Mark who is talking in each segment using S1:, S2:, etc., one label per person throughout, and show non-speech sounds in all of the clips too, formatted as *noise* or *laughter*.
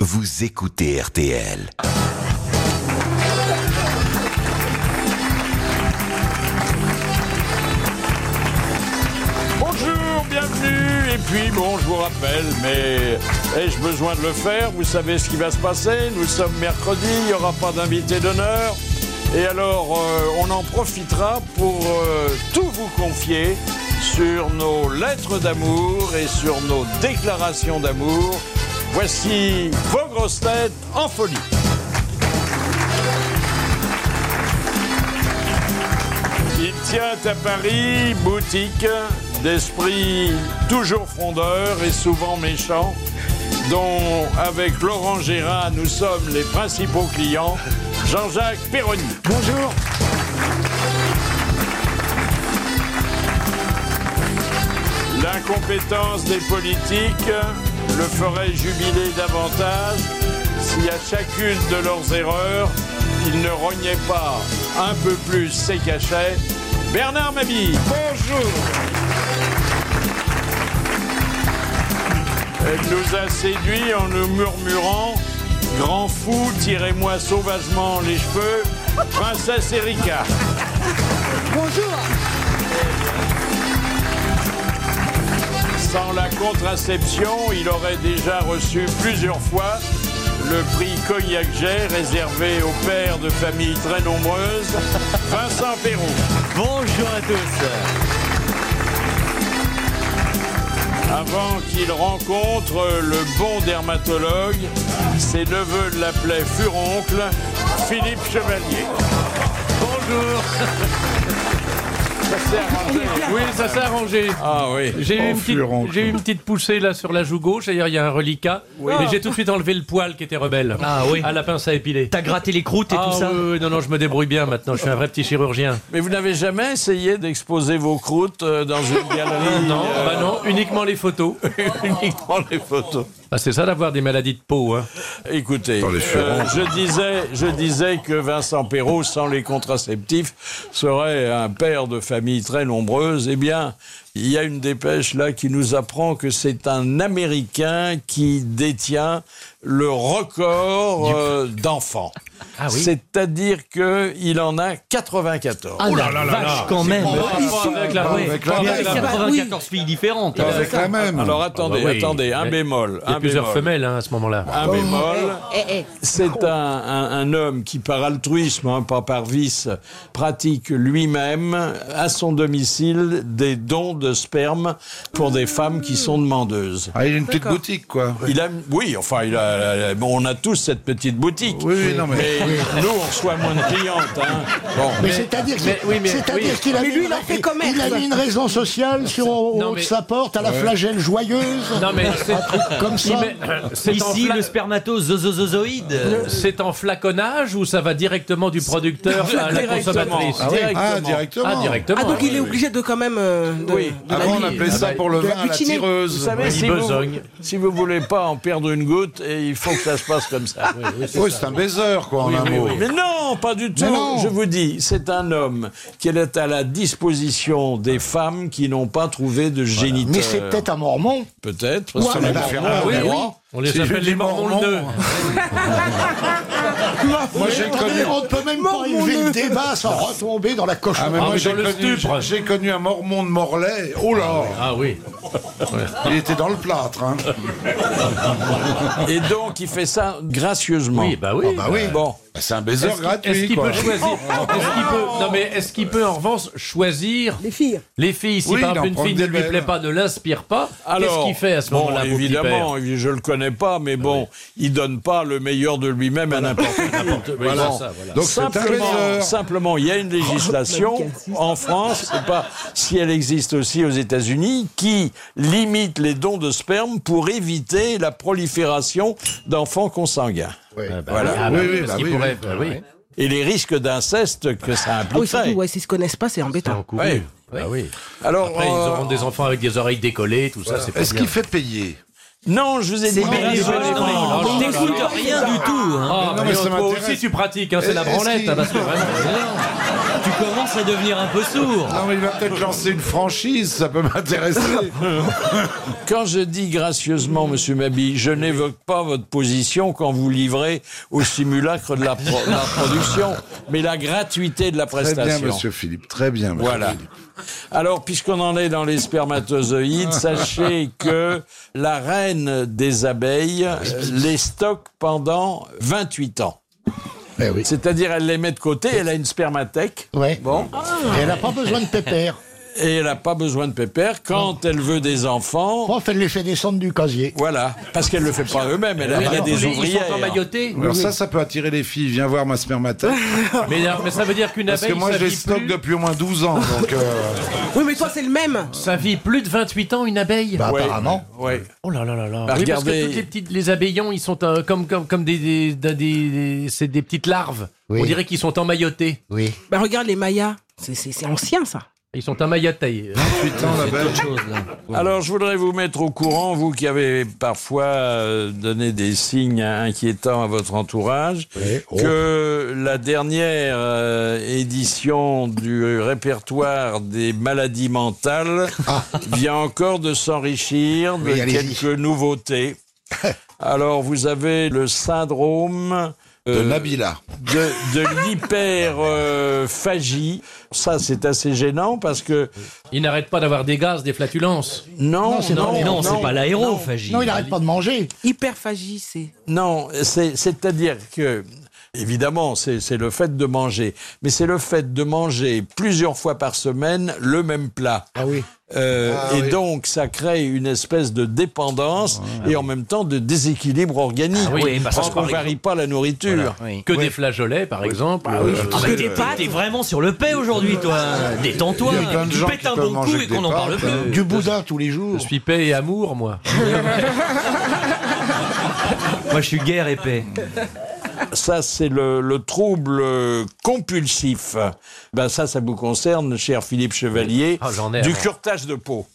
S1: Vous écoutez RTL.
S2: Bonjour, bienvenue. Et puis, bon, je vous rappelle, mais ai-je besoin de le faire Vous savez ce qui va se passer. Nous sommes mercredi, il n'y aura pas d'invité d'honneur. Et alors, euh, on en profitera pour euh, tout vous confier sur nos lettres d'amour et sur nos déclarations d'amour. Voici vos grosses têtes en folie. Il tient à Paris, boutique d'esprit toujours frondeur et souvent méchant, dont avec Laurent Gérard, nous sommes les principaux clients, Jean-Jacques Perroni. Bonjour. L'incompétence des politiques le ferait jubiler davantage si à chacune de leurs erreurs, ils ne rognaient pas un peu plus ses cachets. Bernard Mabille, bonjour Elle nous a séduits en nous murmurant « Grand fou, tirez-moi sauvagement les cheveux, princesse Erika ». Bonjour Sans la contraception, il aurait déjà reçu plusieurs fois le prix Cognac Jet réservé aux pères de familles très *laughs* nombreuses, Vincent Perron. Bonjour à tous. Avant qu'il rencontre le bon dermatologue, ses neveux l'appelaient furoncle, Philippe Chevalier. Bonjour. Ça s'est arrangé.
S3: Oui, ça s'est arrangé.
S2: Ah oui.
S3: J'ai eu,
S2: Oh,
S3: une petite-
S2: furoncle.
S3: j'ai eu une petite poussée là sur la joue gauche, d'ailleurs il y a un reliquat,
S4: Oui.
S3: mais
S4: Ah.
S3: j'ai tout de suite enlevé le poil qui était rebelle.
S4: Ah oui.
S3: À la pince à épiler.
S4: T'as gratté les croûtes et
S3: Ah
S4: tout ça
S3: oui, oui, non, non, je me débrouille bien maintenant, je suis un vrai petit chirurgien.
S2: Mais vous n'avez jamais essayé d'exposer vos croûtes euh, dans une galerie
S3: *laughs* Non,
S2: euh,
S3: bah non, uniquement les photos.
S2: *laughs* uniquement les photos.
S3: Bah, c'est ça d'avoir des maladies de peau. Hein.
S2: Écoutez, euh, je, disais, je disais que Vincent Perrault, sans les contraceptifs, serait un père de famille très nombreuse. Eh bien, il y a une dépêche là qui nous apprend que c'est un Américain qui détient le record euh, d'enfants.
S4: Ah oui.
S2: C'est-à-dire qu'il en a 94.
S4: Ah la vache quand même
S3: avec la-
S4: Ah oui.
S3: avec
S4: Il y a
S3: avec la-
S4: 94 filles différentes.
S2: Alors,
S5: avec la même.
S2: Alors attendez,
S3: Ah bah oui.
S2: attendez, un
S3: Il y a-
S2: bémol.
S3: Il y a
S2: un
S3: plusieurs
S2: bémol.
S3: femelles hein, à ce moment-là.
S2: Un bémol.
S6: Eh, eh.
S2: C'est un, un- un homme qui, par altruisme, hein, pas par vice, pratique lui-même, à son domicile, des dons de sperme pour des femmes qui sont demandeuses.
S5: Ah, il a une petite boutique, quoi.
S2: Il a, oui, enfin, il a- bon, on a tous cette petite boutique.
S5: Oui, oui, non, mais-
S2: nous, on reçoit moins de clientes. hein. Bon.
S7: Mais c'est-à-dire qu'il c'est-à-dire qu'il a, mis une- il a mis une raison sociale sur au
S3: Non,
S7: haut de
S3: mais-
S7: sa porte, à la flagelle joyeuse,
S3: Non, mais c'est-
S7: un truc comme ça.
S3: Mais, euh, c'est en
S4: Ici,
S3: fla-
S4: le spermatozozozoïde.
S3: C'est en flaconnage ou ça va directement du producteur à la
S2: Directement.
S3: consommatrice
S2: Ah oui.
S5: Ah,
S2: Directement.
S5: directement.
S3: Ah, directement.
S8: Ah, donc
S3: oui,
S8: il est
S3: oui.
S8: obligé de quand même. euh, de-
S2: Oui.
S8: de la
S5: Avant, on
S8: lier.
S5: appelait ça pour le
S8: Ah bah, de la
S5: vin à la
S8: butiner.
S2: Vous
S5: tireuse.
S2: savez,
S3: Il
S2: si vous,
S3: besogne.
S2: si vous voulez pas en perdre une goutte, et il faut que ça se passe comme ça.
S5: Oui, c'est un baiser, quoi, en un mot.
S2: Mais non, pas du tout.
S5: non.
S2: Je vous dis, c'est un homme qui est à la disposition des femmes qui n'ont pas trouvé de géniteur.
S7: Mais c'est peut-être un mormon.
S2: Peut-être.
S7: Ouais,
S2: parce que
S7: mais
S2: la
S7: bah,
S2: différence-
S7: bah,
S2: Ah oui,
S7: oui,
S2: oui.
S7: oui.
S3: On les
S5: C'est
S3: appelle
S5: juste
S3: les
S5: des
S3: mormons
S5: mormons.
S3: de nœud.
S7: Mais
S5: j'ai
S7: attendez,
S5: connu-
S7: On ne peut même pas élever le débat sans retomber dans la
S5: Ah, mais
S7: cochonnerie.
S3: Ah,
S5: moi,
S3: mais
S5: j'ai
S3: dans le
S5: connu,
S3: stupre.
S5: j'ai connu un mormon de Morlaix. Oh là
S3: Ah oui.
S5: Il était dans le plâtre. Hein.
S2: *laughs* Et donc, il fait ça gracieusement.
S3: Oui, bah oui.
S5: Ah oui,
S2: Bon.
S5: c'est un baiser
S3: Est-ce qu'il-
S5: gratuit.
S3: Est-ce qu'il
S5: quoi.
S3: peut choisir Est-ce qu'il peut Non mais est-ce qu'il peut en revanche choisir
S8: Les filles.
S3: les filles Si
S5: Oui,
S3: par
S5: il en
S3: exemple une
S5: prend
S3: fille
S5: des
S3: ne lui
S5: belles.
S3: plaît pas, ne l'inspire pas, qu'est-ce qu'il fait à ce
S2: bon,
S3: moment-là mon petit père
S2: Évidemment, je le connais pas, mais bon, il donne pas le meilleur de lui-même à
S3: *laughs*
S2: n'importe qui.
S3: Voilà.
S2: Bon.
S3: Ça, voilà.
S5: Donc c'est un Oh,
S2: Simplement,
S5: baiser.
S2: simplement, il y a une législation en France, je sais pas si elle existe aussi aux États-Unis, qui limite les dons de sperme pour éviter la prolifération d'enfants consanguins
S3: Voilà. Ah, bah
S5: Oui,
S3: oui,
S5: oui,
S3: parce
S5: bah
S3: qu'il
S5: oui,
S3: pourrait-
S5: oui.
S3: bah oui.
S2: et les risques d'inceste que ça
S8: Ah oui,
S2: impliquerait.
S8: surtout, ouais, s'ils se connaissent pas, c'est embêtant.
S3: Encouru.
S2: Ah, Oui.
S3: Bah oui.
S2: Alors,
S3: Après, ils
S2: euh,
S3: auront des enfants avec des oreilles décollées, tout ça, c'est pas
S5: Est-ce
S3: bien.
S5: qu'il fait payer
S2: Non, je vous ai dit bénévole.
S3: bénévole.
S4: Non,
S3: Oh,
S4: je n'écoute rien du tout. hein.
S3: Ah,
S5: non, mais
S3: mais
S5: ça
S3: toi
S5: m'intéresse.
S3: aussi tu pratiques, hein, c'est
S5: Est-
S3: la
S5: est-ce
S3: branlette.
S5: qu'il-
S3: hein, parce que vraiment,
S4: Tu commences à devenir un peu sourd.
S5: Non, Ah, mais il va peut-être lancer une franchise, ça peut m'intéresser.
S2: *laughs* Quand je dis gracieusement, monsieur Mabi, je n'évoque pas votre position quand vous livrez au simulacre de la, pro- de la production, mais la gratuité de la
S5: Très
S2: prestation.
S5: bien, monsieur Philippe, très bien. monsieur
S2: Voilà.
S5: Philippe.
S2: Alors, puisqu'on en est dans les spermatozoïdes, sachez que la reine des abeilles euh, les stocke pendant 28 ans.
S7: Eh oui.
S2: C'est-à-dire, elle les met de côté, elle a une spermathèque
S7: Ouais. Bon. Et Ah, elle n'a pas besoin de pépère.
S2: et elle n'a pas besoin de pépère. Quand elle veut des enfants,
S7: Prof, elle les fait descendre du casier.
S2: voilà, parce qu'elle ne le fait pas eux-mêmes, elle, a- elle a
S3: ils
S2: des
S3: sont
S2: ouvrières.
S3: emmaillotés.
S5: Alors ça, ça peut attirer les filles. Viens voir ma spermatothèque.
S3: *laughs* Mais, alors, mais ça veut dire qu'une
S5: Parce
S3: abeille,
S5: que moi,
S3: ça
S5: je les
S3: vit
S5: stocke
S3: plus-
S5: depuis au moins 12 ans. Donc, euh,
S8: Oui, mais toi, c'est le même.
S3: Ça vit plus de 28 ans une abeille
S7: Bah,
S2: Ouais.
S7: apparemment.
S2: Ouais.
S3: Oh là là là là.
S2: Bah,
S3: oui, parce
S2: regardez.
S3: que toutes les petites, les abeillons, ils sont euh, comme comme comme des des, des, des- c'est des petites larves.
S7: Oui.
S3: On dirait qu'ils sont emmaillotés.
S7: Oui.
S8: Bah, regarde les Mayas. C'est- C'est c'est ancien, ça.
S3: Ils sont emmaillotés.
S2: Ah,
S5: putain, la belle.
S2: Alors, je voudrais vous mettre au courant, vous qui avez parfois euh, donné des signes inquiétants à votre entourage, que la dernière euh, édition du répertoire des maladies mentales vient encore de s'enrichir de
S7: Oui, allez-y.
S2: quelques nouveautés. Alors, vous avez le syndrome
S5: De
S2: euh,
S5: Nabila.
S2: de, de l'hyperphagie. Ça, c'est assez gênant parce que
S3: Ils n'arrêtent pas d'avoir des gaz, des flatulences.
S2: non,
S7: Non, c'est pas
S2: non,
S7: les-
S4: Non, c'est pas l'aérophagie.
S7: Non, il n'arrête pas de manger.
S8: Hyperphagie, c'est.
S2: Non, c'est- c'est-à-dire que, évidemment, c'est c'est le fait de manger, mais c'est le fait de manger plusieurs fois par semaine le même plat.
S7: Ah oui.
S2: Euh,
S5: Ah
S2: et
S5: oui.
S2: donc, ça crée une espèce de dépendance et en même temps de déséquilibre organique.
S3: Ah oui, bah ça,
S2: parce
S3: c'est
S2: qu'on
S3: par
S2: varie pas la nourriture.
S3: Que des flageolets, par exemple. Euh,
S8: Ah, que des pâtes.
S4: T'es vraiment sur le paix aujourd'hui, toi. Détends-toi.
S5: Il y a plein de
S4: Tu
S5: gens
S4: pètes
S5: qui
S4: un
S5: peuvent
S4: bon coup
S5: manger
S4: et
S5: que
S4: qu'on
S5: des
S4: en parle
S5: pâtes,
S4: plus. *laughs*
S7: Du boudin tous les jours.
S3: euh, Je suis paix et amour, moi.
S4: Moi, je suis guerre et paix.
S2: Ça, c'est le, le trouble euh, compulsif. Ben, ça, ça vous concerne, cher Philippe Chevalier,
S3: Ah, j'en ai,
S2: du
S3: alors.
S2: curtage de peau.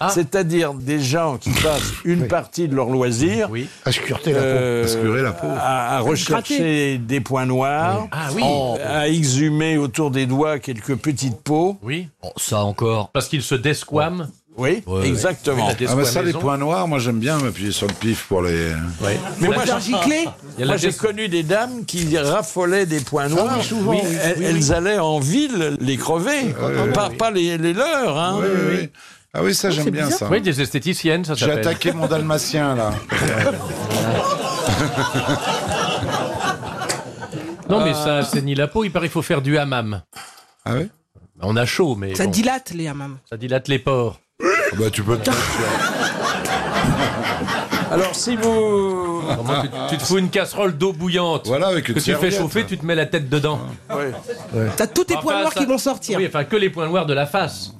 S3: Ah.
S2: C'est-à-dire des gens qui passent une partie de leur loisir
S3: Oui.
S7: À se curter la peau.
S2: euh,
S5: Ascurer la peau.
S2: à, à rechercher des points noirs,
S3: Ah oui.
S2: en- à exhumer autour des doigts quelques petites peaux.
S3: Oui.
S4: Bon, ça encore.
S3: Parce qu'ils se desquament.
S2: Oui, exactement.
S3: La
S5: Ah bah ça, les
S3: desquamaison.
S5: points noirs, moi j'aime bien m'appuyer sur le pif pour les... hein.
S3: Ouais.
S2: Mais moi, j'ai-
S3: Il y
S8: Giclé
S3: a la
S2: moi, j'ai
S3: des-
S2: connu des dames qui raffolaient des points noirs.
S7: souvent, oui.
S2: Elles, elles allaient en ville les crever, pas, pas les, les leurs. hein.
S5: Oui, oui, oui. Ah oui, ça j'aime bien ça.
S3: Oui, des esthéticiennes, ça
S5: J'ai
S3: s'appelle.
S5: attaqué mon dalmatien là.
S3: *laughs* Non, mais ça assainit la peau. Il paraît qu'il faut faire du hammam.
S5: Ah oui
S3: On a chaud, mais
S8: Ça
S3: bon,
S8: dilate les hammams.
S3: ça dilate les pores.
S5: Ah Bah tu peux
S8: *laughs*
S5: te mettre
S2: Alors, si vous.
S3: Comment tu, tu te fous une casserole d'eau bouillante
S5: Voilà, avec une
S3: que tu fais
S5: serviette.
S3: chauffer, tu te mets la tête dedans.
S8: T'as tous tes
S3: Enfin,
S8: points noirs
S3: ça-
S8: qui vont sortir.
S3: Oui, enfin que les points noirs de la face.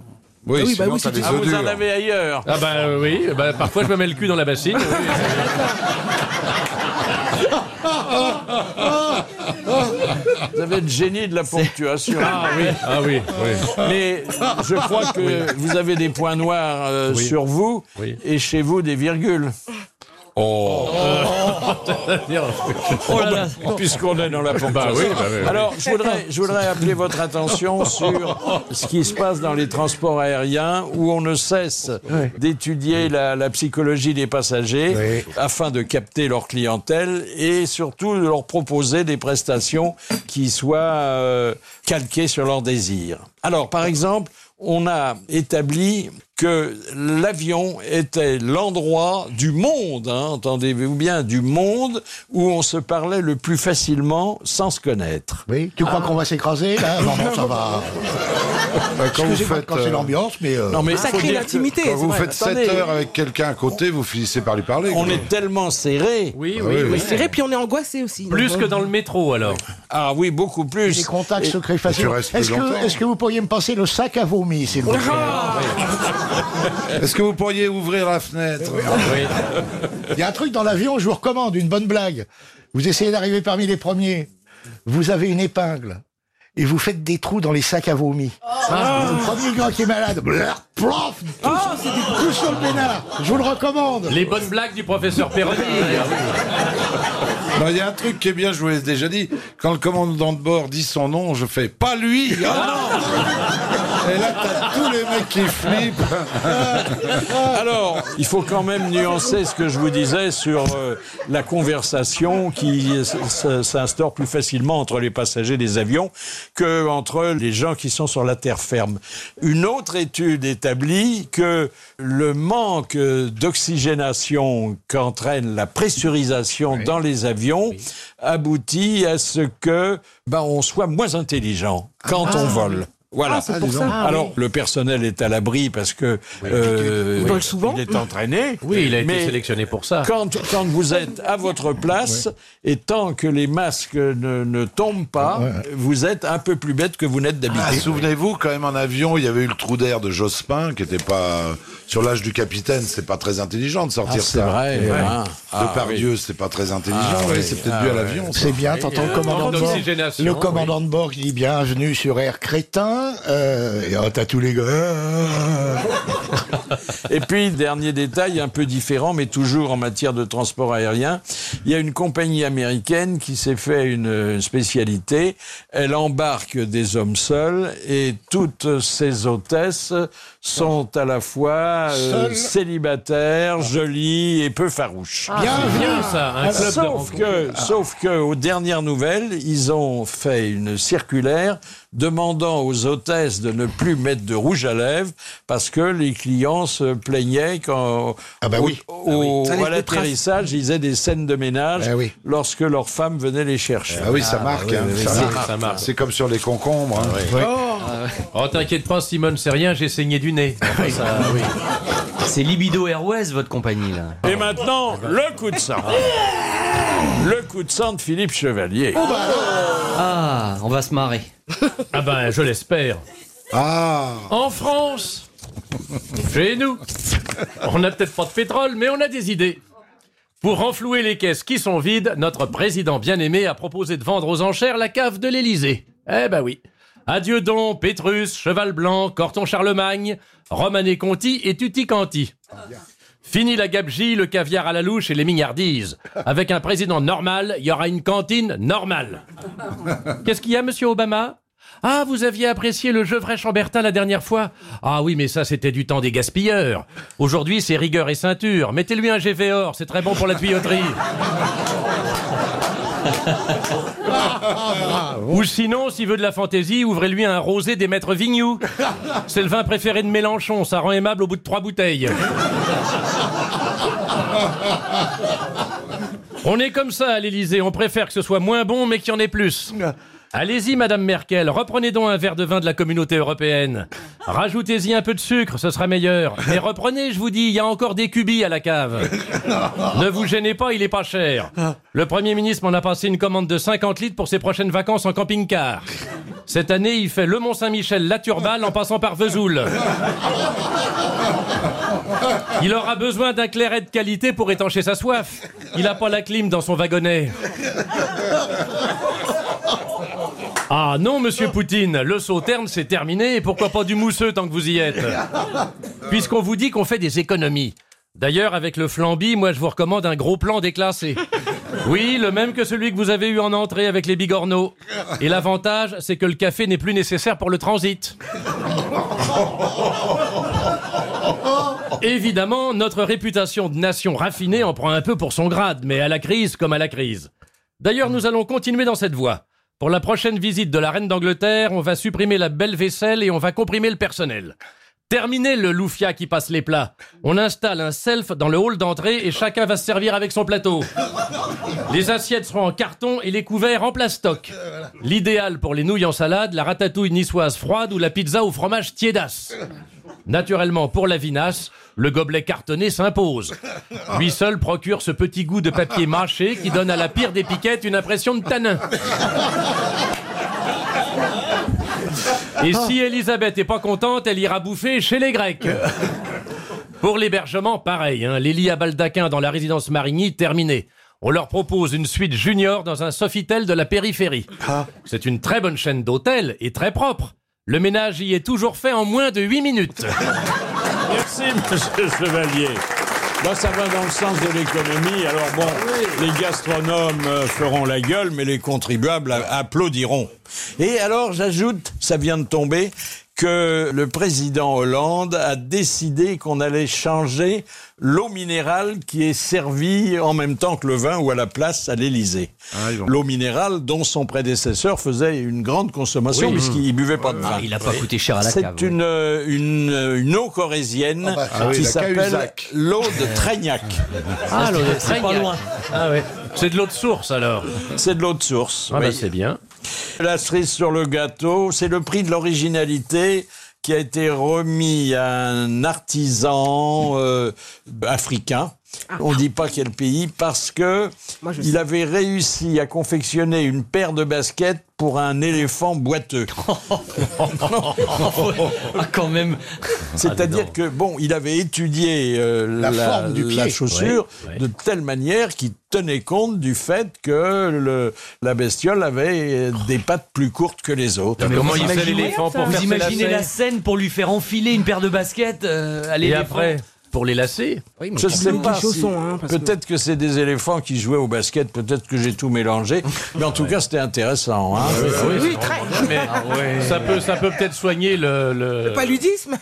S5: Oui,
S8: oui, bah
S5: sinon
S8: oui,
S5: t'as
S8: si tu-
S5: des
S2: Ah,
S5: œufs
S2: vous en
S5: durs.
S2: avez ailleurs.
S3: Ah bah euh, oui, bah, parfois je me mets le cul dans la bassine.
S2: Vous avez le génie de la ponctuation.
S3: Ah oui, ah oui.
S2: Mais je crois que vous avez des points noirs euh, sur vous
S3: Oui.
S2: et chez vous des virgules.
S3: Oh.
S4: Oh là là.
S2: Puisqu'on
S5: bah,
S2: est dans la
S3: Bah,
S2: ponctuation. Alors, je voudrais, je voudrais appeler
S7: *laughs*
S2: votre attention sur ce qui se passe dans les transports aériens où on ne cesse d'étudier la, la psychologie des passagers afin de capter leur clientèle et surtout de leur proposer des prestations qui soient euh, calquées sur leurs désirs. Alors, par exemple, on a établi que l'avion était l'endroit du monde, hein, entendez-vous bien, du monde où on se parlait le plus facilement sans se connaître. Ah.
S7: Oui. Tu crois qu'on va s'écraser là Non, non, ça
S2: *laughs*
S7: va.
S5: Bah, quand vous
S7: Excusez-moi de
S5: faites,
S7: casser
S5: euh,
S7: l'ambiance, mais. euh,
S2: mais
S8: Ça
S2: faut
S8: crée
S2: dire que
S8: l'intimité.
S5: quand
S8: c'est
S5: vous
S8: vrai.
S5: faites 7
S2: Attendez.
S5: heures avec quelqu'un à côté, vous finissez par lui parler. quoi.
S2: On
S5: Ah
S2: est tellement serré.
S3: Oui,
S5: oui,
S3: oui,
S5: oui.
S3: oui.
S8: C'est vrai, puis on est angoissé aussi.
S3: Plus
S8: Donc,
S3: que
S8: euh,
S3: dans le métro alors.
S2: Ah oui, beaucoup plus.
S7: Les contacts secrets
S5: tu
S7: faciles.
S5: restes plus
S7: Est-ce
S5: longtemps.
S7: que, est que vous pourriez me passer le sac à vomi, s'il vous plaît
S5: Est-ce que vous pourriez ouvrir la fenêtre Ah *laughs*
S7: Il y a un truc dans l'avion, je vous recommande, une bonne blague. Vous essayez d'arriver parmi les premiers. Vous avez une épingle. et vous faites des trous dans les sacs à vomi.
S3: Ah.
S7: Ah. Le premier gars qui est malade, blur, plof, tout, tout sur le pénard. Je vous le recommande.
S3: Les bonnes blagues du professeur Perroni. Ah,
S5: Non, Bah, Il y a un truc qui est bien, je vous l'ai déjà dit. Quand le commandant de bord dit son nom, je fais pas lui. Ah non
S3: Eh.
S5: Et là, t'as tous les mecs qui flippent.
S2: Alors, il faut quand même nuancer ce que je vous disais sur euh, la conversation qui s- s- s'instaure plus facilement entre les passagers des avions que entre les gens qui sont sur la terre ferme. Une autre étude établit que le manque d'oxygénation qu'entraîne la pressurisation dans les avions aboutit à ce que ben, on soit moins intelligent quand on vole. Voilà.
S8: Ah, c'est pour ça. Ah,
S2: Alors,
S8: oui.
S2: le personnel est à l'abri parce que euh,
S8: Il vole souvent.
S2: il est entraîné.
S3: Oui, il a été
S2: Mais
S3: sélectionné pour ça.
S2: Quand, quand vous êtes à votre place et tant que les masques ne, ne tombent pas, vous êtes un peu plus bête que vous n'êtes
S5: Ah,
S2: d'habitude.
S5: Souvenez-vous, quand même, en avion, il y avait eu le trou d'air de Jospin, qui était pas. Sur l'âge du capitaine, c'est pas très intelligent de sortir
S2: Ah, c'est
S5: ça. Eh
S2: vrai,
S5: Et,
S2: hein.
S5: De
S2: Ah,
S5: Pardieu, c'est pas très intelligent.
S2: Ah,
S5: ouais,
S2: oui.
S5: c'est peut-être
S2: Ah,
S5: dû à
S2: ouais.
S5: l'avions. ça.
S7: C'est bien, t'entends le commandant
S3: manque
S7: de bord.
S3: d'oxygénation,
S7: Le
S3: oui.
S7: commandant de bord qui dit bienvenue sur Air Crétin. Euh, et oh, t'as tous les gars. euh,
S2: Et puis, dernier détail un peu différent, mais toujours en matière de transport aérien, il y a une compagnie américaine qui s'est fait une euh, spécialité. Elle embarque des hommes seuls et toutes ses hôtesses sont à la fois euh,
S7: Seules.
S2: célibataires, jolies et peu farouches.
S3: Ah, C'est bien ça, un club de
S2: Ah, Sauf
S3: rencontre. Ah.
S2: que, sauf que, aux dernières nouvelles, ils ont fait une circulaire demandant aux hôtesses de ne plus mettre de rouge à lèvres parce que les clients se plaignaient quand,
S7: Ah bah
S2: au-
S7: oui.
S2: au-
S8: Ça laisse
S2: à
S8: des
S2: l'atterrissage, ils faisaient des scènes de ménage
S7: Ah oui.
S2: lorsque leurs femmes venaient les chercher.
S5: Ah oui, ça marque. hein,
S3: oui,
S5: ça,
S3: oui,
S5: marque.
S3: ça marque.
S5: C'est comme sur les concombres. hein.
S3: Oh, t'inquiète pas, Simone, c'est rien, j'ai saigné du nez. Enfin, ça, oui.
S4: C'est Libido Airways, votre compagnie, là.
S2: Et maintenant, le coup de sang. hein. Le coup de sang de Philippe Chevalier.
S4: Ah, on va se marrer.
S3: Ah ben, je l'espère.
S5: Ah
S3: En France, chez nous, on n'a peut-être pas de pétrole, mais on a des idées. Pour renflouer les caisses qui sont vides, notre président bien-aimé a proposé de vendre aux enchères la cave de l'Élysée. Eh ben oui. Adieu Don, Pétrus, Cheval Blanc, Corton Charlemagne, Romané Conti et Tutti Canti. Fini la gabegie, le caviar à la louche et les mignardises. Avec un président normal, il y aura une cantine normale. *laughs* Qu'est-ce qu'il y a, monsieur Obama Ah, vous aviez apprécié le jeu vrai Chambertin la dernière fois Ah oui, mais ça, c'était du temps des gaspilleurs. Aujourd'hui, c'est rigueur et ceinture. Mettez-lui un GV or, c'est très bon pour la tuyauterie. Ou sinon, s'il veut de la fantaisie, ouvrez-lui un rosé des maîtres Vignoux. C'est le vin préféré de Mélenchon, ça rend aimable au bout de trois bouteilles. On est comme ça à l'Élysée, on préfère que ce soit moins bon mais qu'il y en ait plus. Allez-y, Madame Merkel, reprenez donc un verre de vin de la communauté européenne. Rajoutez-y un peu de sucre, ce sera meilleur. Et reprenez, je vous dis, il y a encore des cubis à la cave. Ne vous gênez pas, il est pas cher. Le Premier ministre m'en a passé une commande de 50 litres pour ses prochaines vacances en camping-car. Cette année, il fait le Mont-Saint-Michel, la Turballe en passant par Vesoul. Il aura besoin d'un clairet de qualité pour étancher sa soif. Il n'a pas la clim dans son wagonnet. Ah non, monsieur Poutine, le sauterne, c'est terminé. Et pourquoi pas du mousseux tant que vous y êtes Puisqu'on vous dit qu'on fait des économies. D'ailleurs, avec le flambi, moi, je vous recommande un gros plan déclassé. Oui, le même que celui que vous avez eu en entrée avec les bigorneaux. Et l'avantage, c'est que le café n'est plus nécessaire pour le transit. *laughs* Évidemment, notre réputation de nation raffinée en prend un peu pour son grade, mais à la crise comme à la crise. D'ailleurs, nous allons continuer dans cette voie. Pour la prochaine visite de la reine d'Angleterre, on va supprimer la belle vaisselle et on va comprimer le personnel. Terminez le loufia qui passe les plats. On installe un self dans le hall d'entrée et chacun va se servir avec son plateau. Les assiettes seront en carton et les couverts en plastoc. L'idéal pour les nouilles en salade, la ratatouille niçoise froide ou la pizza au fromage tiédas. Naturellement, pour la vinasse, le gobelet cartonné s'impose. Lui seul procure ce petit goût de papier mâché qui donne à la pire des piquettes une impression de tanin. Et si Elisabeth est pas contente, elle ira bouffer chez les Grecs. Pour l'hébergement, pareil. Hein, les lits à baldaquin dans la résidence Marigny, terminé. on leur propose une suite junior dans un Sofitel de la périphérie. C'est une très bonne chaîne d'hôtels et très propre. Le ménage y est toujours fait en moins de 8 minutes.
S2: *laughs* Merci, monsieur Chevalier.
S3: Ah,
S2: Là, Bah, ça va dans le sens de l'économie. Alors bon, les gastronomes euh, feront la gueule, mais les contribuables a- applaudiront. Et alors, j'ajoute, ça vient de tomber, que le président Hollande a décidé qu'on allait changer l'eau minérale qui est servie en même temps que le vin ou à la place à l'Élysée.
S4: Ah,
S5: ils vont-
S2: l'eau minérale dont son prédécesseur faisait une grande consommation puisqu'il buvait pas de vin.
S4: Mmh. Ah, Il a pas coûté cher à la
S2: C'est
S4: cave.
S2: une, euh, une, euh, une eau corésienne
S7: Ah bah,
S5: ah oui,
S2: qui
S5: la
S2: s'appelle
S5: Cahuzac.
S2: l'eau de Traignac.
S3: Ah, l'eau de
S4: C'est pas
S3: Cognac.
S4: loin.
S3: Ah ouais. C'est de l'eau de source alors.
S2: C'est de l'eau de source.
S3: Ah bah,
S2: oui.
S3: c'est bien.
S2: La cerise sur le gâteau, c'est le prix de l'originalité qui a été remis à un artisan euh, africain. On dit pas quel pays parce que
S8: Moi, je
S2: il
S8: sais.
S2: avait réussi à confectionner une paire de baskets pour un
S4: *laughs*
S2: éléphant boiteux.
S4: *laughs* Ah, quand même.
S3: Ah,
S2: C'est-à-dire que bon, il avait étudié euh,
S7: La forme du
S2: la
S7: pied.
S2: chaussure
S3: Ouais, ouais.
S2: de telle manière qu'il tenait compte du fait que le, la bestiole avait euh, des pattes plus courtes que les autres.
S3: Ah, comment
S4: vous
S3: il fait
S4: imaginez-
S3: l'éléphant pour
S4: Vous
S3: faire ses
S4: imaginez la
S3: lacets
S4: scène pour lui faire enfiler une paire de baskets euh, à
S3: Et
S4: l'éléphant
S3: après, pour les lacer
S2: Je ne sais
S8: Des
S2: pas.
S8: chaussons,
S2: si-
S8: hein, parce que-
S2: peut-être que, c'est des éléphants qui jouaient au basket, peut-être que j'ai tout
S8: *laughs*
S2: mélangé, mais en tout cas c'était intéressant. hein.
S8: Oui, très.
S3: Mais
S8: Ah
S3: ça peut ça peut peut-être soigner le. le-
S8: Paludisme.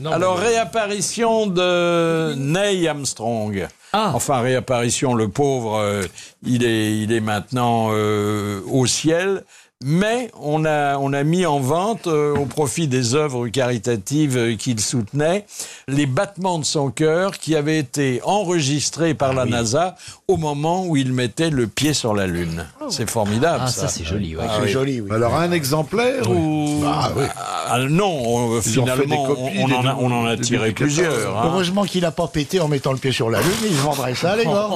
S3: Non,
S2: Alors
S3: mais-
S2: réapparition de Neil Armstrong.
S4: Ah.
S2: Enfin réapparition, le pauvre, euh, il est il est maintenant euh, au ciel. Mais on a, on a mis en vente, euh, au profit des œuvres caritatives euh, qu'il soutenait, les battements de son cœur qui avaient été enregistrés par
S4: Ah
S2: la NASA au moment où il mettait le pied sur la Lune. C'est formidable
S4: Ah,
S2: ça.
S4: ça, c'est joli, ouais.
S7: C'est joli, oui.
S5: Alors un exemplaire ou
S2: Ah, non, on-
S5: Bah, Ils ont fait des
S2: finalement, on,
S5: copies,
S2: on
S5: des
S2: en a,
S5: deux-
S2: on en a
S5: des
S2: tiré
S5: duplications.
S2: plusieurs. hein.
S7: Heureusement qu'il n'a pas pété en mettant le pied sur la lune, il vendrait ça, les
S8: *laughs*
S7: gars.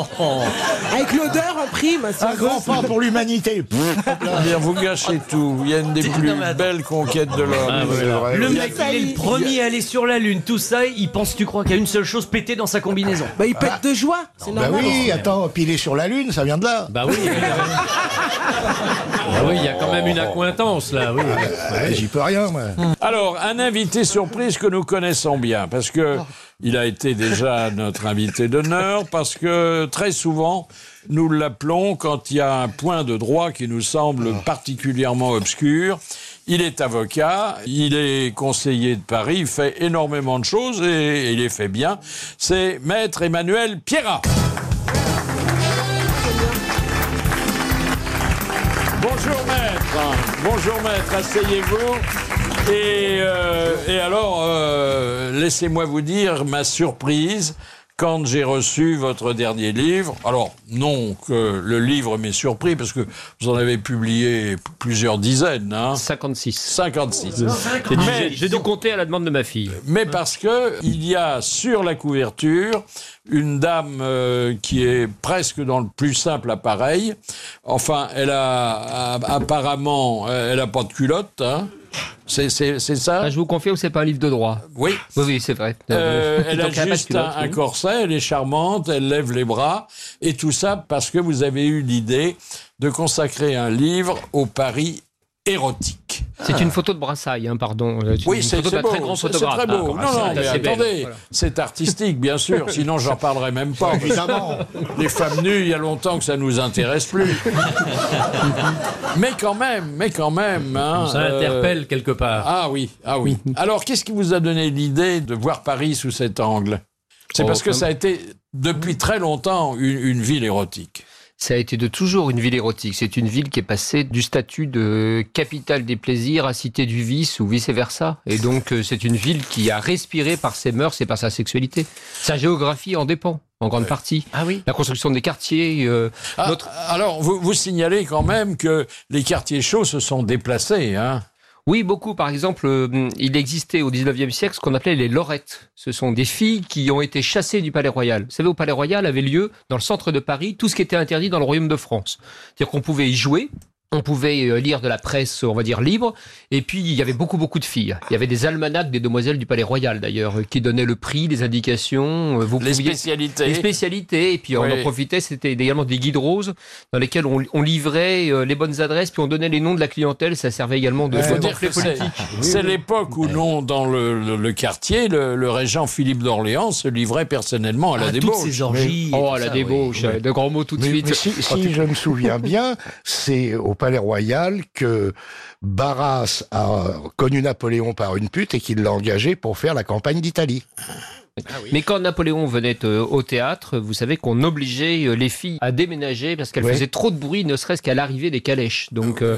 S8: Avec l'odeur en prime. c'est
S7: Un grand pas pour l'humanité.
S2: Bien, vous gâchez tout. Il y a
S4: *laughs*
S2: une des plus
S4: mais attends.
S2: belles conquêtes de l'homme.
S5: C'est vrai,
S4: Ah, Le
S5: oui.
S4: mec, il est le premier à aller sur la Lune, tout ça, il pense, tu crois, qu'il y a une seule chose péter dans sa combinaison. Ah.
S8: Bah, il pète de joie. C'est
S7: Bah
S8: normal.
S4: hein.
S8: Ah,
S7: oui, attends, puis il est sur la lune, ça vient de là.
S3: Bah oui. il y a- Bah oui, il y a quand même
S5: Oh.
S3: une accointance là. Oui.
S7: *laughs*
S5: Ah,
S7: Ouais, J'y peux rien, moi.
S2: *laughs* Alors, un invité surprise que nous connaissons bien, parce que il a été déjà notre invité d'honneur, parce que très souvent, nous l'appelons quand il y a un point de droit qui nous semble particulièrement obscur. Il est avocat, il est conseiller de Paris, il fait énormément de choses et il les fait bien. C'est Maître Emmanuel Pierrat. Bonjour maître, bonjour maître, asseyez-vous. Et, euh, et alors, euh, laissez-moi vous dire ma surprise quand j'ai reçu votre dernier livre. Alors, non que le livre m'ait surpris, parce que vous en avez publié plusieurs dizaines, hein
S6: 56.
S2: 56.
S6: J'ai- J'ai dû compter à la demande de ma fille.
S2: mais parce que il y a sur la couverture une dame euh, qui est presque dans le plus simple appareil. Enfin, elle a, a- apparemment, euh, elle a pas de culotte. hein. C'est c'est- c'est ça
S6: Ah, je vous confirme, c'est pas un livre de droit.
S2: Oui.
S6: Oui, oui, c'est vrai.
S2: Euh, elle a
S6: Donc, elle a pas de
S2: juste un,
S6: culotte,
S2: un
S6: oui.
S2: corset, elle est charmante, elle lève les bras, et tout ça parce que vous avez eu l'idée de consacrer un livre au Paris érotique.
S6: C'est une photo de Brassailles, hein, pardon. C'est
S2: Oui,
S6: une
S2: c'est
S6: photo
S2: c'est
S6: d'un
S2: beau.
S6: très grand
S2: c'est-
S6: photographe.
S2: C'est très beau.
S6: Ah,
S2: non, non,
S6: Brassailles,
S2: mais
S6: c'est belle.
S2: attendez,
S6: Voilà.
S2: c'est artistique, bien sûr. Sinon, j'en parlerai même pas.
S7: Évidemment.
S2: Les femmes nues, il y a longtemps que ça nous intéresse plus. mais quand même, mais quand même. hein,
S3: Ça
S2: euh,
S3: interpelle quelque part.
S2: Ah oui, ah oui. Alors, qu'est-ce qui vous a donné l'idée de voir Paris sous cet angle C'est
S6: Oh,
S2: parce que
S6: comme-
S2: ça a été depuis très longtemps une, une ville érotique.
S6: Ça a été de toujours une ville érotique. C'est une ville qui est passée du statut de capitale des plaisirs à cité du vice ou vice-versa. Et donc, euh, c'est une ville qui a respiré par ses mœurs et par sa sexualité. Sa géographie en dépend, en grande partie.
S3: Ah oui.
S6: La construction des quartiers, euh,
S2: Ah,
S6: notre-
S2: Alors, vous, vous signalez quand même que les quartiers chauds se sont déplacés. Hein
S6: Oui, beaucoup. Par exemple, euh, il existait au 19e siècle ce qu'on appelait les lorettes. Ce sont des filles qui ont été chassées du Palais Royal. Vous savez, au Palais Royal avait lieu, dans le centre de Paris, tout ce qui était interdit dans le Royaume de France. C'est-à-dire qu'on pouvait y jouer, on pouvait euh, lire de la presse, on va dire, libre. Et puis, il y avait beaucoup, beaucoup de filles. Il y avait des almanachs des demoiselles du Palais Royal, d'ailleurs, euh, qui donnaient le prix, les indications. euh, Vous
S2: Les
S6: pouviez-
S2: spécialités.
S6: Les spécialités. Et puis, on
S2: Oui.
S6: en profitait. C'était également des guides roses dans lesquels on, on livrait euh, les bonnes adresses, puis on donnait les noms de la clientèle. Ça servait également de...
S2: Il faut
S6: de
S2: dire que c'est c'est l'époque où, non, dans le, le- le quartier, le, le régent Philippe d'Orléans se livrait personnellement à la
S4: Ah, toutes
S2: débauche.
S4: ces orgies. et
S6: Oh,
S4: tout
S6: la
S4: ça,
S6: débauche.
S2: euh,
S4: oui.
S6: De grands mots tout de
S7: Mais,
S6: suite.
S7: mais
S2: Oh,
S7: si,
S6: Quand
S7: si
S6: tu-
S7: je me souviens bien, c'est au Palais Royal que Barras a connu Napoléon par une pute et qu'il l'a engagé pour faire la campagne d'Italie. Ah
S6: Mais quand Napoléon venait euh, au théâtre, vous savez qu'on obligeait euh, les filles à déménager parce qu'elles
S7: Ouais.
S6: faisaient trop de bruit, ne serait-ce qu'à l'arrivée des calèches. Donc, euh,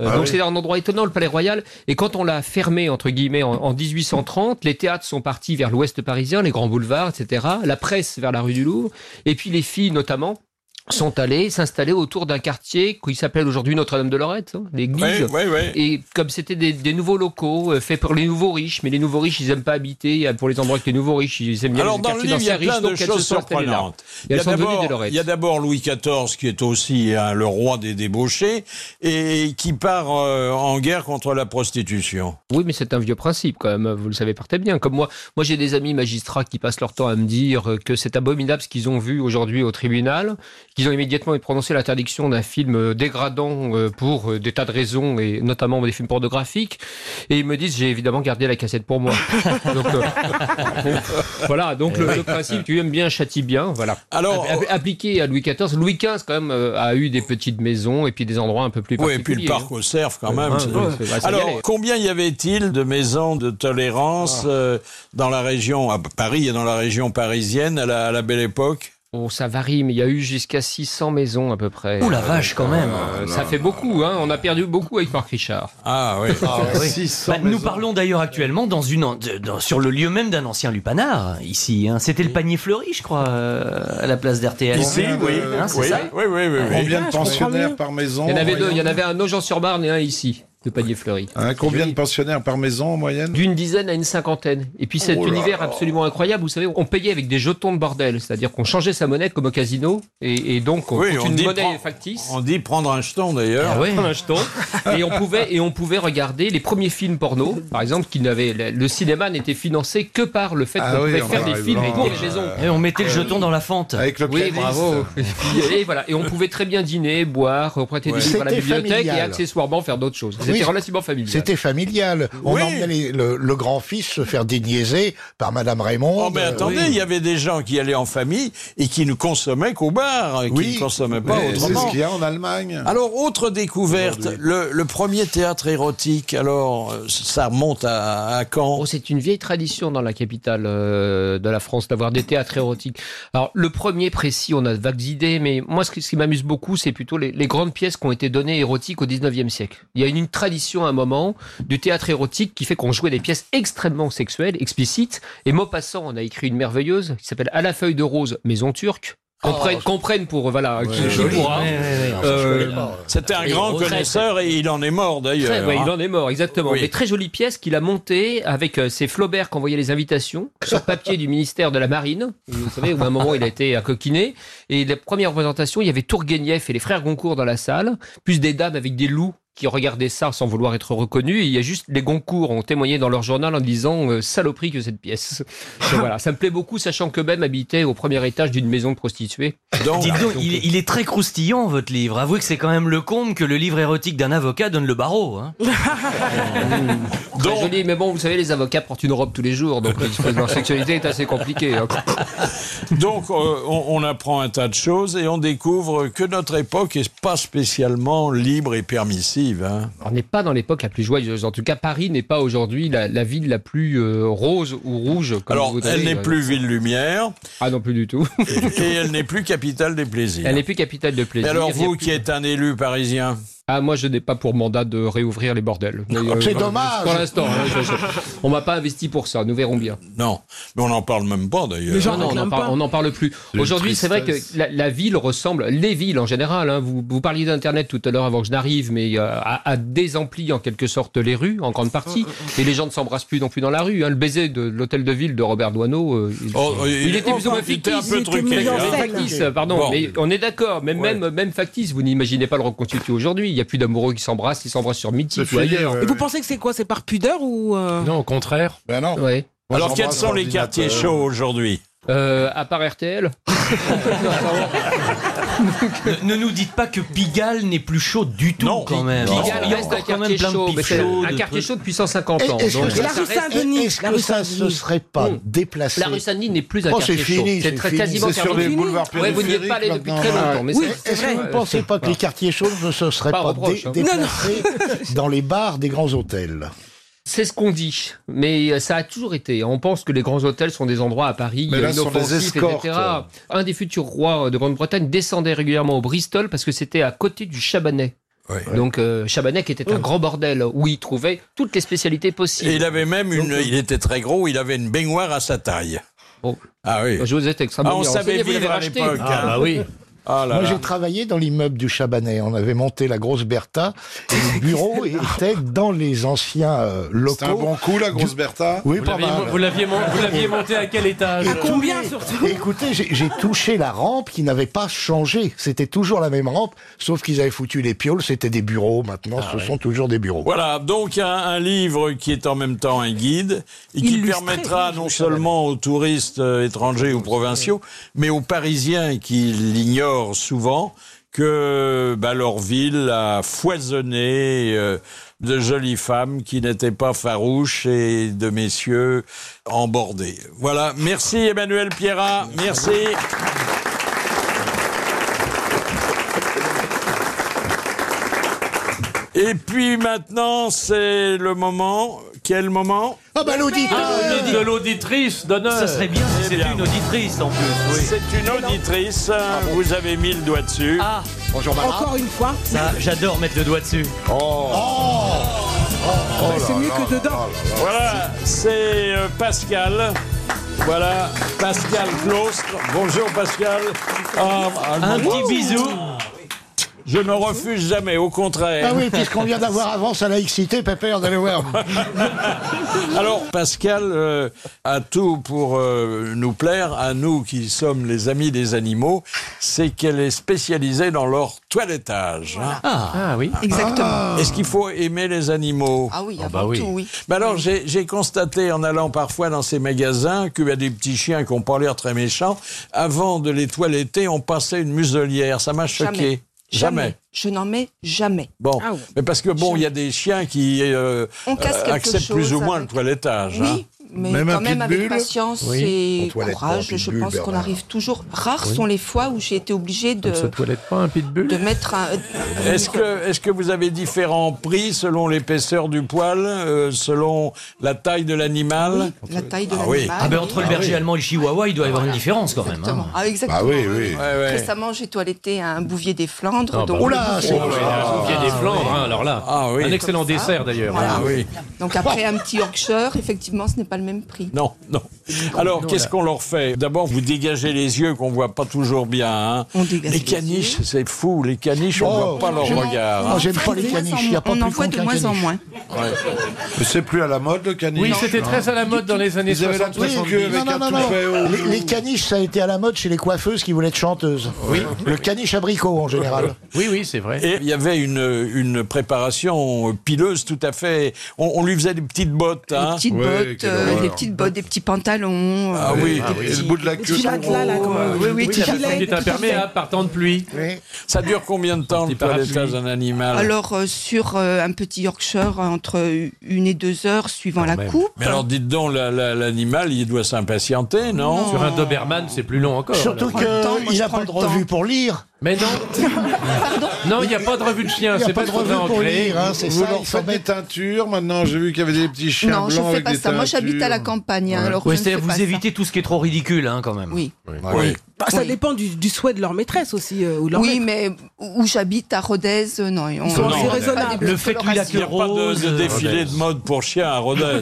S6: euh,
S7: Ah
S6: donc
S7: oui.
S6: c'est un endroit étonnant, le Palais Royal. Et quand on l'a fermé, entre guillemets, en, en 1830, les théâtres sont partis vers l'ouest parisien, les grands boulevards, etc. La presse vers la rue du Louvre. Et puis les filles, notamment, sont allées s'installer autour d'un quartier qui s'appelle aujourd'hui Notre-Dame-de-Lorette, hein, l'église.
S2: Oui, oui, oui.
S6: Et comme c'était des, des nouveaux locaux euh, faits pour les nouveaux riches, mais les nouveaux riches, ils aiment pas habiter euh, pour les endroits que les nouveaux riches, ils aiment bien
S2: Alors
S6: les
S2: dans le
S6: quartiers
S2: livre, il y a plein
S6: d'anciens riches,
S2: de
S6: donc elles se
S2: choses
S6: sont installées là.
S2: surprenantes.
S6: Et
S2: Il y
S6: elles
S2: a
S6: sont devenues des
S2: d'abord-
S6: lorettes.
S2: il y a d'abord Louis XIV qui est aussi hein, le roi des débauchés et qui part euh, en guerre contre la prostitution.
S6: Oui, mais c'est un vieux principe quand même, vous le savez très bien. Comme moi, moi j'ai des amis magistrats qui passent leur temps à me dire euh, que c'est abominable ce qu'ils ont vu aujourd'hui au tribunal, qu'ils ont immédiatement prononcé l'interdiction d'un film euh, dégradant euh, pour euh, des tas de raisons, et notamment des films pornographiques, et ils me disent j'ai évidemment gardé la cassette pour moi. donc, euh, bon, voilà, donc le, le principe, tu aimes bien, châtie bien, voilà.
S2: Alors,
S6: App- app- appliqué à Louis XIV. Louis XV, quand même, euh, a eu des petites maisons et puis des endroits un peu plus
S2: oui,
S6: particuliers.
S2: et puis le parc aux cerfs quand
S6: hein.
S2: même.
S6: Ouais,
S2: c'est-
S6: ouais, c'est- ouais, c'est
S2: Alors,
S6: galère. Ah.
S2: combien y avait-il de maisons de tolérance euh, dans la région, à Paris et dans la région parisienne à la, à la belle époque
S6: Bon, Oh, ça varie, mais il y a eu jusqu'à 600 maisons à peu près.
S4: Oh la vache, quand même.
S6: Euh, ça fait beaucoup, hein. On a perdu beaucoup avec Marc Richard.
S2: Ah oui.
S4: oui.
S5: 600
S4: Bah, nous
S5: maisons.
S4: parlons d'ailleurs actuellement dans une, an- de- dans- sur le lieu même d'un ancien lupanar, ici. hein. C'était le panier fleuri, je crois, euh, à la place d'RTL.
S2: Ici, oui.
S4: Hein, c'est
S2: oui,
S4: ça
S2: oui, oui, oui, oui.
S5: Combien de
S8: comprends
S5: pensionnaires
S8: mieux.
S5: par maison
S6: Il y en avait
S5: en
S6: deux. Il y en
S5: moyenne
S6: avait un Nogent-sur-Marne et un ici, de Panier Fleuri.
S2: Ah,
S5: Hein, Combien de pensionnaires par maison en moyenne
S6: D'une dizaine à une cinquantaine. Et puis cet univers absolument incroyable, vous savez, on payait avec des jetons de bordel. C'est-à-dire qu'on changeait sa monnaie comme au casino. Et, et donc, on,
S2: Oui,
S6: toute
S2: on
S6: une
S2: dit
S6: monnaie
S2: prends-
S6: factice.
S2: On dit prendre un jeton d'ailleurs.
S4: Ah ouais.
S6: un jeton. *laughs* et on pouvait et on pouvait regarder les premiers films porno par exemple qui n'avaient le le cinéma n'était financé que par le fait
S5: Ah
S6: qu'on
S5: oui,
S6: pouvait
S5: on
S6: faire des
S5: arrive
S6: films
S5: là,
S6: pour
S5: euh,
S6: les maisons
S4: Et on mettait le jeton dans la fente.
S5: Avec le
S6: oui,
S5: pianiste.
S6: bravo. Et, puis, et voilà. Et on pouvait très bien dîner, boire, euh, on prêtait des
S7: Ouais.
S6: livres à la
S7: C'était
S6: bibliothèque et
S7: familial.
S6: accessoirement faire d'autres choses. C'était
S7: Oui.
S6: relativement familial.
S7: C'était familial. On
S2: Oui.
S7: emmenait les- le, le grand-fils se faire déniaiser par Madame Raymond. euh,
S2: Oh, mais
S6: euh,
S2: attendez, il y avait des gens qui allaient en famille et qui ne consommaient qu'au bar, et qui
S7: Oui.
S2: ne consommaient pas
S5: Ouais, C'est
S2: autrement.
S5: ce qu'il y a en Allemagne.
S2: Alors, autre découverte, le, le premier théâtre érotique, alors, euh, ça remonte à, à quand
S6: Oh, c'est une vieille tradition dans la capitale euh, de la France d'avoir des théâtres érotiques. Alors, le premier précis, on a de vagues idées, mais moi, ce qui, ce qui m'amuse beaucoup, c'est plutôt les, les grandes pièces qui ont été données érotiques au 19e siècle. Il y a une, une tradition à un moment du théâtre érotique qui fait qu'on jouait des pièces extrêmement sexuelles, explicites. Et Maupassant en a écrit une merveilleuse qui s'appelle À la feuille de rose, maison turque.
S2: Oh.
S6: Qu'on prenne, qu'on prenne pour, voilà, qui, qui pourra. Euh,
S2: C'était un
S6: Et
S2: grand
S6: retraite.
S2: connaisseur et il en est mort
S6: Très,
S2: d'ailleurs.
S6: ouais,
S2: hein.
S6: il en est mort, exactement.
S2: Oui.
S6: Mais très jolie pièce qu'il a montée avec euh, ses Flaubert qui envoyaient les invitations sur papier du ministère de la Marine. Et Vous savez, où à un moment, il a été à coquiner. Et la première représentation, il y avait Tourguenieff et les frères Goncourt dans la salle, plus des dames avec des loups qui regardaient ça sans vouloir être reconnus. Et il y a juste les Goncourt ont témoigné dans leur journal en disant euh, saloperie que cette pièce. Donc voilà, ça me plaît beaucoup, sachant que même habitait au premier étage d'une maison de prostituées.
S2: Donc,
S4: Dites donc,
S6: donc,
S4: il, est- il est très croustillant votre livre. Avouez que c'est quand même le comble que le livre érotique d'un avocat donne le barreau. hein.
S6: Très
S2: donc,
S6: joli, mais bon, vous savez, les avocats portent une robe tous les
S2: *laughs*
S6: jours, donc leur sexualité est assez compliquée. hein. *laughs*
S2: donc, euh, on, on apprend un tas de choses et on découvre que notre époque est pas spécialement libre et permissive. hein.
S6: On n'est pas dans l'époque la plus joyeuse. En tout cas, Paris n'est pas aujourd'hui la, la ville la plus euh, rose ou rouge. Comme
S2: Alors,
S6: vous voudrez.
S2: elle n'est plus ville lumière
S6: Ah non, plus du tout.
S2: et elle n'est plus capitale des plaisirs.
S6: Elle n'est plus capitale de
S2: Et
S6: plaisir.
S2: alors,
S6: Il y a
S2: vous
S6: plus-
S2: qui êtes un élu parisien, Ah,
S6: Ah, moi, je n'ai pas pour mandat de réouvrir les bordels. Mais, euh,
S7: c'est
S6: voilà,
S7: dommage.
S6: Pour l'instant, hein, je- je- on m'a pas investi pour ça. Nous verrons bien. Ah
S2: Non, mais on n'en parle même pas
S8: Les
S2: d'ailleurs.
S8: gens- J'en
S6: Non, non, on
S8: réclame
S6: n'en
S8: pas.
S6: parle, on n'en parle plus.
S5: une
S6: Aujourd'hui, c'est vrai que
S5: tristesse.
S6: la, la ville ressemble, les villes en général, hein, vous, vous parliez d'Internet tout à l'heure avant que je n'arrive, mais euh, a, a désempli en quelque sorte les rues, en grande partie, et les gens ne s'embrassent plus non plus dans la rue. hein. Le baiser de l'hôtel de ville de Robert Doisneau, euh, il,
S2: Oh,
S6: il était plus ou moins
S2: il était un
S6: fictif.
S2: peu
S8: il était mis
S2: truqué.
S8: en
S2: hein.
S8: scène.
S6: Factice, pardon,
S2: Bon.
S6: mais on est d'accord, mais
S2: Ouais.
S6: même, même factice, vous n'imaginez pas le reconstituer aujourd'hui. Il y n'y a plus d'amoureux qui s'embrassent, ils s'embrassent sur Mythique
S5: C'est
S6: ou
S5: fini,
S6: ailleurs.
S5: ouais,
S8: Et vous
S5: ouais.
S8: pensez que c'est quoi C'est par pudeur ou. euh,
S3: Non, au contraire.
S5: Ben non.
S6: Ouais.
S5: Moi,
S2: Alors, quels
S5: j'embrasse
S2: sont les quartiers
S5: l'ordinateur.
S2: chauds aujourd'hui
S6: Euh, à part RTL
S4: Ne, ne nous dites pas que Pigalle n'est plus chaud du tout
S2: Non,
S4: quand même.
S6: Pigalle
S4: Il y a
S6: reste
S4: encore
S6: un
S4: quand même
S6: quartier
S4: plein
S6: chaud.
S4: de
S6: mais c'est
S4: pichauds,
S6: Un
S4: de
S6: quartier
S4: trucs.
S6: chaud depuis 150 ans.
S7: Est-ce
S6: donc
S7: que
S8: la
S6: ça
S8: rue
S6: reste-
S8: Saint-Denis
S7: Est-ce
S8: la
S7: que
S8: rue
S7: ça se
S8: Saint-Denis.
S7: serait pas déplacé
S6: Hmm. La rue Saint-Denis n'est plus un
S7: Oh, c'est
S6: quartier chaud.
S7: fini, c'est
S6: très
S7: fini.
S6: quasiment
S5: C'est sur les
S6: terminé.
S5: boulevards
S6: Ouais, vous n'y êtes
S5: périphériques
S6: pas allé depuis
S5: maintenant,
S6: très
S5: ouais.
S6: longtemps. Mais
S8: Oui,
S6: c'est-
S7: Est-ce que vous ne
S6: Ouais,
S7: pensez pas que les quartiers chauds ne se seraient
S6: Pas
S7: pas,
S6: reproche,
S7: dé-
S6: hein.
S7: déplacés dans les bars des grands hôtels
S6: C'est ce qu'on dit, mais euh, ça a toujours été. On pense que les grands hôtels sont des endroits à Paris
S5: Mais là,
S6: euh,
S5: ce sont des
S6: inoffensifs,
S5: escortes.
S6: etc. Un des futurs rois de Grande-Bretagne descendait régulièrement au Bristol parce que c'était à côté du Chabanais. Donc euh, Chabanais qui était un grand bordel où il trouvait toutes les spécialités
S2: Et
S6: possibles.
S2: il avait même une. Il était très gros, il avait une baignoire à sa taille.
S6: euh, Bon.
S2: Ah oui.
S6: Je vous ai
S2: Ah,
S6: extrêmement
S2: on
S6: bien
S2: savait
S6: renseigné, vous l'avez
S2: vivre à
S6: racheté.
S2: l'époque.
S3: Ah, bah oui.
S2: Ah
S7: *laughs*
S2: là
S7: Moi,
S2: là.
S7: j'ai travaillé dans l'immeuble du Chabanais. On avait monté la grosse Bertha et le
S6: *laughs*
S7: bureau était dans les anciens euh,
S5: Oh, C'est un
S7: locaux.
S5: bon coup, la grosse Bertha
S7: Oui,
S3: Vous
S7: pas
S3: l'aviez
S7: mal.
S3: mon- vous l'aviez mon- vous l'aviez monté à quel étage
S8: À combien surtout
S7: Écoutez, j'ai j'ai touché la rampe qui n'avait pas changé. C'était toujours la même rampe, sauf qu'ils avaient foutu les pioles. C'était des bureaux. Maintenant,
S3: Ah
S7: ce sont toujours des bureaux.
S2: Voilà, donc un, un livre qui est en même temps un guide et qui
S8: Illustré,
S2: permettra
S8: oui,
S2: non seulement aux touristes euh, étrangers ou provinciaux, mais aux Parisiens qui l'ignorent souvent que bah, leur ville a foisonné euh, de jolies femmes qui n'étaient pas farouches et de messieurs embordés. Voilà, merci Emmanuel Pierrat, merci. Et puis maintenant, c'est le moment. Quel moment
S7: Ah bah l'auditeur
S3: De l'auditrice d'honneur.
S4: Ça serait bien si
S2: Eh
S4: c'était
S2: bien.
S4: une auditrice en plus. oui.
S2: C'est une auditrice. euh, Vous avez mis le doigt dessus.
S4: Ah,
S7: Bonjour Mara.
S8: Encore une fois,
S4: ça, j'adore mettre le doigt dessus.
S6: Oh.
S2: Oh
S8: c'est mieux que dedans.
S2: Voilà, c'est euh, Pascal. Voilà, Pascal Claustre. Bonjour Pascal. Ah, ah,
S4: Un
S2: mon-
S4: petit bisou.
S2: Je ne refuse jamais, au contraire.
S7: Ah oui, puisqu'on vient d'avoir avance à la XIT, Pépère, d'aller voir.
S2: Alors, Pascal euh, a tout pour euh, nous plaire, à nous qui sommes les amis des animaux, c'est qu'elle est spécialisée dans leur toilettage. hein.
S4: Ah, oui.
S2: Est-ce qu'il faut aimer les
S8: Oh.
S2: animaux
S9: Ah oui, avant
S3: bah oui.
S9: tout, oui.
S2: Bah alors, j'ai j'ai constaté en allant parfois dans ces magasins qu'il y a des petits chiens qui n'ont pas l'air très méchants. Avant de les toiletter, on passait une muselière. Ça m'a choqué.
S9: Jamais. Je n'en mets jamais.
S2: Bon,
S8: Ah ouais.
S2: mais parce que bon, il y a des chiens qui euh,
S9: On casse
S2: euh,
S9: quelque
S2: acceptent
S9: chose
S2: plus ou moins
S9: avec-
S2: le toilettage. hein.
S9: Oui, mais
S5: Même un
S9: quand même avec
S5: pitbull
S9: patience
S7: Oui. On
S9: et
S7: toilette pas un
S9: courage, je
S7: pitbull,
S9: pense qu'on
S7: Bernard.
S9: arrive toujours. Rares sont les fois où j'ai été obligée de,
S3: toilette pas un pitbull
S9: de mettre un. euh,
S2: Est-ce que, est que vous avez différents prix selon l'épaisseur du poil, euh, selon la taille de l'animal
S9: La taille de
S2: Ah oui.
S9: l'animal.
S4: Ah ben entre le
S9: oui.
S4: berger allemand et le chihuahua, il doit y avoir une différence quand même.
S9: Exactement.
S4: hein.
S9: Ah, exactement.
S5: Bah oui, oui.
S2: Ouais, ouais.
S9: Récemment, j'ai toiletté un bouvier des Flandres.
S3: Ah, bah
S9: donc,
S3: oui.
S7: Oula, c'est
S3: Il y a des Flandres, hein, alors là.
S2: Ah oui.
S3: Un excellent
S9: Comme ça.
S3: dessert d'ailleurs.
S9: Voilà.
S2: Ah oui.
S9: donc après un petit Yorkshire, effectivement, ce n'est pas le même prix.
S2: Non, non. Alors, qu'est-ce qu'on leur fait D'abord, vous dégagez les yeux qu'on voit pas toujours bien. hein.
S9: On dégage
S2: les
S9: les
S2: caniches, c'est fou. Les caniches, on
S7: Oh,
S2: voit pas leur
S7: je-
S2: regard.
S8: Ah,
S7: Moi, j'aime pas les
S9: De moins en
S7: caniches, il n'y a
S9: moins. on
S7: pas
S9: en
S7: plus
S9: voit
S7: con
S9: de
S7: qu'un
S9: moins en
S7: caniche.
S9: moins.
S5: Mais c'est plus à la mode, le caniche
S3: *laughs* Oui, c'était très à la mode dans les années
S5: Ils avaient la
S3: 60.
S5: touffe queue avec
S7: Non, non,
S5: un
S7: non, non.
S5: toupet haut.
S7: Les, les caniches, ça a été à la mode chez les coiffeuses qui voulaient être chanteuses. Oui. Le caniche abricot, en
S2: *laughs*
S7: général.
S3: Oui, oui, c'est vrai.
S2: Et il y avait une, une préparation pileuse tout à fait. On, on lui faisait des petites bottes. hein.
S9: Des petites
S5: Ouais,
S9: bottes,
S5: quelle
S9: euh,
S5: horreur.
S9: des petites bottes, des petits pantalons.
S2: Ah
S9: euh,
S2: oui.
S9: des
S2: Ah
S5: Et
S9: petits-
S5: le bout de la
S9: des
S5: queue.
S9: petits
S5: sont
S8: matelas, là,
S9: gros,
S8: comment-
S9: euh, Oui, oui,
S8: Oui, la
S9: tout à
S8: petite
S9: fait,
S3: Qui est
S9: tout à fait.
S2: hein.
S3: imperméable par temps de pluie.
S2: Ça dure combien de temps
S3: Petit
S2: le toilettage
S3: parapluie.
S2: d'un animal
S9: Alors, euh, sur euh, un petit Yorkshire, euh, entre euh, une et deux heures, suivant la
S3: même.
S9: coupe.
S2: Mais alors, dites donc, la- la- l'animal, il doit s'impatienter, non
S3: Sur un Doberman, c'est plus long encore.
S7: Surtout
S3: alors.
S9: temps, moi,
S7: qu'il
S9: je
S7: n'a
S9: prends
S7: pas de
S9: le
S7: revue
S9: temps.
S7: pour lire.
S3: Mais non. Non, il n'y a pas de revue de chien.
S7: Il n'y
S3: C'est
S7: a pas de
S3: ce qu'on a
S7: revue pour
S3: ancré.
S7: lire, hein, c'est
S5: Vous
S7: ça.
S5: leur
S7: il faut
S5: faites des
S7: mettre-
S5: teintures maintenant. J'ai vu qu'il y avait des petits chiens
S9: non, je
S5: blancs
S9: ne fais
S5: avec
S9: pas
S5: des
S9: ça. Moi, j'habite à la
S5: teintures.
S9: campagne. hein, alors,
S4: Ouais,
S9: je ne
S4: c'est-à-dire
S9: fais
S4: vous
S9: pas ça.
S4: évitez tout ce qui est trop ridicule hein, quand même.
S9: Oui.
S2: Oui.
S8: Bah, Ça
S9: Oui.
S8: dépend du, du souhait de leur maîtresse aussi, euh, ou de leur
S9: Oui,
S8: maître.
S9: mais où j'habite, à Rodez, euh, non. On,
S8: sont
S9: on-
S2: assez
S9: on-
S8: raisonnables.
S4: Le fait qu'il a
S2: Il n'y
S4: que
S2: a pas de,
S4: rose.
S2: de défilé de mode pour chiens à Rodez.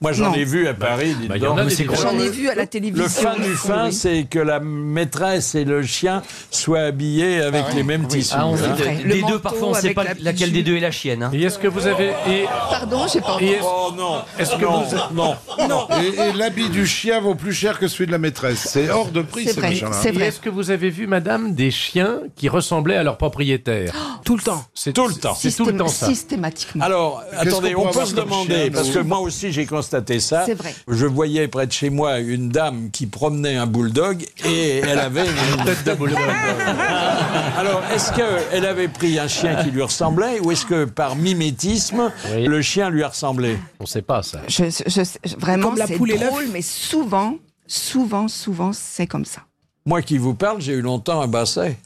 S2: Moi, j'en
S9: Non.
S2: ai vu à Paris. dites
S3: Bah, il y en
S2: donc.
S3: a des gros.
S9: J'en ai vu à la télévision.
S2: Le fin du fin,
S9: Oui.
S2: c'est que la maîtresse et le chien soient habillés avec les mêmes tissus.
S4: Ah, on
S2: hein.
S4: sait-
S9: vrai.
S4: des
S9: Le
S4: deux
S9: manteau
S4: parfois on sait
S9: avec
S4: pas
S9: la
S4: laquelle
S9: bijou.
S4: des deux est la chienne. hein.
S3: Et est-ce que vous avez. Et,
S9: Pardon, j'ai pas
S3: et est-ce-
S2: Oh non
S3: Est-ce que
S2: non,
S3: vous-
S2: non,
S5: Et, et l'habit du chien vaut plus cher que celui de la maîtresse. C'est hors de prix,
S9: C'est
S5: ces
S9: vrai,
S5: machins-là.
S9: c'est
S3: et
S9: vrai.
S3: est-ce que vous avez vu, madame, des chiens qui ressemblaient à leur propriétaire
S8: Tout le temps.
S2: C'est tout le temps.
S3: C'est tout le temps, ça.
S9: Systématiquement.
S2: Alors, attendez,
S5: qu'on
S2: on
S5: peut
S2: peut
S5: avoir
S2: se
S5: comme
S2: demander,
S5: chien,
S2: parce
S5: nous
S2: que moi aussi j'ai constaté ça.
S9: C'est vrai.
S2: Je voyais près de chez moi une dame qui promenait un bulldog et elle avait une tête de bulldog. *laughs* Alors, est-ce qu'elle avait pris un chien qui lui ressemblait ou est-ce que par mimétisme,
S3: Oui.
S2: le chien lui a ressemblé
S3: On sait pas ça.
S9: Je, je- je- vraiment,
S8: Comme la
S9: c'est
S8: poule et l'œuf.
S9: drôle, mais souvent, souvent, souvent, c'est comme ça.
S2: Moi qui vous parle, j'ai eu longtemps un basset.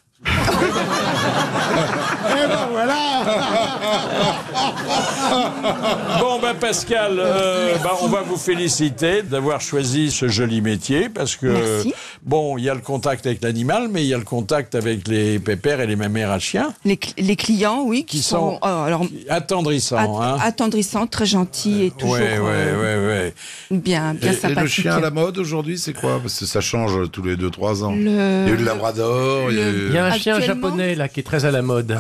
S2: Bon, ben Pascal, euh, ben, on va vous féliciter d'avoir choisi ce joli métier parce que,
S9: Merci.
S2: bon, il y a le contact avec l'animal, mais il y a le contact avec les pépères et les mamères à chiens.
S9: Les, cl- les clients, oui, qui,
S2: Qui
S9: sont,
S2: sont-
S9: euh, alors,
S2: Attendrissant,
S9: at-
S2: hein.
S9: attendrissants, très gentils et toujours
S2: Ouais, ouais, ouais,
S9: euh,
S2: ouais.
S9: bien, bien
S5: Et, et le
S9: sympathiques.
S5: chien à la mode aujourd'hui, c'est quoi Parce que ça change tous les 2-3 ans. Il y a eu
S9: Le-
S5: le labrador, Oh, il y a eu
S3: Il y a un chien
S9: Actuellement-
S3: japonais là qui est très à la mode.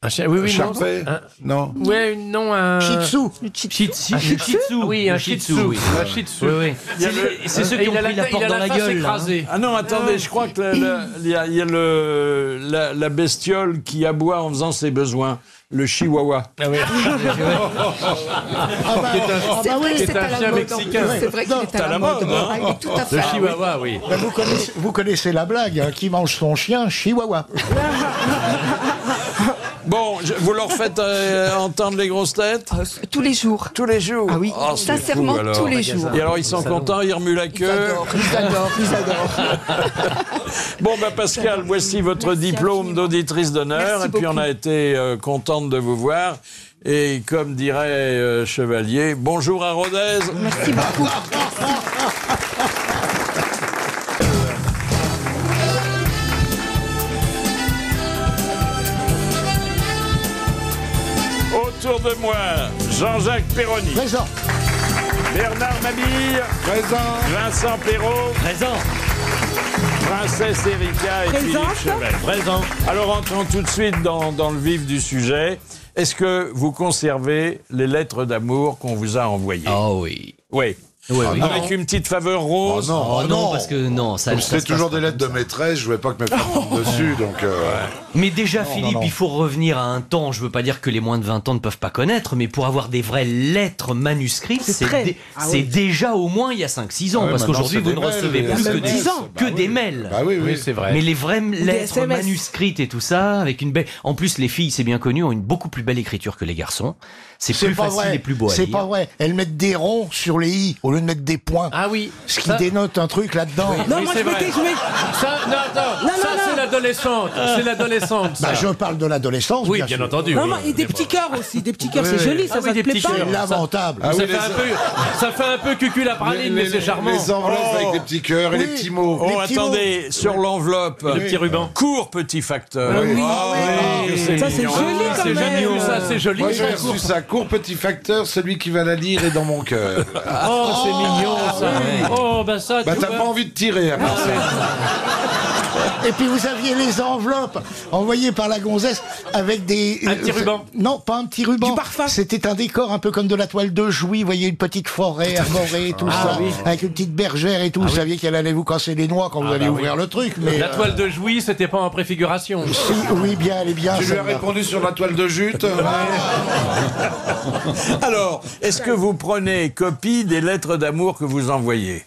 S3: Un chien, oui,
S5: le
S3: oui, non.
S5: charpet.
S3: Un-
S5: Non.
S3: Ouais, non,
S6: Euh,
S3: un.
S9: le chip-
S4: Shih Tzu.
S3: Un shih tzu.
S6: Ah,
S4: Oui, un
S3: Le
S4: shih tzu. Oui,
S3: Un shih tzu.
S4: oui. oui.
S2: Il y a
S4: C'est
S2: le-
S4: c'est ceux
S3: Et
S4: qui ont
S3: il a
S4: pris la
S3: tête-
S4: porte
S3: il a
S4: dans la
S3: face
S4: gueule. là, hein.
S3: écrasée.
S2: Ah non, attendez, je crois que le- le- il y a, il y a le, la, la bestiole qui aboie en faisant ses besoins, le chihuahua.
S3: Ah oui.
S9: Ah bah oui,
S3: c'est
S9: c'est
S3: un
S9: à la
S3: chien
S9: mode.
S3: mexicain.
S9: *laughs* C'est vrai qu'il est à la mode.
S2: hein.
S9: Ah, Bah, il est tout à fait.
S3: Le chihuahua, oui.
S7: Ben, vous, connaissez, vous connaissez la blague, hein, qui mange son chien, chihuahua.
S2: *laughs* Bon, je- vous leur faites euh, entendre les grosses têtes
S9: Ah, c'est- Tous les jours.
S2: Tous les jours.
S9: Ah oui,
S2: Oh, c'est
S9: sincèrement,
S2: fou, alors.
S9: tous les jours.
S2: Et alors ils sont contents, ils remuent la
S9: Ils
S2: queue.
S9: adorent, ils adorent, ils adorent.
S2: *laughs* Bon, bah Pascal, voici votre
S9: Merci
S2: diplôme
S9: infiniment.
S2: d'auditrice d'honneur.
S9: Merci
S2: Et puis on
S9: beaucoup.
S2: a été euh, contente de vous voir. Et comme dirait euh, Chevalier, bonjour à Rodez.
S9: Merci beaucoup.
S2: Autour de moi, Jean-Jacques Perroni,
S7: Présent.
S2: Bernard Mabille,
S5: Présent.
S2: Vincent Perrault,
S4: Présent.
S2: Princesse Erika et
S8: Présente.
S2: Philippe Chevalier.
S3: Présent.
S2: Alors entrons tout de suite dans, dans le vif du sujet. Est-ce que vous conservez les lettres d'amour qu'on vous a envoyées
S4: Ah oui.
S2: Oui. Ah,
S4: Oui,
S3: Ah,
S4: oui.
S2: Avec une petite faveur
S5: Oh
S2: rose.
S5: non,
S4: Oh
S5: oh
S4: non,
S5: non.
S4: parce que non, ça.
S5: Comme
S4: ça
S5: c'était
S4: se passe
S5: toujours
S4: pas
S5: des lettres de
S4: comme ça.
S5: maîtresse, je voulais pas que mes
S4: *laughs*
S5: femmes tombent dessus, donc. euh,
S4: Mais déjà, Philippe, il faut revenir à un temps. Je veux pas dire que les moins de 20 ans ne peuvent pas connaître, mais pour avoir des vraies lettres manuscrites,
S8: C'est
S4: c'est
S8: très-
S4: dé-
S8: Ah
S4: c'est
S8: oui.
S4: déjà au moins il y a 5-6 ans,
S5: Ah ouais,
S4: parce
S5: maintenant,
S4: qu'aujourd'hui
S5: c'est
S4: vous
S5: des
S4: ne
S5: mails,
S4: recevez
S5: des
S4: plus que
S5: SMS.
S4: des, que
S5: Bah oui.
S4: des mails.
S5: Bah oui,
S3: Oui,
S5: oui.
S3: c'est vrai.
S4: Mais les vraies lettres
S8: SMS.
S4: manuscrites et tout ça, avec une belle. En plus, les filles, c'est bien connu, ont une beaucoup plus belle écriture que les garçons. C'est
S7: C'est
S4: plus
S7: pas
S4: facile et
S7: vrai.
S4: plus beau à
S7: C'est
S4: lire.
S7: pas vrai. Elles mettent des ronds sur les i au lieu de mettre des points.
S3: Ah oui.
S7: Ce qui
S3: Ça-
S7: dénote un truc là-dedans.
S8: Non,
S3: Oui,
S8: moi,
S3: c'est
S8: je
S3: vrai.
S8: m'étais joué.
S3: Ça, non, attends.
S8: Non, non,
S3: ça,
S8: non. Ah.
S3: c'est l'adolescente. C'est l'adolescente. ça.
S7: Bah, je parle de l'adolescence.
S3: Oui, bien
S7: sûr.
S3: entendu.
S8: Non,
S3: oui.
S8: mais- et des petits cœurs aussi. Des petits cœurs, c'est
S5: oui.
S8: joli,
S3: Ah
S8: ça,
S3: oui,
S8: ça
S3: des
S8: te plaît
S3: petits
S8: pas
S7: C'est
S3: cœurs.
S7: lamentable.
S5: Ah
S3: Ça
S5: oui,
S3: fait
S5: les-
S3: un peu, ça fait un peu cucul la praline, mais c'est charmant.
S5: Les enveloppes
S2: Oh.
S5: avec des petits cœurs et les petits mots.
S2: Oh,
S7: Les petits
S2: attendez, sur l'enveloppe.
S3: Le petit ruban.
S2: Court petit facteur.
S8: Oui.
S2: Ah oui, que
S8: Ça, c'est
S2: mignon.
S8: joli
S3: Ah,
S8: quand
S3: c'est
S8: même.
S3: mignon, ça, c'est joli.
S5: Moi, j'ai
S3: ça, court.
S5: reçu ça. Court petit facteur, celui qui va la lire est dans mon cœur.
S7: Ah,
S3: Oh, *laughs* c'est mignon,
S4: Ah,
S3: ça. Oh, bah ça,
S5: Bah,
S3: tu
S5: t'as
S3: vois.
S5: pas envie de tirer, hein. Oh, à part ça.
S7: Et puis vous aviez les enveloppes envoyées par la gonzesse avec des. euh,
S3: Un petit ruban.
S7: Non, pas un petit ruban.
S8: Du parfum.
S7: C'était un décor un peu comme de la toile de Jouy. Vous voyez une petite forêt arborée, tout
S3: Ah
S7: ça, avec une petite bergère et tout. vous saviez qu'elle allait vous casser les noix quand vous alliez
S3: bah
S7: ouvrir le truc. Mais
S3: La
S7: euh,
S3: toile de Jouy, c'était pas en préfiguration.
S7: si, oui, bien, elle est bien.
S5: Tu lui as
S7: celle-là.
S5: répondu sur la toile de jute. ouais.
S8: Ah,
S2: *laughs* Alors, est-ce que vous prenez copie des lettres d'amour que vous envoyez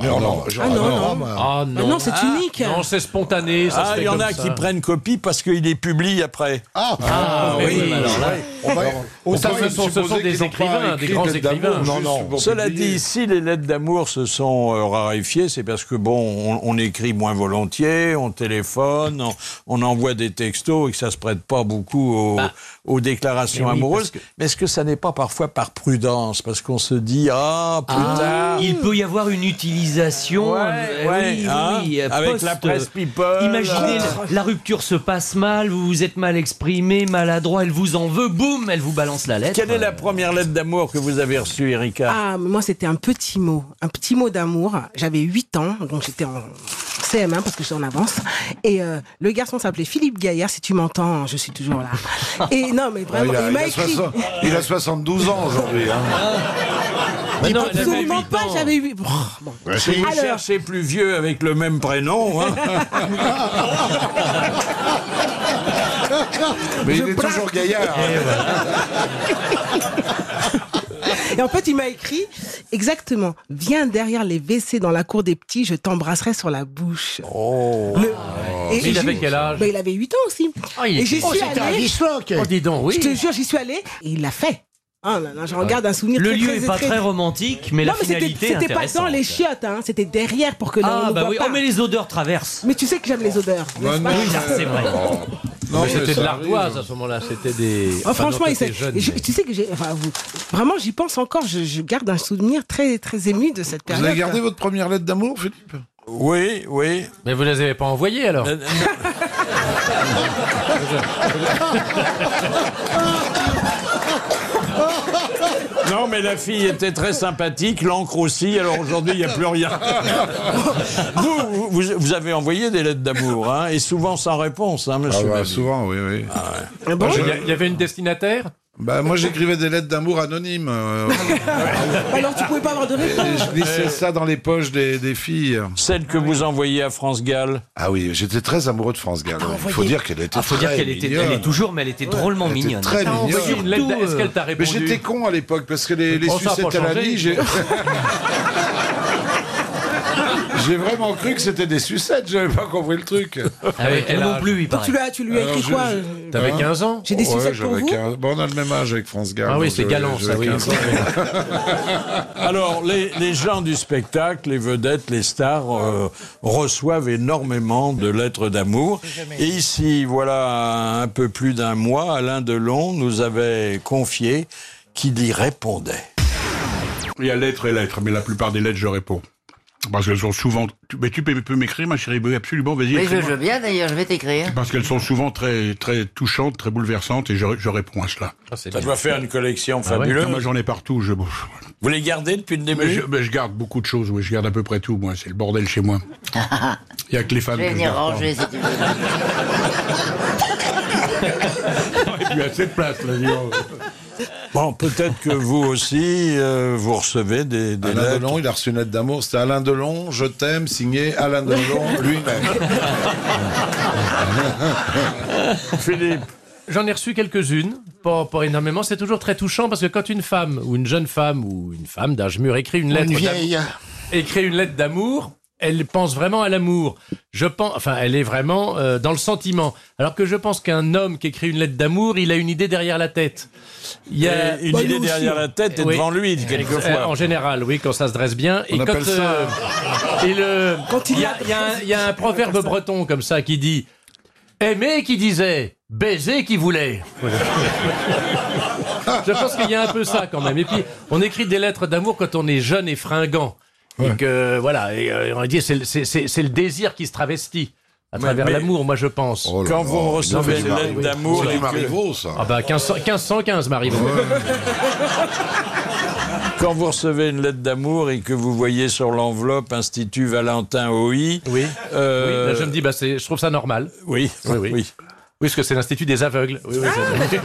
S5: Non, non,
S7: J'en
S8: Ah non,
S7: avais
S8: non.
S7: pas, moi.
S3: Ah
S8: Ah
S3: non.
S8: Non, c'est unique.
S3: Non, c'est spontané. Ça se
S2: Ah,
S3: fait
S2: il y en
S3: comme
S2: a
S3: ça.
S2: qui prennent copie parce qu'ils les publient après.
S7: Ah,
S3: Ah, oui,
S2: oui,
S3: alors là,
S5: On va- on
S3: Ça,
S5: va
S3: ce sont- ce
S5: supposer
S3: sont des
S5: qu'ils n'ont
S3: écrivains,
S5: pas
S3: des
S5: écrit
S3: grands
S5: lettre d'amour
S3: écrivains.
S5: juste
S7: Non, non.
S5: pour
S2: Cela
S5: publier.
S2: dit, si les lettres d'amour se sont euh, raréfiées, c'est parce que bon, on, on écrit moins volontiers, on téléphone, on, on envoie des textos et que ça se prête pas beaucoup aux, aux déclarations
S4: Bah, mais oui,
S2: amoureuses.
S4: parce que-
S2: Mais est-ce que ça n'est pas parfois par prudence, parce qu'on se dit ah plus tard.
S4: Il peut y avoir une utilisation
S2: Ouais,
S4: euh,
S2: ouais,
S4: oui, oui,
S2: hein,
S4: oui, euh,
S2: avec
S4: post-
S2: la presse people.
S4: Imaginez, la- la rupture se passe mal, vous vous êtes mal exprimé, maladroit, elle vous en veut, boum, elle vous balance la lettre. Euh,
S2: Quelle est la première lettre d'amour que vous avez reçue, Erika
S8: Ah, mais moi, c'était un petit mot, un petit mot d'amour. J'avais 8 ans, donc j'étais en CM1 parce que j'étais en avance. Et euh, le garçon s'appelait Philippe Gaillard. Si tu m'entends, hein, je suis toujours là. Et non, mais
S5: Ah,
S8: vraiment,
S5: il, a,
S8: il
S5: il
S8: m'a
S5: a
S8: écrit.
S5: 60 il a 72 ans aujourd'hui. hein.
S4: *laughs*
S3: Mais non, elle avait
S8: Absolument
S3: huit
S8: pas,
S3: ans.
S8: j'avais 8 bon.
S2: Si vous
S8: Alors-
S2: cherchez plus
S8: *laughs*
S2: vieux avec le même prénom, hein,
S5: Mais
S8: Je
S5: il est
S8: plaque.
S5: toujours
S4: Eh,
S5: gaillard.
S8: Et en fait, il m'a écrit exactement. Viens derrière les WC dans la cour des petits, je t'embrasserai sur la bouche. Le-
S4: Oh,
S8: et-
S3: Mais il
S8: et
S3: avait
S8: j'ai-
S3: quel âge
S8: Bah, Il avait 8 ans aussi.
S3: Ah, il
S8: et
S3: était-
S8: j'y
S7: Oh,
S8: suis
S7: c'était un
S8: allée.
S7: disloc
S3: Oh, dis donc,
S8: Je te
S3: oui.
S8: jure, j'y suis allée et il l'a fait. Ah là là, je regarde un souvenir
S4: Le
S8: très,
S4: lieu
S8: très,
S4: est pas
S8: très-
S4: très romantique, mais la
S8: non, mais c'était,
S4: finalité est
S8: c'était pas dans
S4: intéressante.
S8: les chiottes, hein, c'était derrière pour que l'on
S4: Ah
S8: ne
S4: bah
S8: voit
S4: oui,
S8: pas.
S4: oh mais les odeurs traversent.
S8: Mais tu sais que j'aime les odeurs.
S5: Bah
S8: n'est-ce
S5: non,
S8: pas
S5: mais-
S4: C'est vrai.
S5: non,
S3: Mais C'était
S5: mais
S3: de
S5: ça arrive.
S3: l'ardoise à ce moment-là, c'était des.
S8: Oh,
S3: Enfin,
S8: franchement,
S3: non,
S8: il s'est-
S3: t'étais jeune,
S8: je-
S3: mais-
S8: tu sais que j'ai, enfin, vous- vraiment, j'y pense encore. Je, je garde un souvenir très, très ému de cette
S5: Vous
S8: période.
S5: avez gardé votre première lettre d'amour, Philippe
S2: Oui, oui.
S3: Mais vous les avez pas envoyés alors
S2: Euh, non. Non, mais la fille était très sympathique, l'encre aussi, alors aujourd'hui, il n'y a plus
S8: *laughs*
S2: rien. Vous, vous, vous avez envoyé des lettres d'amour, hein, et souvent sans réponse, hein,
S5: Ah
S2: monsieur.
S5: bah,
S2: Mabie.
S5: souvent, oui, oui.
S8: Ah bon
S3: Il y a- il y avait une destinataire
S5: Bah, moi, j'écrivais des lettres d'amour anonymes. euh,
S8: *laughs* Alors, tu pouvais pas avoir de
S5: et
S8: réponse.
S5: je glissais ça dans les poches des, des filles.
S2: Celle que vous envoyez à France Gall.
S5: Ah oui, j'étais très amoureux de France Gall. Il faut dire qu'elle était
S4: Ah, faut dire
S5: très
S4: qu'elle était,
S5: mignonne.
S4: elle est toujours, mais elle était drôlement
S5: Elle était
S4: mignonne.
S5: très
S4: Ah,
S5: mignonne.
S4: surtout,
S3: Une lettre d'a- Est-ce
S4: euh,
S3: qu'elle t'a
S5: Mais
S3: répondu
S5: j'étais con à l'époque parce que les, les
S3: Oh, ça a
S5: Suisses
S3: pas
S5: étaient à la
S3: changé.
S4: *laughs*
S5: ligne. J'ai... J'ai vraiment cru que c'était des sucettes, j'avais pas compris le truc.
S4: Ah oui, elle non plus, il
S8: Donc,
S4: paraît.
S8: tu lui as, tu lui as
S5: Alors,
S8: écrit
S5: je-
S8: quoi
S5: je- Hein
S8: euh,
S3: T'avais 15 ans
S8: J'ai des
S5: Ouais,
S8: sucettes pour
S5: j'avais
S8: vous.
S5: 15 Bon, on a le même âge avec France Gall.
S3: Ah oui,
S5: donc
S3: c'est
S5: j'avais-
S3: galant ça,
S5: j'avais
S3: oui.
S5: 15 ans.
S2: *laughs* Alors, les, les gens du spectacle, les vedettes, les stars euh, reçoivent énormément de lettres d'amour. Et ici, voilà un peu plus d'un mois, Alain Delon nous avait confié qu'il y répondait.
S10: Il y a lettres et lettres, mais la plupart des lettres, je réponds. Parce qu'elles sont souvent. tu- Mais tu peux, peux m'écrire, ma chérie, oui, absolument, vas-y.
S11: Oui, je
S10: écris-moi.
S11: veux bien d'ailleurs, je vais t'écrire.
S10: Parce qu'elles sont souvent très, très touchantes, très bouleversantes, et je, je réponds à cela.
S3: Ah, c'est
S2: Ça
S3: bien.
S2: doit faire une collection
S3: ouais.
S2: fabuleuse.
S10: Ah, moi, j'en ai partout. Je,
S2: Vous les gardez depuis le
S10: mais
S2: début
S10: je, mais je garde beaucoup de choses, oui, je garde à peu près tout, moi. C'est le bordel chez
S11: *laughs*
S10: moi. Il y a que les femmes
S11: Je
S10: que
S11: vais
S10: je
S11: venir
S10: garde pas.
S11: ranger si tu veux.
S10: *laughs* Il y a assez de place, là, dis donc.
S2: *laughs* Bon, peut-être que vous aussi, euh, vous recevez des, des
S5: Alain
S2: lettres.
S5: Delon, il a reçu une lettre d'amour. C'était Alain Delon, je t'aime, signé Alain Delon lui-même.
S2: *laughs*
S3: *laughs*
S2: Philippe,
S3: J'en ai reçu quelques-unes, pas, pas énormément. C'est toujours très touchant parce que quand une femme ou une jeune femme ou une femme d'âge mûr écrit une lettre,
S7: Une
S3: d'am-
S7: vieille.
S3: écrit une lettre d'amour, elle pense vraiment à l'amour. Je pense, enfin, elle est vraiment euh, dans le sentiment. Alors que je pense qu'un homme qui écrit une lettre d'amour, il a une idée derrière la tête. Il y a
S2: une idée derrière la tête et
S3: Oui.
S2: devant lui,
S3: Euh, en
S2: quelquefois.
S3: général, oui, quand ça se dresse bien.
S5: On
S3: et quand, euh,
S5: appelle ça-
S3: et le-
S8: Quand il
S3: il y
S8: y
S3: a,
S8: a-
S3: il y a un- il y a un proverbe breton comme ça qui dit aimer qui disait, baiser qui voulait. Je pense qu'il y a un peu ça quand même. Et puis, on écrit des lettres d'amour quand on est jeune et fringant. Et que, voilà, et, euh, on dit c'est, c'est- c'est- c'est le désir qui se travestit à travers
S2: mais-
S3: l'amour, moi je pense.
S5: Oh là
S2: Quand
S5: là,
S2: vous
S5: mais
S2: recevez
S5: non,
S2: une
S5: mais
S2: lettre d'amour,
S5: C'est
S2: et
S5: du
S2: que-
S5: Marivaux, ça.
S3: Ah bah 1500 1515, marie
S2: Quand vous recevez une lettre d'amour et que vous voyez sur l'enveloppe Institut Valentin OI,
S3: Oui.
S2: euh,
S3: Oui, là, je me dis, bah, c'est- je trouve ça normal.
S2: oui,
S3: Oui, oui. Oui, parce que c'est l'Institut des aveugles. Oui, oui, je-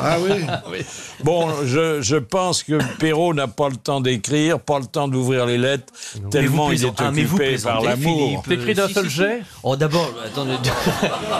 S5: Ah oui
S2: Bon, je, je pense que Perrault n'a pas le temps d'écrire, pas le temps d'ouvrir les lettres,
S4: Mais vous
S2: tellement il est
S4: plaisantez- ah, mais vous
S2: occupé par
S4: plaisantez,
S2: l'amour.
S4: Philippe.
S3: T'écris d'un
S4: Si,
S3: seul
S4: si, si.
S3: jet
S4: Oh, d'abord,
S3: *laughs*
S4: attendez.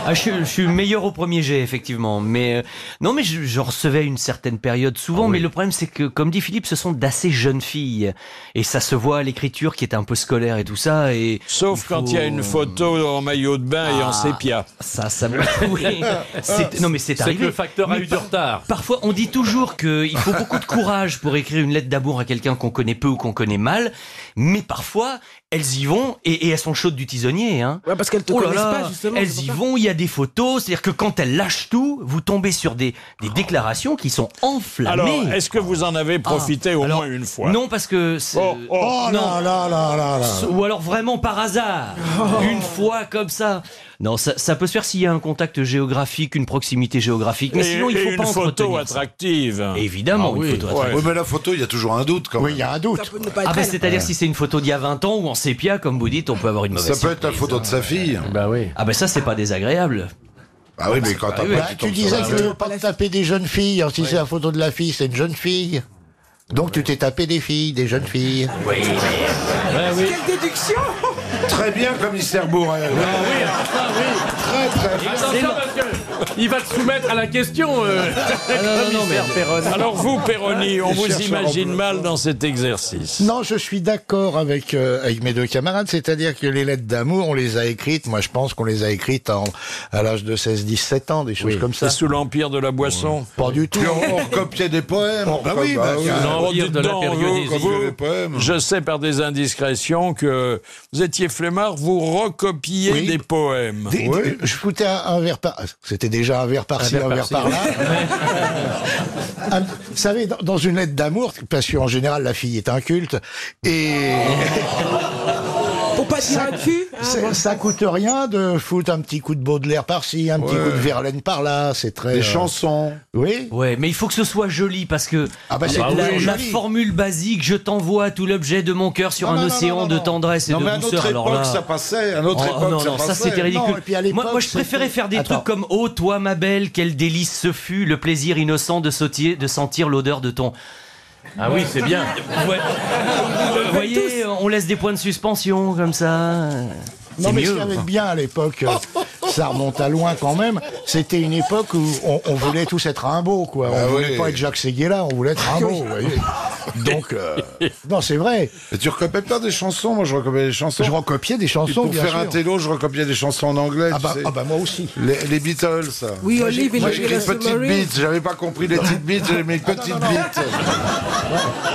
S4: Ah, je, suis- je suis meilleur au premier jet, effectivement. Mais euh, non, mais je, je recevais une certaine période
S2: Ah
S4: souvent. Mais le problème, c'est que, comme dit Philippe, ce sont d'assez jeunes filles, et ça se voit à l'écriture qui est un peu scolaire et tout ça. Et
S2: Sauf quand il y
S4: faut-
S2: a
S3: Oh.
S2: une photo en maillot de bain et en
S4: Ah.
S3: *laughs*
S2: sépia. Euh,
S4: Ça, ça me. Oui. C'est- Non, mais c'est
S3: Ah, C'est
S4: arrivé.
S3: que le facteur a
S4: Mais
S3: eu du
S4: par-
S3: retard.
S4: Parfois, on dit toujours qu'il faut beaucoup de courage pour écrire une lettre d'amour à quelqu'un qu'on connaît peu ou qu'on connaît mal, mais parfois, elles y vont et, et elles sont chaudes du tisonnier. Hein.
S8: Ouais, parce qu'elles te
S4: Oh là
S8: connaissent
S4: là,
S8: pas, justement. c'est
S4: elles
S8: pour
S4: y
S8: ça.
S4: vont, il y a des photos, c'est-à-dire que quand elles lâchent tout, vous tombez sur des, des déclarations qui sont
S2: Alors,
S4: enflammées.
S2: est-ce que vous en
S3: Ah.
S2: avez profité au
S4: Alors,
S2: moins une fois
S4: Non, parce que... c'est-
S2: Oh, oh.
S7: Oh là là là là là.
S4: Ou alors vraiment par hasard,
S5: Oh.
S4: une fois comme ça. Non, ça, ça peut se faire s'il y a un contact géographique, une proximité géographique, mais
S2: Et-
S4: sinon il
S2: et
S4: faut
S2: une
S4: pas
S2: photo
S4: entretenir. ça.
S2: attractive.
S4: Hein. Évidemment,
S2: Ah
S4: une
S2: oui.
S4: photo
S2: Ouais.
S4: attractive.
S5: Oui, mais la photo, il y a toujours un doute quand
S7: Oui,
S5: même.
S7: il y a un
S8: Ça
S7: doute.
S8: peut ne pas
S4: Ah
S8: être
S4: ben,
S8: elle.
S4: c'est-à-dire si c'est une photo d'il y a 20 ans ou en sépia, comme vous dites, on peut avoir une mauvaise
S5: Ça peut être la
S4: surprise.
S5: photo de sa fille.
S3: Bah oui.
S4: Ah ben ça c'est pas désagréable.
S5: Ah oui, mais quand t'as
S4: oui.
S5: pas,
S7: Bah, tu
S5: tombes
S7: disais
S5: sur
S7: que tu
S5: la-
S7: ne veux pas te taper des jeunes filles. Alors, si c'est la photo de la fille, c'est une jeune fille. Donc tu t'es tapé des filles, des jeunes filles.
S8: Ah Quelle déduction
S5: Très bien, commissaire Bourrel.
S3: oui, alors ça, oui.
S5: Très, très bien.
S3: Attention, parce que Il va te soumettre à la question, euh, commissaire Perroni.
S2: Alors vous, Perroni, on
S7: Les
S2: vous
S7: chercheurs
S2: imagine
S7: en
S2: mal dans cet exercice.
S7: Non, je suis d'accord avec euh, avec mes deux camarades, c'est-à-dire que les lettres d'amour, on les a écrites, moi je pense qu'on les a écrites en, à l'âge de 16-17 ans, des choses comme ça.
S2: C'est sous l'empire de la boisson
S7: Pas du tout.
S5: Puis on, on recopiait des poèmes. bah oui, bah, oui.
S2: Non,
S3: L'empire
S2: dites
S3: de la
S2: donc,
S3: périodisation.
S2: vous, vous,
S5: Les poèmes.
S2: je sais par des indiscrétions que vous étiez flemmard, vous recopiez
S7: Oui.
S2: des poèmes.
S7: Des-
S5: Oui.
S7: Je foutais un, un verre par. C'était déjà un verre par-ci, un, verre par-là. Un- Ah, vous savez, dans, dans une lettre d'amour, parce qu'en général la fille est inculte, et
S8: *laughs* Pour pas dire un cul. hein,
S7: c'est-
S8: bon.
S7: ça coûte rien de foutre un petit coup de Baudelaire par-ci, un petit
S5: Ouais.
S7: coup de Verlaine par-là. C'est très.
S5: Des
S7: euh,
S5: chansons.
S7: Oui.
S4: Ouais, mais il faut que ce soit joli parce que
S7: Ah bah, c'est
S4: la,
S7: plus
S4: la-
S7: joli.
S4: la formule basique, je t'envoie tout l'objet de mon cœur sur
S5: Ah Non,
S4: un
S5: non, non,
S4: océan
S5: non, non,
S4: de
S5: non.
S4: tendresse et
S5: Non,
S4: de
S5: mais à
S4: douceur.
S5: notre
S4: Alors
S5: époque,
S4: là-
S5: ça passait. À notre
S4: Oh,
S5: époque,
S4: non,
S5: ça
S4: non,
S5: passait.
S4: ça c'était ridicule.
S7: Non, et puis à l'époque,
S4: moi, moi, je préférais
S7: c'était-
S4: faire des
S7: Attends.
S4: trucs comme Oh, toi, ma belle, quel délice ce fut, le plaisir innocent de, sautier, de sentir l'odeur de ton.
S3: Ah oui, c'est bien.
S4: Ouais. Vous voyez, on laisse des points de suspension comme ça.
S7: Non,
S4: C'est
S7: mais ce
S4: mieux.
S7: qu'il y avait de bien à l'époque, euh,
S4: *laughs*
S7: ça remonte à loin quand même. C'était une époque où on, on voulait tous être Rimbaud, quoi.
S5: Bah
S7: on voulait
S5: oui. Ah
S7: pas être Jacques Séguéla, on voulait être Rimbaud, vous voyez. Donc, euh, non, c'est vrai.
S5: Mais tu recopiais pas des chansons. Moi, je recopiais des chansons.
S7: Je recopiais des
S5: Et
S7: chansons,
S5: pour
S7: bien
S5: faire un
S7: sûr.
S5: télo, je recopiais des chansons en anglais.
S7: Ah
S5: tu
S7: bah,
S5: sais.
S7: ah bah, moi aussi.
S5: les, les Beatles. ça.
S8: We all live in
S5: Moi,
S8: a
S5: j'ai les
S8: little
S5: petites
S8: submarine.
S5: bites. J'avais pas compris les petites bites. J'avais mes
S7: Ah,
S5: petites bites.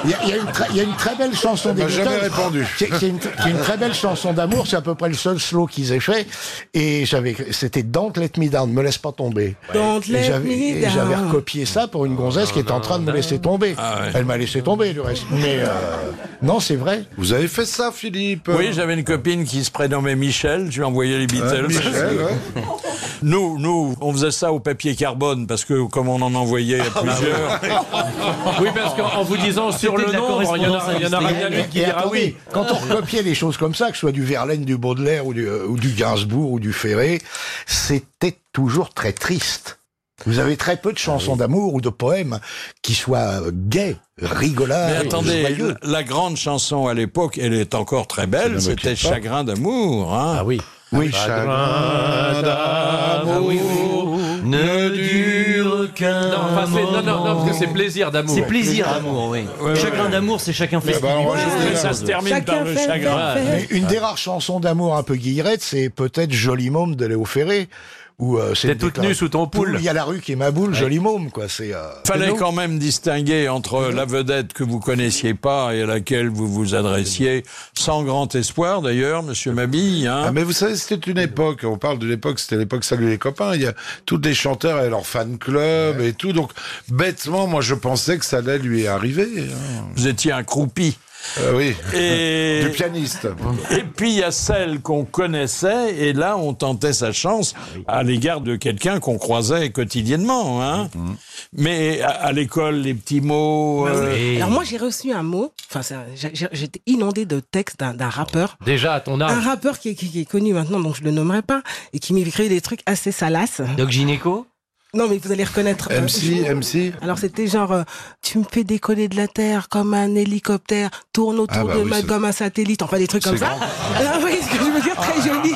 S7: Il y, a- il y a une très- il y a une très belle chanson des
S5: m'a jamais
S7: Beatles,
S5: répondu.
S7: qui est- qui est une, qui est une très belle chanson d'amour, c'est à peu près le seul slow qu'ils aient fait. Et j'avais, c'était Don't Let Me Down, me laisse pas tomber.
S8: Don't
S7: Et
S8: let
S7: j'avais-
S8: me
S7: et j'avais
S8: down.
S7: recopié ça pour une gonzesse qui était en train de me laisser tomber.
S5: Ah
S7: Elle m'a laissé tomber, du reste. Mais euh, non, c'est vrai.
S5: Vous avez fait ça, Philippe
S2: Oui, j'avais une copine qui se prénommait Michel, je lui envoyais les
S5: Hein,
S2: Beatles.
S5: Michel, hein.
S2: *laughs* Nous, nous, on faisait ça au papier carbone parce que comme on en envoyait
S5: Ah,
S2: à plusieurs,
S3: Oui, parce qu'en en vous disant sur
S4: C'était
S3: le
S4: de la
S3: nombre, bah, il y en a- il y en aura
S4: correspondance
S3: bien une qui
S7: Et
S3: dira
S7: attendez,
S3: oui.
S7: quand on recopiait des choses comme ça, que ce soit du Verlaine, du Baudelaire ou du, euh, ou du Gainsbourg ou du Ferré, c'était toujours très triste. Vous avez très peu de
S2: Ah
S7: chansons d'amour ou de poèmes qui soient euh, gais, rigolades,
S2: Mais attendez,
S7: joyeux.
S2: la grande chanson à l'époque, elle est encore très belle,
S5: Je ne me
S2: c'était
S5: quitte pas.
S2: Chagrin d'amour. hein.
S3: Ah oui.
S5: Oui, Ah Chagrin d'amour.
S4: Ne dure qu'un.
S3: Non, enfin, c'est, non, non, non, parce que c'est plaisir d'amour.
S4: C'est plaisir d'amour, oui. Chacun d'amour, c'est chacun fait. ce
S5: bah,
S4: qu'il
S5: on
S4: veut.
S5: va jouer
S2: Mais
S5: là.
S2: ça se termine
S8: Chacun
S2: par le
S8: fait
S2: chagrin.
S8: faire.
S7: Mais une des rares chansons d'amour un peu guillerette, c'est peut-être Joli Môme de Léo Ferré. Où, euh, c'est
S3: T'es
S7: une
S3: toute
S7: déclaration-
S3: nue sous ton poule.
S7: Il y a la rue qui est ma boule, Joli Môme, quoi. C'est. euh,
S2: Fallait quand même distinguer entre la vedette que vous connaissiez pas et à laquelle vous vous adressiez, sans grand espoir d'ailleurs, Monsieur Mabille. hein.
S5: Ah, mais vous savez, c'était une époque, on parle de l'époque, c'était l'époque Salut les copains, il y a tous les chanteurs et leur fan club et tout, donc bêtement, moi je pensais que ça allait lui arriver. hein.
S2: Vous étiez un croupi.
S5: Euh, oui, *laughs*
S2: Et,
S5: du pianiste.
S2: et puis il y a celle qu'on connaissait, et là on tentait sa chance à l'égard de quelqu'un qu'on croisait quotidiennement. hein.
S5: Mm-hmm.
S2: Mais à, à l'école, les petits mots. euh,
S8: Ah Alors
S2: *laughs*
S8: moi j'ai reçu un mot, enfin ça- j'ai- j'ai- j'étais inondée de textes d'un d'un rappeur,
S3: Déjà à ton
S8: un
S3: âge.
S8: rappeur qui, est- qui- qui est connu maintenant donc je le nommerai pas et qui m'écrit des trucs assez salaces.
S4: Doc Gynéco
S8: Non mais vous allez reconnaître. euh,
S5: MC, MC.
S8: Alors c'était genre, euh, tu me fais décoller de la terre comme un hélicoptère, tourne autour
S5: Ah bah
S8: de
S5: oui,
S8: ma
S5: c'est-
S8: gomme un satellite, enfin des trucs comme
S5: C'est Ah,
S8: ça. *laughs* Ah oui, ce que je veux dire, très joli.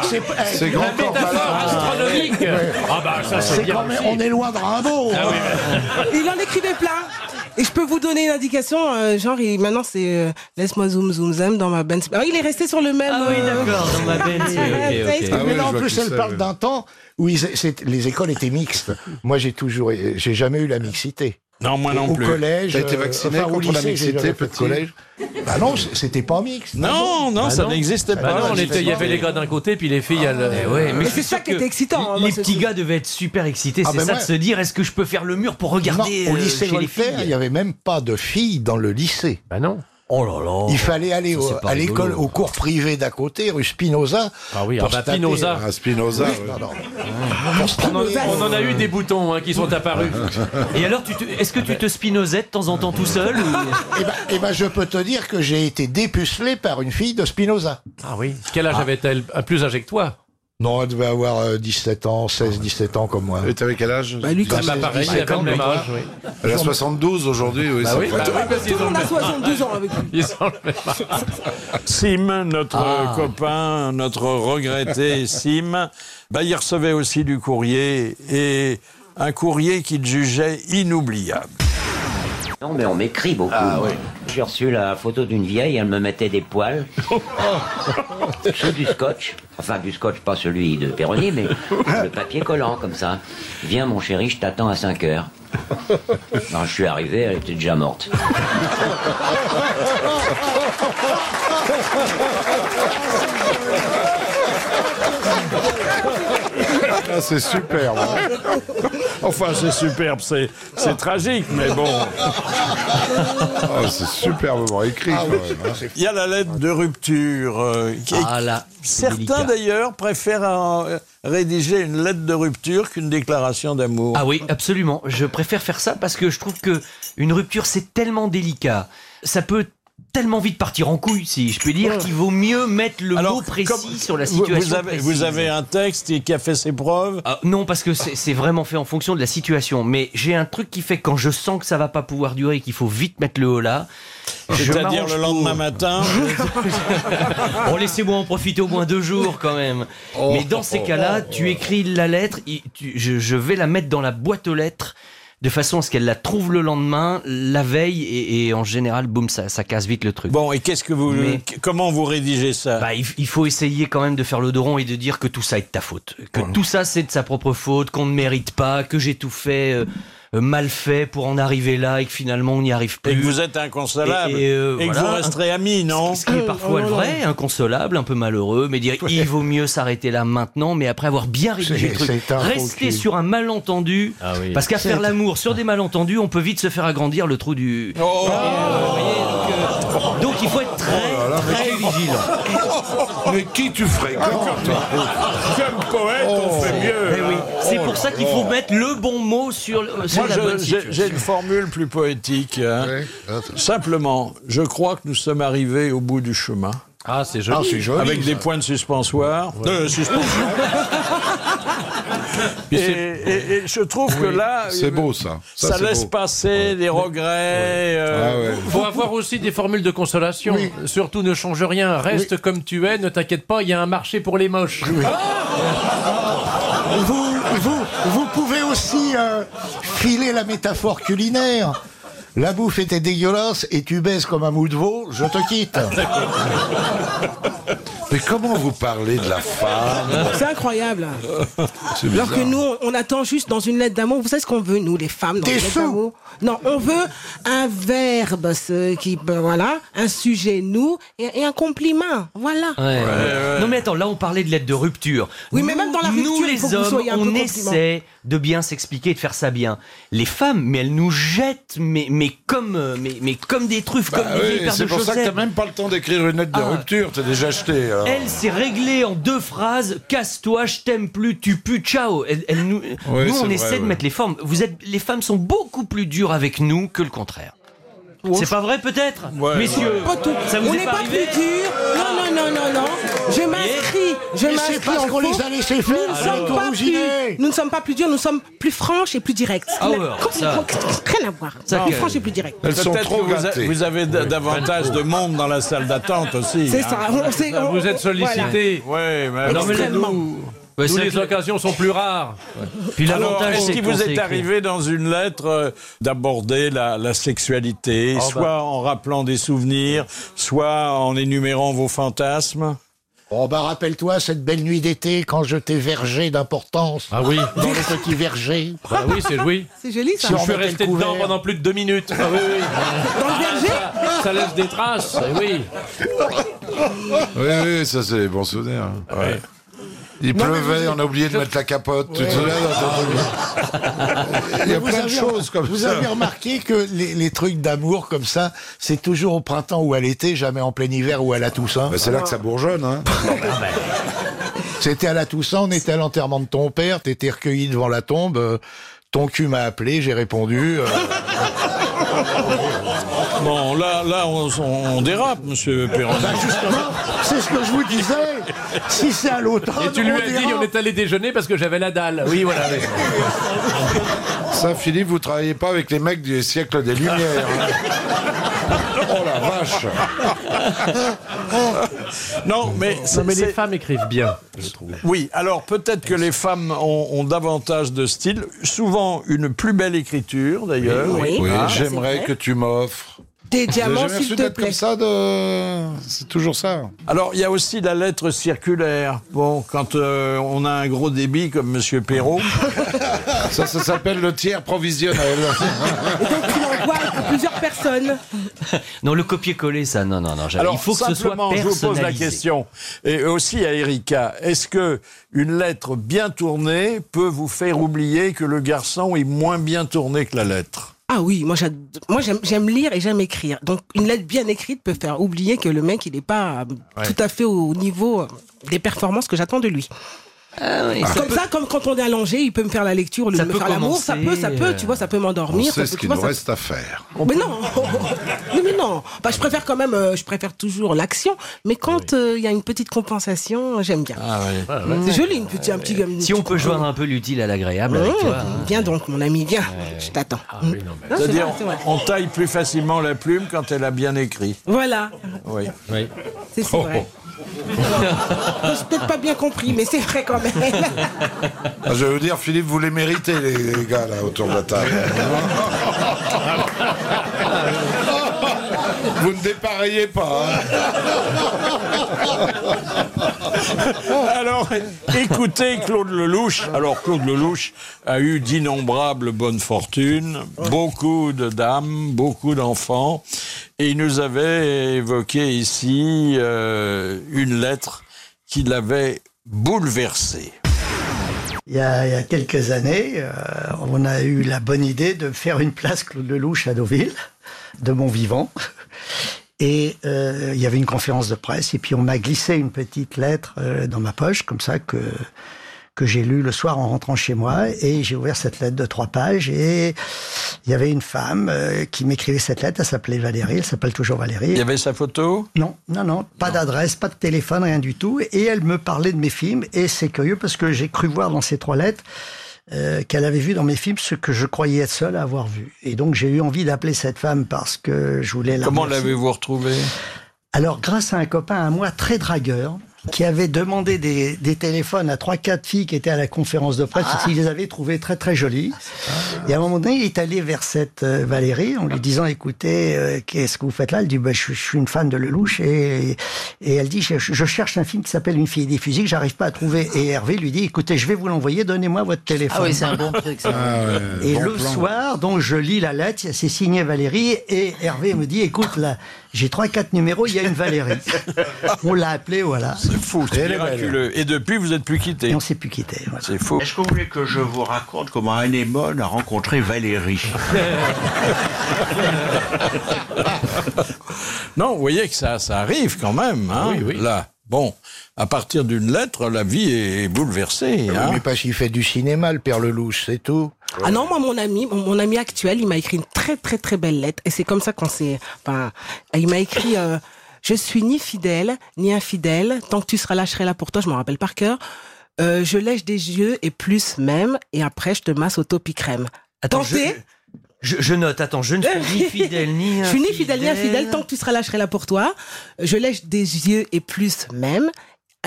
S5: C'est grand corps
S3: Métaphore
S5: malade.
S3: astronomique. Ah bah ça c'est
S7: c'est
S3: bien.
S7: quand même-
S3: aussi.
S7: on est loin de Rimbaud.
S4: Ah
S7: hein.
S8: *laughs* Il en écrivait plein. Et je peux vous donner une indication, euh, genre il- maintenant c'est euh, laisse-moi zoom zoom zoom dans ma benz. Ah, il est resté sur le même.
S4: Ah oui,
S8: euh,
S4: d'accord, dans ma
S8: *laughs*
S4: belle. c'est- ok,
S8: Ouais,
S5: Ah
S4: ok.
S5: ouais,
S7: mais là,
S5: je
S7: en
S5: vois
S7: plus,
S5: qui
S7: elle
S5: c'est,
S7: parle
S5: ouais.
S7: d'un temps où ils- c'est- les écoles étaient mixtes. Moi, j'ai toujours, j'ai jamais eu la mixité.
S2: Non, moi non
S7: au
S2: plus.
S7: collège,
S5: T'as été
S7: euh,
S5: vacciné
S7: enfin, au
S5: contre la
S7: lycée, j'ai
S5: mixité,
S7: jamais fait de
S5: petit
S7: collège. Bah non, c- c'était pas mixte.
S2: Non, non,
S3: Bah
S2: ça
S3: non.
S2: n'existait pas.
S3: Bah non, on
S2: la
S3: était, il y avait les gars d'un côté, puis les filles, elles.
S4: Eh ouais, mais
S8: Mais
S4: je suis
S8: c'est ça
S4: sûr
S8: qui
S4: que
S8: était excitant, hein,
S4: les-
S8: moi,
S4: Les
S8: ce
S4: petits
S8: truc.
S4: gars devaient être super excités.
S7: Ah
S4: c'est
S7: ben
S4: ça
S7: ouais.
S4: de se dire est-ce que je peux faire le mur pour
S7: Non,
S4: regarder
S7: au
S4: euh,
S7: lycée
S4: chez les filles
S7: Voltaire, il y avait même pas de filles dans le lycée.
S3: Bah non.
S4: Oh là là.
S7: Il fallait aller au-
S4: c'est pas
S7: à l'école,
S4: rigolo.
S7: au cours privé d'à côté, rue Spinoza.
S3: Ah oui,
S7: pour
S3: ah bah,
S7: se taper-
S3: Spinoza.
S5: Un Spinoza.
S7: Oui,
S5: ouais.
S7: non, non. Pour se taper-
S3: On en a eu des boutons hein, qui
S7: *laughs*
S3: sont apparus.
S4: Et alors, tu te- est-ce que tu te spinosais de temps en temps tout seul ou-
S7: Eh ben, eh ben, je peux te dire que j'ai été dépucelé par une fille de Spinoza.
S3: Ah oui. Quel âge avait-elle Ah, euh, Plus âgée que toi
S7: Non, elle devait avoir euh, 17 ans, 16, 17 ans comme moi.
S5: Et t'avais quel âge Bah, lui, quand même.
S3: Pareil, il avait le même âge, oui.
S5: Elle a 72 aujourd'hui, oui.
S3: Bah
S5: ça
S3: oui,
S5: fait-
S3: bah oui, parce
S8: Tout le monde a 72 ans avec lui.
S3: Ils sont le même âge.
S2: Sim, notre
S8: Ah.
S2: copain, notre regretté Sim, bah, il recevait aussi du courrier et un courrier qu'il jugeait inoubliable.
S11: Non, mais on m'écrit beaucoup. moi. J'ai reçu la photo d'une vieille, elle me mettait des poils sous du scotch. Enfin, du scotch, pas celui de Péroni, mais le papier collant, comme ça. Viens, mon chéri, je t'attends à 5 heures. Non, je suis arrivé, elle était déjà morte.
S5: Ah, c'est super.
S2: Enfin, c'est superbe, c'est c'est tragique, mais bon.
S5: Ah, c'est superbement écrit. quand même, hein.
S2: Il y a la lettre de rupture. euh, qui est-
S4: Ah là, c'est
S2: certains
S4: délicat.
S2: d'ailleurs préfèrent euh, rédiger une lettre de rupture qu'une déclaration d'amour.
S4: *laughs* Ah oui, absolument. Je préfère faire ça parce que je trouve que une rupture c'est tellement délicat. Ça peut tellement vite partir en couille, si je peux dire, qu'il vaut mieux mettre le mot précis
S2: comme-
S4: sur la
S2: vous-
S4: situation.
S2: Vous avez, vous
S4: précise.
S2: avez un texte qui a fait ses preuves.
S4: Ah, non, parce que c'est c'est vraiment fait en fonction de la situation. Mais j'ai un truc qui fait quand je sens que ça va pas pouvoir durer et qu'il faut vite mettre le haut là. je
S2: C'est-à-dire
S4: m'arrange
S2: le lendemain
S4: pour- *laughs*
S2: matin.
S4: Bon, laissez-moi en profiter au moins deux jours quand même.
S2: Oh.
S4: Mais dans ces cas-là, tu écris la lettre, il- tu- je, je vais la mettre dans la boîte aux lettres de façon à ce qu'elle la trouve le lendemain, la veille, et, et en général, boum, ça, ça casse vite le truc.
S2: Bon, et qu'est-ce que vous,
S4: Mais-
S2: qu- comment vous rédigez ça
S4: Bah, il, il faut essayer quand même de faire le dos rond et de dire que tout ça est de ta faute. Que tout ça, c'est de sa propre faute, qu'on ne mérite pas, que j'ai tout fait, euh, euh, mal fait pour en arriver là et que finalement on n'y arrive plus.
S2: Et que vous êtes inconsolable
S4: Et- et, euh,
S2: que
S4: voilà.
S2: vous resterez amis, non
S4: Ce qui
S7: Oh,
S4: est parfois vrai, inconsolable, un peu malheureux, mais dire il vaut mieux s'arrêter là maintenant, mais après avoir bien rédigé le
S7: C'est-
S4: truc.
S7: c'est un faux
S4: Rester
S7: cul.
S4: sur un malentendu,
S3: Ah oui.
S4: parce qu'à faire l'amour sur des malentendus, on peut vite se faire agrandir le trou du.
S5: Oh.
S4: Vous voyez, donc, euh, donc il faut être très, très vigilant.
S5: *laughs* Mais qui tu fréquentes
S4: Ah,
S2: Comme Ah, poète, on fait mieux. Oh
S4: Eh oui, c'est pour ça qu'il faut mettre le bon mot sur,
S8: Euh,
S4: le- sur
S2: Moi,
S4: la
S2: je-
S4: bonne
S2: j'ai-
S4: situation.
S2: j'ai une formule plus poétique. hein.
S5: Ouais.
S2: Simplement, je crois que nous sommes arrivés au bout du chemin.
S3: Ah, c'est joli.
S2: avec des points de suspensoire. De *laughs* suspensoire. et, et- et je trouve que là,
S5: C'est beau ça.
S2: ça,
S5: c'est
S2: laisse
S5: beau.
S2: passer des regrets. euh,
S5: Ah ouais.
S3: Faut avoir aussi des formules de consolation. Surtout ne change rien, reste comme tu es, ne t'inquiète pas, il y a un marché pour les moches. Ah
S7: Vous, vous, vous pouvez aussi euh, filer la métaphore culinaire. La bouffe était dégueulasse et tu baises comme un mou de veau, je te
S3: *laughs*
S7: quitte.
S5: Mais comment vous parlez de la femme
S8: C'est incroyable.
S5: C'est
S8: Alors que
S5: bizarre.
S8: nous, on- on attend juste dans une lettre d'amour. Vous savez ce qu'on veut, nous, les femmes, dans
S7: Des
S8: une lettre
S7: sous.
S8: d'amour Non, on veut un verbe, ce qui, ben, voilà, un sujet, nous, et, et un compliment. Voilà.
S4: Ouais. Non mais attends, là on parlait de lettre de rupture.
S8: Oui,
S4: Nous-
S8: mais même dans la
S4: nous
S8: rupture, il faut
S4: les
S8: que vous
S4: hommes,
S8: soyez un peu
S4: on
S8: compliment.
S4: essaie de bien s'expliquer, et de faire ça bien. Les femmes, mais elles nous jettent, mais, mais comme, euh, mais, mais comme des truffes,
S5: Bah
S4: comme des
S5: oui,
S4: vieilles paires
S5: C'est
S4: de
S5: pour ça que t'as
S4: chaussettes.
S5: même pas le temps d'écrire une lettre de
S4: Ah.
S5: rupture, t'as déjà acheté. hein. alors.
S4: Elle s'est réglée en deux phrases. Casse-toi, je t'aime plus, tu pues, ciao. Elle, elle nous,
S5: Ouais,
S4: nous, on
S5: c'est vrai,
S4: essaie de
S5: ouais.
S4: mettre les formes. Vous êtes, les femmes sont beaucoup plus dures avec nous que le contraire. C'est pas vrai peut-être,
S2: Ouais,
S4: messieurs.
S8: Pas tout.
S4: Ça vous
S8: on
S4: est
S8: n'est
S4: pas
S8: pas
S4: arrivé
S8: plus dur. Non, non, non, non, non. Je m'inscris. Je
S7: Mais c'est
S8: m'inscris.
S7: parce
S8: en
S7: qu'on les
S8: faux.
S7: a laissés
S8: Nous
S7: faire,
S8: ne,
S7: alors
S8: sommes
S7: qu'on
S8: pas
S7: vous
S8: plus,
S7: inait.
S8: nous ne sommes pas plus durs, nous sommes plus franches et plus directs.
S4: Ah ouais, ça.
S8: Complètement, rien à voir.
S4: Ça,
S8: plus
S4: que-
S8: franches et plus directs.
S5: Elles sont
S2: Peut-être
S5: trop
S2: que vous, a-
S5: gâtées.
S2: vous avez d- davantage de monde dans la salle d'attente aussi.
S8: C'est
S2: hein.
S8: ça. On, sait- on-
S3: Vous êtes
S8: voilà.
S3: sollicité.
S2: Ouais, mais alors-
S3: Non, mais là,
S8: Extrêmement.
S3: nous,
S4: Ouais,
S3: nous,
S4: c'est
S3: les
S4: vrai que-
S3: occasions sont plus rares.
S4: Puis
S2: Alors,
S4: l'avantage,
S2: est-ce
S4: c'est
S2: qu'il
S4: qu'on
S2: vous
S4: s'est
S2: est
S4: écrit-
S2: arrivé dans une lettre euh, d'aborder la, la sexualité, soit en rappelant des souvenirs, soit en énumérant vos fantasmes
S7: Oh bah rappelle-toi cette belle nuit d'été quand je t'ai vergé d'importance
S3: Ah oui.
S7: dans le petit verger.
S3: Bah oui, c'est oui.
S8: *laughs* C'est joli
S7: Si
S8: ça.
S3: Je
S7: on
S3: suis
S7: mettait
S3: resté
S7: le couvert.
S3: dedans pendant plus de deux minutes. Ah oui, oui.
S8: Dans le verger
S3: Ça laisse des traces. eh Oui.
S5: Oui, oui, ça c'est les bons souvenirs. hein. Ouais. Il pleuvait, on a oublié de mettre la capote. Tu te souviens dans ton- Il y a
S7: Vous
S5: plein de
S7: avez-
S5: choses comme
S7: vous
S5: ça.
S7: avez remarqué que les, les trucs d'amour comme ça, c'est toujours au printemps ou à l'été, jamais en plein hiver ou à la Toussaint.
S5: Bah, c'est là que ça bourgeonne. Hein.
S7: *laughs* C'était à la Toussaint, on était à l'enterrement de ton père, t'étais recueilli devant la tombe, euh, ton cul m'a appelé, j'ai répondu. euh,
S2: Bon, là, là Ah, on, on dérape, monsieur Perroni.
S7: C'est ce que je vous disais. Si c'est à l'automne,
S3: Et tu lui
S7: on
S3: as dit,
S7: dira.
S3: on est allé déjeuner parce que j'avais la dalle. Oui, voilà. oui.
S5: Ça, Philippe, vous travaillez pas avec les mecs du siècle des Lumières. hein. oh la vache hein.
S2: Non, mais,
S3: Non, mais les
S2: c'est-
S3: femmes écrivent bien, je
S2: *laughs*
S3: trouve.
S2: Oui, alors peut-être que les femmes ont, ont davantage de style, souvent une plus belle écriture d'ailleurs.
S5: Euh, Oui,
S2: Ah.
S5: j'aimerais que tu m'offres.
S8: Des
S5: Vous avez
S8: diamants,
S5: jamais
S8: s'il
S5: reçu
S8: te
S5: d'être
S8: plaît.
S5: comme ça de... C'est toujours ça.
S2: Alors il y a aussi la lettre circulaire. Bon, quand euh, on a un gros débit comme Monsieur Perrault,
S5: *laughs* Ça, ça s'appelle le tiers
S2: *laughs*
S5: provisionnel.
S8: Tu l'envoies à plusieurs personnes.
S4: Non, le copier-coller, ça, non, non, non. j'avais-
S2: Alors,
S4: il faut que ce soit
S2: simplement,
S4: personnalisé.
S2: je vous pose la question, et aussi à Erika, est-ce que une lettre bien tournée peut vous faire oublier que le garçon est moins bien tourné que la lettre
S8: Ah oui, moi j'ad- moi, j'aime j'aime lire et j'aime écrire. Donc une lettre bien écrite peut faire oublier que le mec il n'est pas euh, tout à fait au niveau euh, des performances que j'attends de lui. Ah. comme ça, comme quand on est allongé, il peut me faire la lecture, au lieu
S4: Ça
S8: de me
S4: peut
S8: faire l'amour,
S4: commencer,
S8: ça peut, ça peut, tu vois, ça peut
S5: On
S8: m'endormir. ça
S5: sait
S8: peut-
S5: ce
S8: tu
S5: qu'il
S8: vois,
S5: nous
S8: ça-
S5: reste à faire.
S8: Mais non, *laughs* non, mais non. Bah, je préfère quand même, euh, je préfère toujours l'action. Mais quand euh, il y a une petite compensation, j'aime bien.
S4: Ah,
S8: C'est joli, une petite, un petit gamme.
S4: Si on peut joindre un peu l'utile à l'agréable, bah, avec
S2: Oh.
S4: toi.
S8: Mmh.
S4: hein.
S8: Viens donc, mon ami, viens. Je t'attends. Non, c'est
S2: C'est-à-dire,
S8: vrai, c'est vrai.
S2: on taille plus facilement la plume quand elle a bien écrit.
S8: Voilà,
S2: Oui.
S8: c'est
S2: Oh,
S8: c'est *laughs* vrai. Je peut-être pas bien compris, mais c'est vrai quand même.
S5: Ah, je veux dire, Philippe, vous les méritez, les, les gars, là, autour de la table. vous ne dépareillez pas. hein.
S2: Alors, écoutez Claude Lelouch. Alors, Claude Lelouch a eu d'innombrables bonnes fortunes, beaucoup de dames, beaucoup d'enfants. Et il nous avait évoqué ici euh, une lettre qui l'avait bouleversé.
S12: Il y, a, il y a quelques années, euh, on a eu la bonne idée de faire une place Claude Lelouch à Deauville, de mon vivant. Et euh, il y avait une conférence de presse, et puis on m'a glissé une petite lettre euh, dans ma poche, comme ça, que, que j'ai lue le soir en rentrant chez moi. Et j'ai ouvert cette lettre de trois pages, et il y avait une femme euh, qui m'écrivait cette lettre, elle s'appelait Valérie, elle s'appelle toujours Valérie.
S2: Il y avait sa photo
S12: Non, non, non, pas d'adresse, pas de téléphone, rien du tout. Et elle me parlait de mes films, et c'est curieux parce que j'ai cru voir dans ces trois lettres euh, qu'elle avait vu dans mes films ce que je croyais être seul à avoir vu. Et donc j'ai eu envie d'appeler cette femme parce que je voulais la.
S2: Comment
S12: remercier.
S2: l'avez-vous retrouvée
S12: Alors, grâce à un copain à moi très dragueur, qui avait demandé des, des téléphones à trois, quatre filles qui étaient à la conférence de presse,
S13: Ah.
S12: parce qu'il les avait trouvées très, très jolies. Et à un moment donné, il est allé vers cette euh, Valérie en lui disant, écoutez, euh, qu'est-ce que vous faites là Elle dit, bah, je, je suis une fan de Lelouch. Et, et elle dit, je, je cherche un film qui s'appelle Une fille des fusils, j'arrive pas à trouver. Et Hervé lui dit, écoutez, je vais vous l'envoyer, donnez-moi votre
S13: Ah
S12: téléphone.
S13: bon truc,
S5: Ah, ouais,
S12: Et
S5: bon
S12: le
S5: plan.
S12: soir, donc je lis la lettre, c'est signé Valérie, et Hervé me dit, écoute, là, j'ai trois, quatre numéros, il y a une
S2: *laughs*
S12: Valérie. on l'a appelée, voilà.
S2: C'est fou, c'est
S5: Elle est belle.
S2: miraculeux. Et depuis, vous n'êtes plus quitté.
S12: Et on s'est plus quitté. voilà.
S2: C'est faux.
S13: Est-ce que vous voulez que je vous raconte comment Anémone a rencontré Valérie
S2: *laughs* Non, vous voyez que ça, ça arrive quand même. Hein,
S3: Oui, oui.
S2: Là, bon, à partir d'une lettre, la vie est bouleversée. hein.
S7: Mais pas s'il fait du cinéma, le père Lelouch, c'est tout.
S8: Ah non, moi, mon ami, mon, mon ami actuel, il m'a écrit une très, très, très belle lettre. Et c'est comme ça qu'on s'est. Enfin, il m'a écrit euh, Je suis ni fidèle, ni infidèle. Tant que tu seras là, je serai là pour toi. Je m'en rappelle par cœur. Euh, je lèche des yeux et plus même. Et après, je te masse au topi crème.
S4: Attends, je,
S8: Tentez
S4: je, je note, attends, je ne
S2: Eh.
S4: suis ni fidèle ni
S8: Je suis ni fidèle ni infidèle. Tant que tu seras là, je serai là pour toi. Je lèche des yeux et plus même.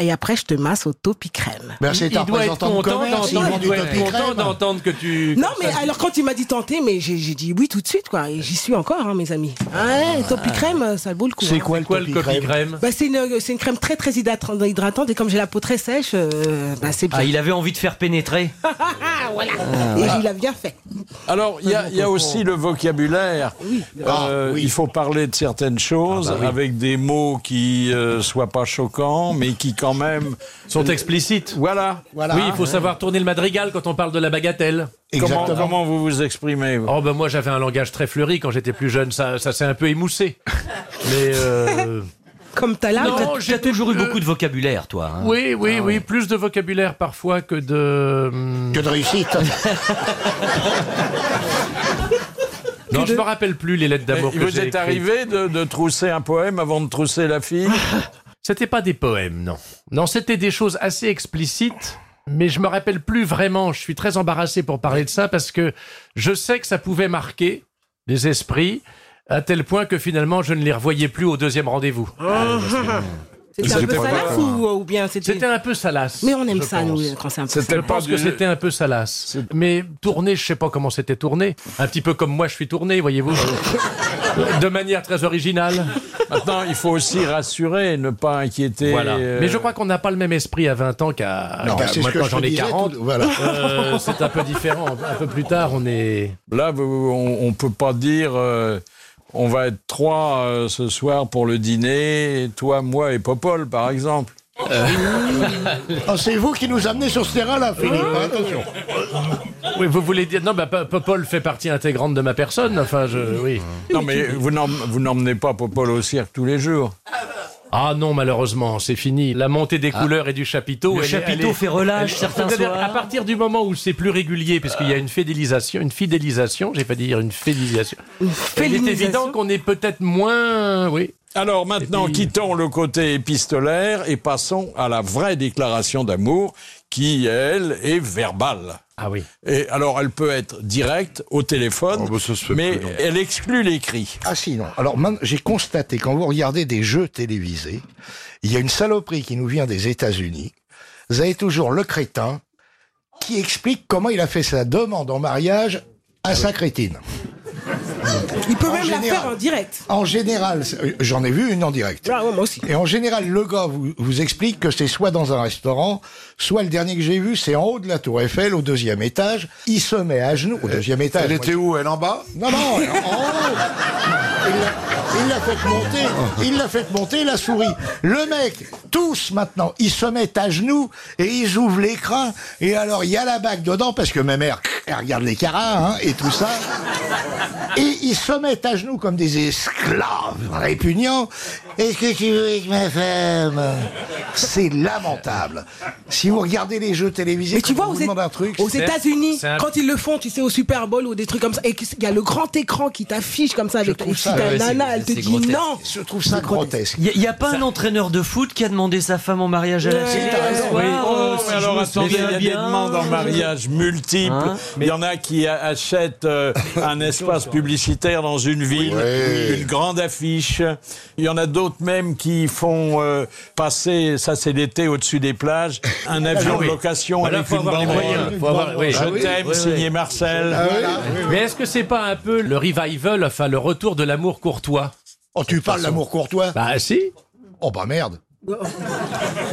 S8: Et après, je te masse au topi crème.
S7: Ben, c'est
S3: il
S7: un
S3: doit être
S7: représentant de
S3: content
S7: commerce, ils
S3: d'entendre-
S7: vendent
S3: il
S7: du
S3: doit être
S7: topi
S3: content
S7: crème.
S3: d'entendre que tu...
S8: Non, mais alors quand il m'a dit tenter, mais j'ai j'ai dit oui tout de suite, quoi. Et j'y suis encore, hein, mes amis. Ouais, topi crème, ça vaut le coup.
S7: Ah. C'est
S8: hein.
S7: quoi le
S3: Quoi le
S7: topi
S3: copie
S7: crème
S3: crème
S8: Bah, c'est une, c'est une crème très très hydratante, hydratante et comme j'ai la peau très sèche, euh, bah, c'est bien.
S4: Ah, il avait envie de faire
S2: *laughs*
S4: pénétrer.
S8: *laughs*
S2: Ah,
S7: Ah,
S8: voilà. et il a bien fait.
S2: Alors, il y a, il y a aussi le vocabulaire. Euh,
S7: Ah, oui. Ah, bah
S2: Il faut parler de certaines choses avec des mots qui ne soient pas choquants, mais qui quand même...
S3: Sont explicites.
S2: Voilà.
S3: Oui, il faut savoir tourner le madrigal quand on parle de la bagatelle.
S2: Comment,
S7: Exactement.
S2: comment vous vous exprimez vous
S3: Oh ben moi j'avais un langage très fleuri quand j'étais plus jeune, ça, ça s'est un peu émoussé. Mais euh...
S8: Comme t'as là,
S3: Non,
S4: J'ai
S3: j'étais
S4: toujours eu
S3: plus-
S4: beaucoup de vocabulaire, toi. hein.
S3: Oui, oui, Ah oui, plus de vocabulaire parfois que *laughs* de... hum,
S7: Que de réussite.
S3: Non, je me rappelle plus les lettres d'amour
S2: Il
S3: que
S2: vous
S3: j'ai
S2: est
S3: écrites.
S2: arrivé de, de trousser un poème avant de trousser la fille
S3: *laughs* C'était pas des poèmes, non. Non, c'était des choses assez explicites, mais je me rappelle plus vraiment. Je suis très embarrassé pour parler de ça parce que je sais que ça pouvait marquer les esprits à tel point que finalement je ne les revoyais plus au deuxième rendez-vous.
S8: Ah, *laughs* C'était un peu salace ou, euh, ou bien c'était.
S3: C'était un peu salace.
S8: Mais on aime ça, nous, quand c'est un peu
S3: Je
S8: salace.
S3: pense que c'était un peu salace. Mais tourné, je sais pas comment c'était tourné. Un petit peu comme moi, je suis tourné, voyez-vous. De manière très originale.
S2: Maintenant, il faut aussi rassurer, ne pas inquiéter.
S3: Voilà.
S2: euh,
S3: Mais je crois qu'on n'a pas le même esprit à 20 ans qu'à
S2: Non, bah,
S3: qu'à-
S2: c'est ce que
S3: maintenant
S2: je te
S3: j'en ai
S2: disais
S3: 40.
S2: tout- voilà.
S3: Euh, c'est un peu différent. Un peu plus tard, on est.
S2: Là, vous- on ne peut pas dire euh, on va être trois euh, ce soir pour le dîner, toi, moi et Popol, par exemple.
S7: *laughs* Ah, c'est vous qui nous amenez sur ce terrain-là, Philippe. hein, attention.
S3: Oui, vous voulez dire. Non, bah, Pa- Popol fait partie intégrante de ma personne. Enfin, je. Oui.
S2: Non, mais vous n'em- vous n'emmenez pas Popol au cirque tous les jours.
S3: Ah non, malheureusement, c'est fini. La montée des
S2: Ah.
S3: couleurs et du chapiteau.
S2: Le
S3: elle est-
S2: chapiteau
S3: elle est-
S2: fait relâche
S3: elle-
S2: certains
S3: c'est-à-dire,
S2: soirs.
S3: À partir du moment où c'est plus régulier, puisqu'il y a une fidélisation, une fidélisation, j'ai pas dit dire une fidélisation. Il est
S2: félinisation.
S3: évident qu'on est peut-être moins. Oui.
S2: Alors maintenant, quittons le côté épistolaire et passons à la vraie déclaration d'amour qui, elle, est verbale.
S3: Ah oui.
S2: Et alors, elle peut être directe au téléphone, mais elle exclut l'écrit.
S7: Ah si, non. Alors maintenant, j'ai constaté, quand vous regardez des jeux télévisés, il y a une saloperie qui nous vient des États-Unis. Vous avez toujours le crétin qui explique comment il a fait sa demande en mariage à sa crétine.
S8: Il peut
S7: En
S8: même la
S7: général.
S8: faire en direct. Ah,
S7: En général, c'est- euh, j'en ai vu une en direct. Et en général, le gars vous, vous explique que c'est soit dans un restaurant, soit le dernier que j'ai vu, c'est en haut de la tour Eiffel, au deuxième étage. Il se met à genoux au deuxième étage.
S5: Euh, Elle
S7: moi,
S5: était où Elle en bas
S2: Ah
S7: Non,
S5: *laughs*
S7: non, elle-
S2: oh.
S7: Il l'a- il l'a fait monter, il l'a fait monter la souris. Le mec, tous maintenant, ils se mettent à genoux et ils ouvrent l'écran. Et alors, il y a la bague dedans, parce que ma mère, elle regarde les carats, hein, et tout ça. Et ils se mettent à genoux comme des esclaves répugnants. Est-ce que tu veux avec ma femme C'est lamentable. Si vous regardez les jeux télévisés,
S8: Mais tu
S7: quand
S8: vois,
S7: on
S8: aux,
S7: vous
S8: Éta-
S7: demande un truc,
S8: aux
S7: c'est-
S8: États-Unis,
S7: c'est un-
S8: quand ils le font, tu sais, au Super Bowl ou des trucs comme ça, et qu'il y a le grand écran qui t'affiche comme ça avec
S4: trouve
S8: si
S4: ça-
S8: ta
S4: Ouais, c'est-
S8: nana, elle te
S4: c'est
S8: dit
S4: grotesque.
S8: non.
S7: Je trouve ça grotesque.
S4: Il n'y a, pas un entraîneur de foot qui a demandé sa femme en mariage à la
S2: Oui,
S4: suite un soir, euh,
S2: Oh,
S4: si
S2: mais
S4: je
S2: alors
S4: me
S2: attendez,
S4: souviens
S2: il y a des
S4: bien.
S2: demandes en mariage multiples.
S4: Hein
S2: Il y en a qui a- achètent euh,
S3: *laughs*
S2: un espace publicitaire dans une ville, une grande affiche. Il y en a d'autres même qui font euh, passer, ça c'est l'été au-dessus des plages, un avion
S3: Ah oui.
S2: de location
S3: Voilà,
S2: avec
S3: faut
S2: une
S3: avoir les
S2: banderole.
S3: moyens, faut avoir- oui. Ah oui,
S2: Je t'aime,
S3: oui, Ah
S2: signé
S3: oui.
S2: Marcel. Ah
S3: Mais est-ce que c'est pas un peu le revival, enfin le retour de l'amour courtois
S7: Oh, tu parles l'amour courtois
S3: Bah si.
S7: Oh bah *laughs* merde.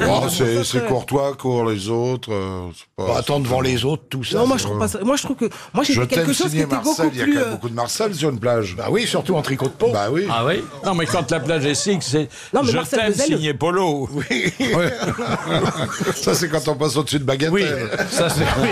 S5: Oh, c'est c'est courtois, court les autres. euh, c'est pas-
S7: Bah, attends, devant les autres, tout ça. euh,
S8: Non, moi je trouve pas ça. Moi je trouve que moi j'ai
S5: Je
S8: fait quelque
S5: t'aime
S8: chose qui
S5: signé
S8: était
S5: Marcel,
S8: beaucoup
S5: il y a
S8: plus.
S5: quand
S8: euh,
S5: même beaucoup de Marcel sur une plage.
S7: Bah oui, surtout en tricot de peau.
S5: Bah oui.
S3: Ah oui
S2: Non, mais quand la plage est sick, c'est
S8: Non, mais
S2: je
S8: Marcel
S2: t'aime,
S8: Desailles-
S2: signé Polo.
S5: *laughs* Ouais. ça, c'est quand on passe au-dessus de bagatelle.
S3: Ça c'est oui.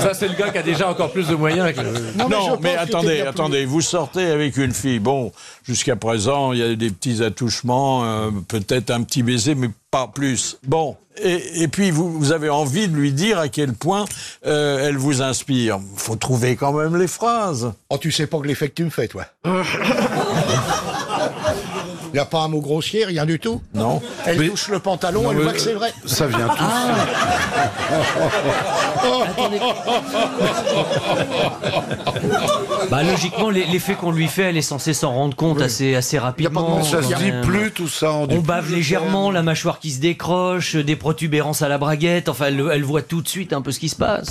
S3: Ça, c'est le gars qui a déjà encore plus de moyens que le-
S2: Non, mais, attendez,
S3: bien
S2: attendez, vous sortez avec une fille. Bon, jusqu'à présent, il y a eu des petits attouchements, euh, peut-être un petit baiser, mais pas plus. Bon, et, et puis vous, vous avez envie de lui dire à quel point euh, elle vous inspire. Faut trouver quand même les phrases.
S7: Oh, tu sais pas que l'effet que tu me fais, toi. Il n'y a pas un mot grossier, rien du tout
S2: Non.
S7: Elle touche le pantalon,
S5: Non,
S7: Ah elle
S5: mais-
S7: voit que c'est vrai. Ah.
S5: Ça vient tout
S4: Bah, logiquement, les- l'effet qu'on lui fait, elle est censée s'en rendre compte assez, assez rapidement.
S5: Ça se
S4: quand
S5: dit
S4: même.
S5: plus tout ça. On, dit
S4: On bave
S5: plus, je
S4: légèrement,
S5: t'aime.
S4: la mâchoire qui se décroche, des protubérances à la braguette. Enfin, elle, elle voit tout de suite un peu ce qui se passe.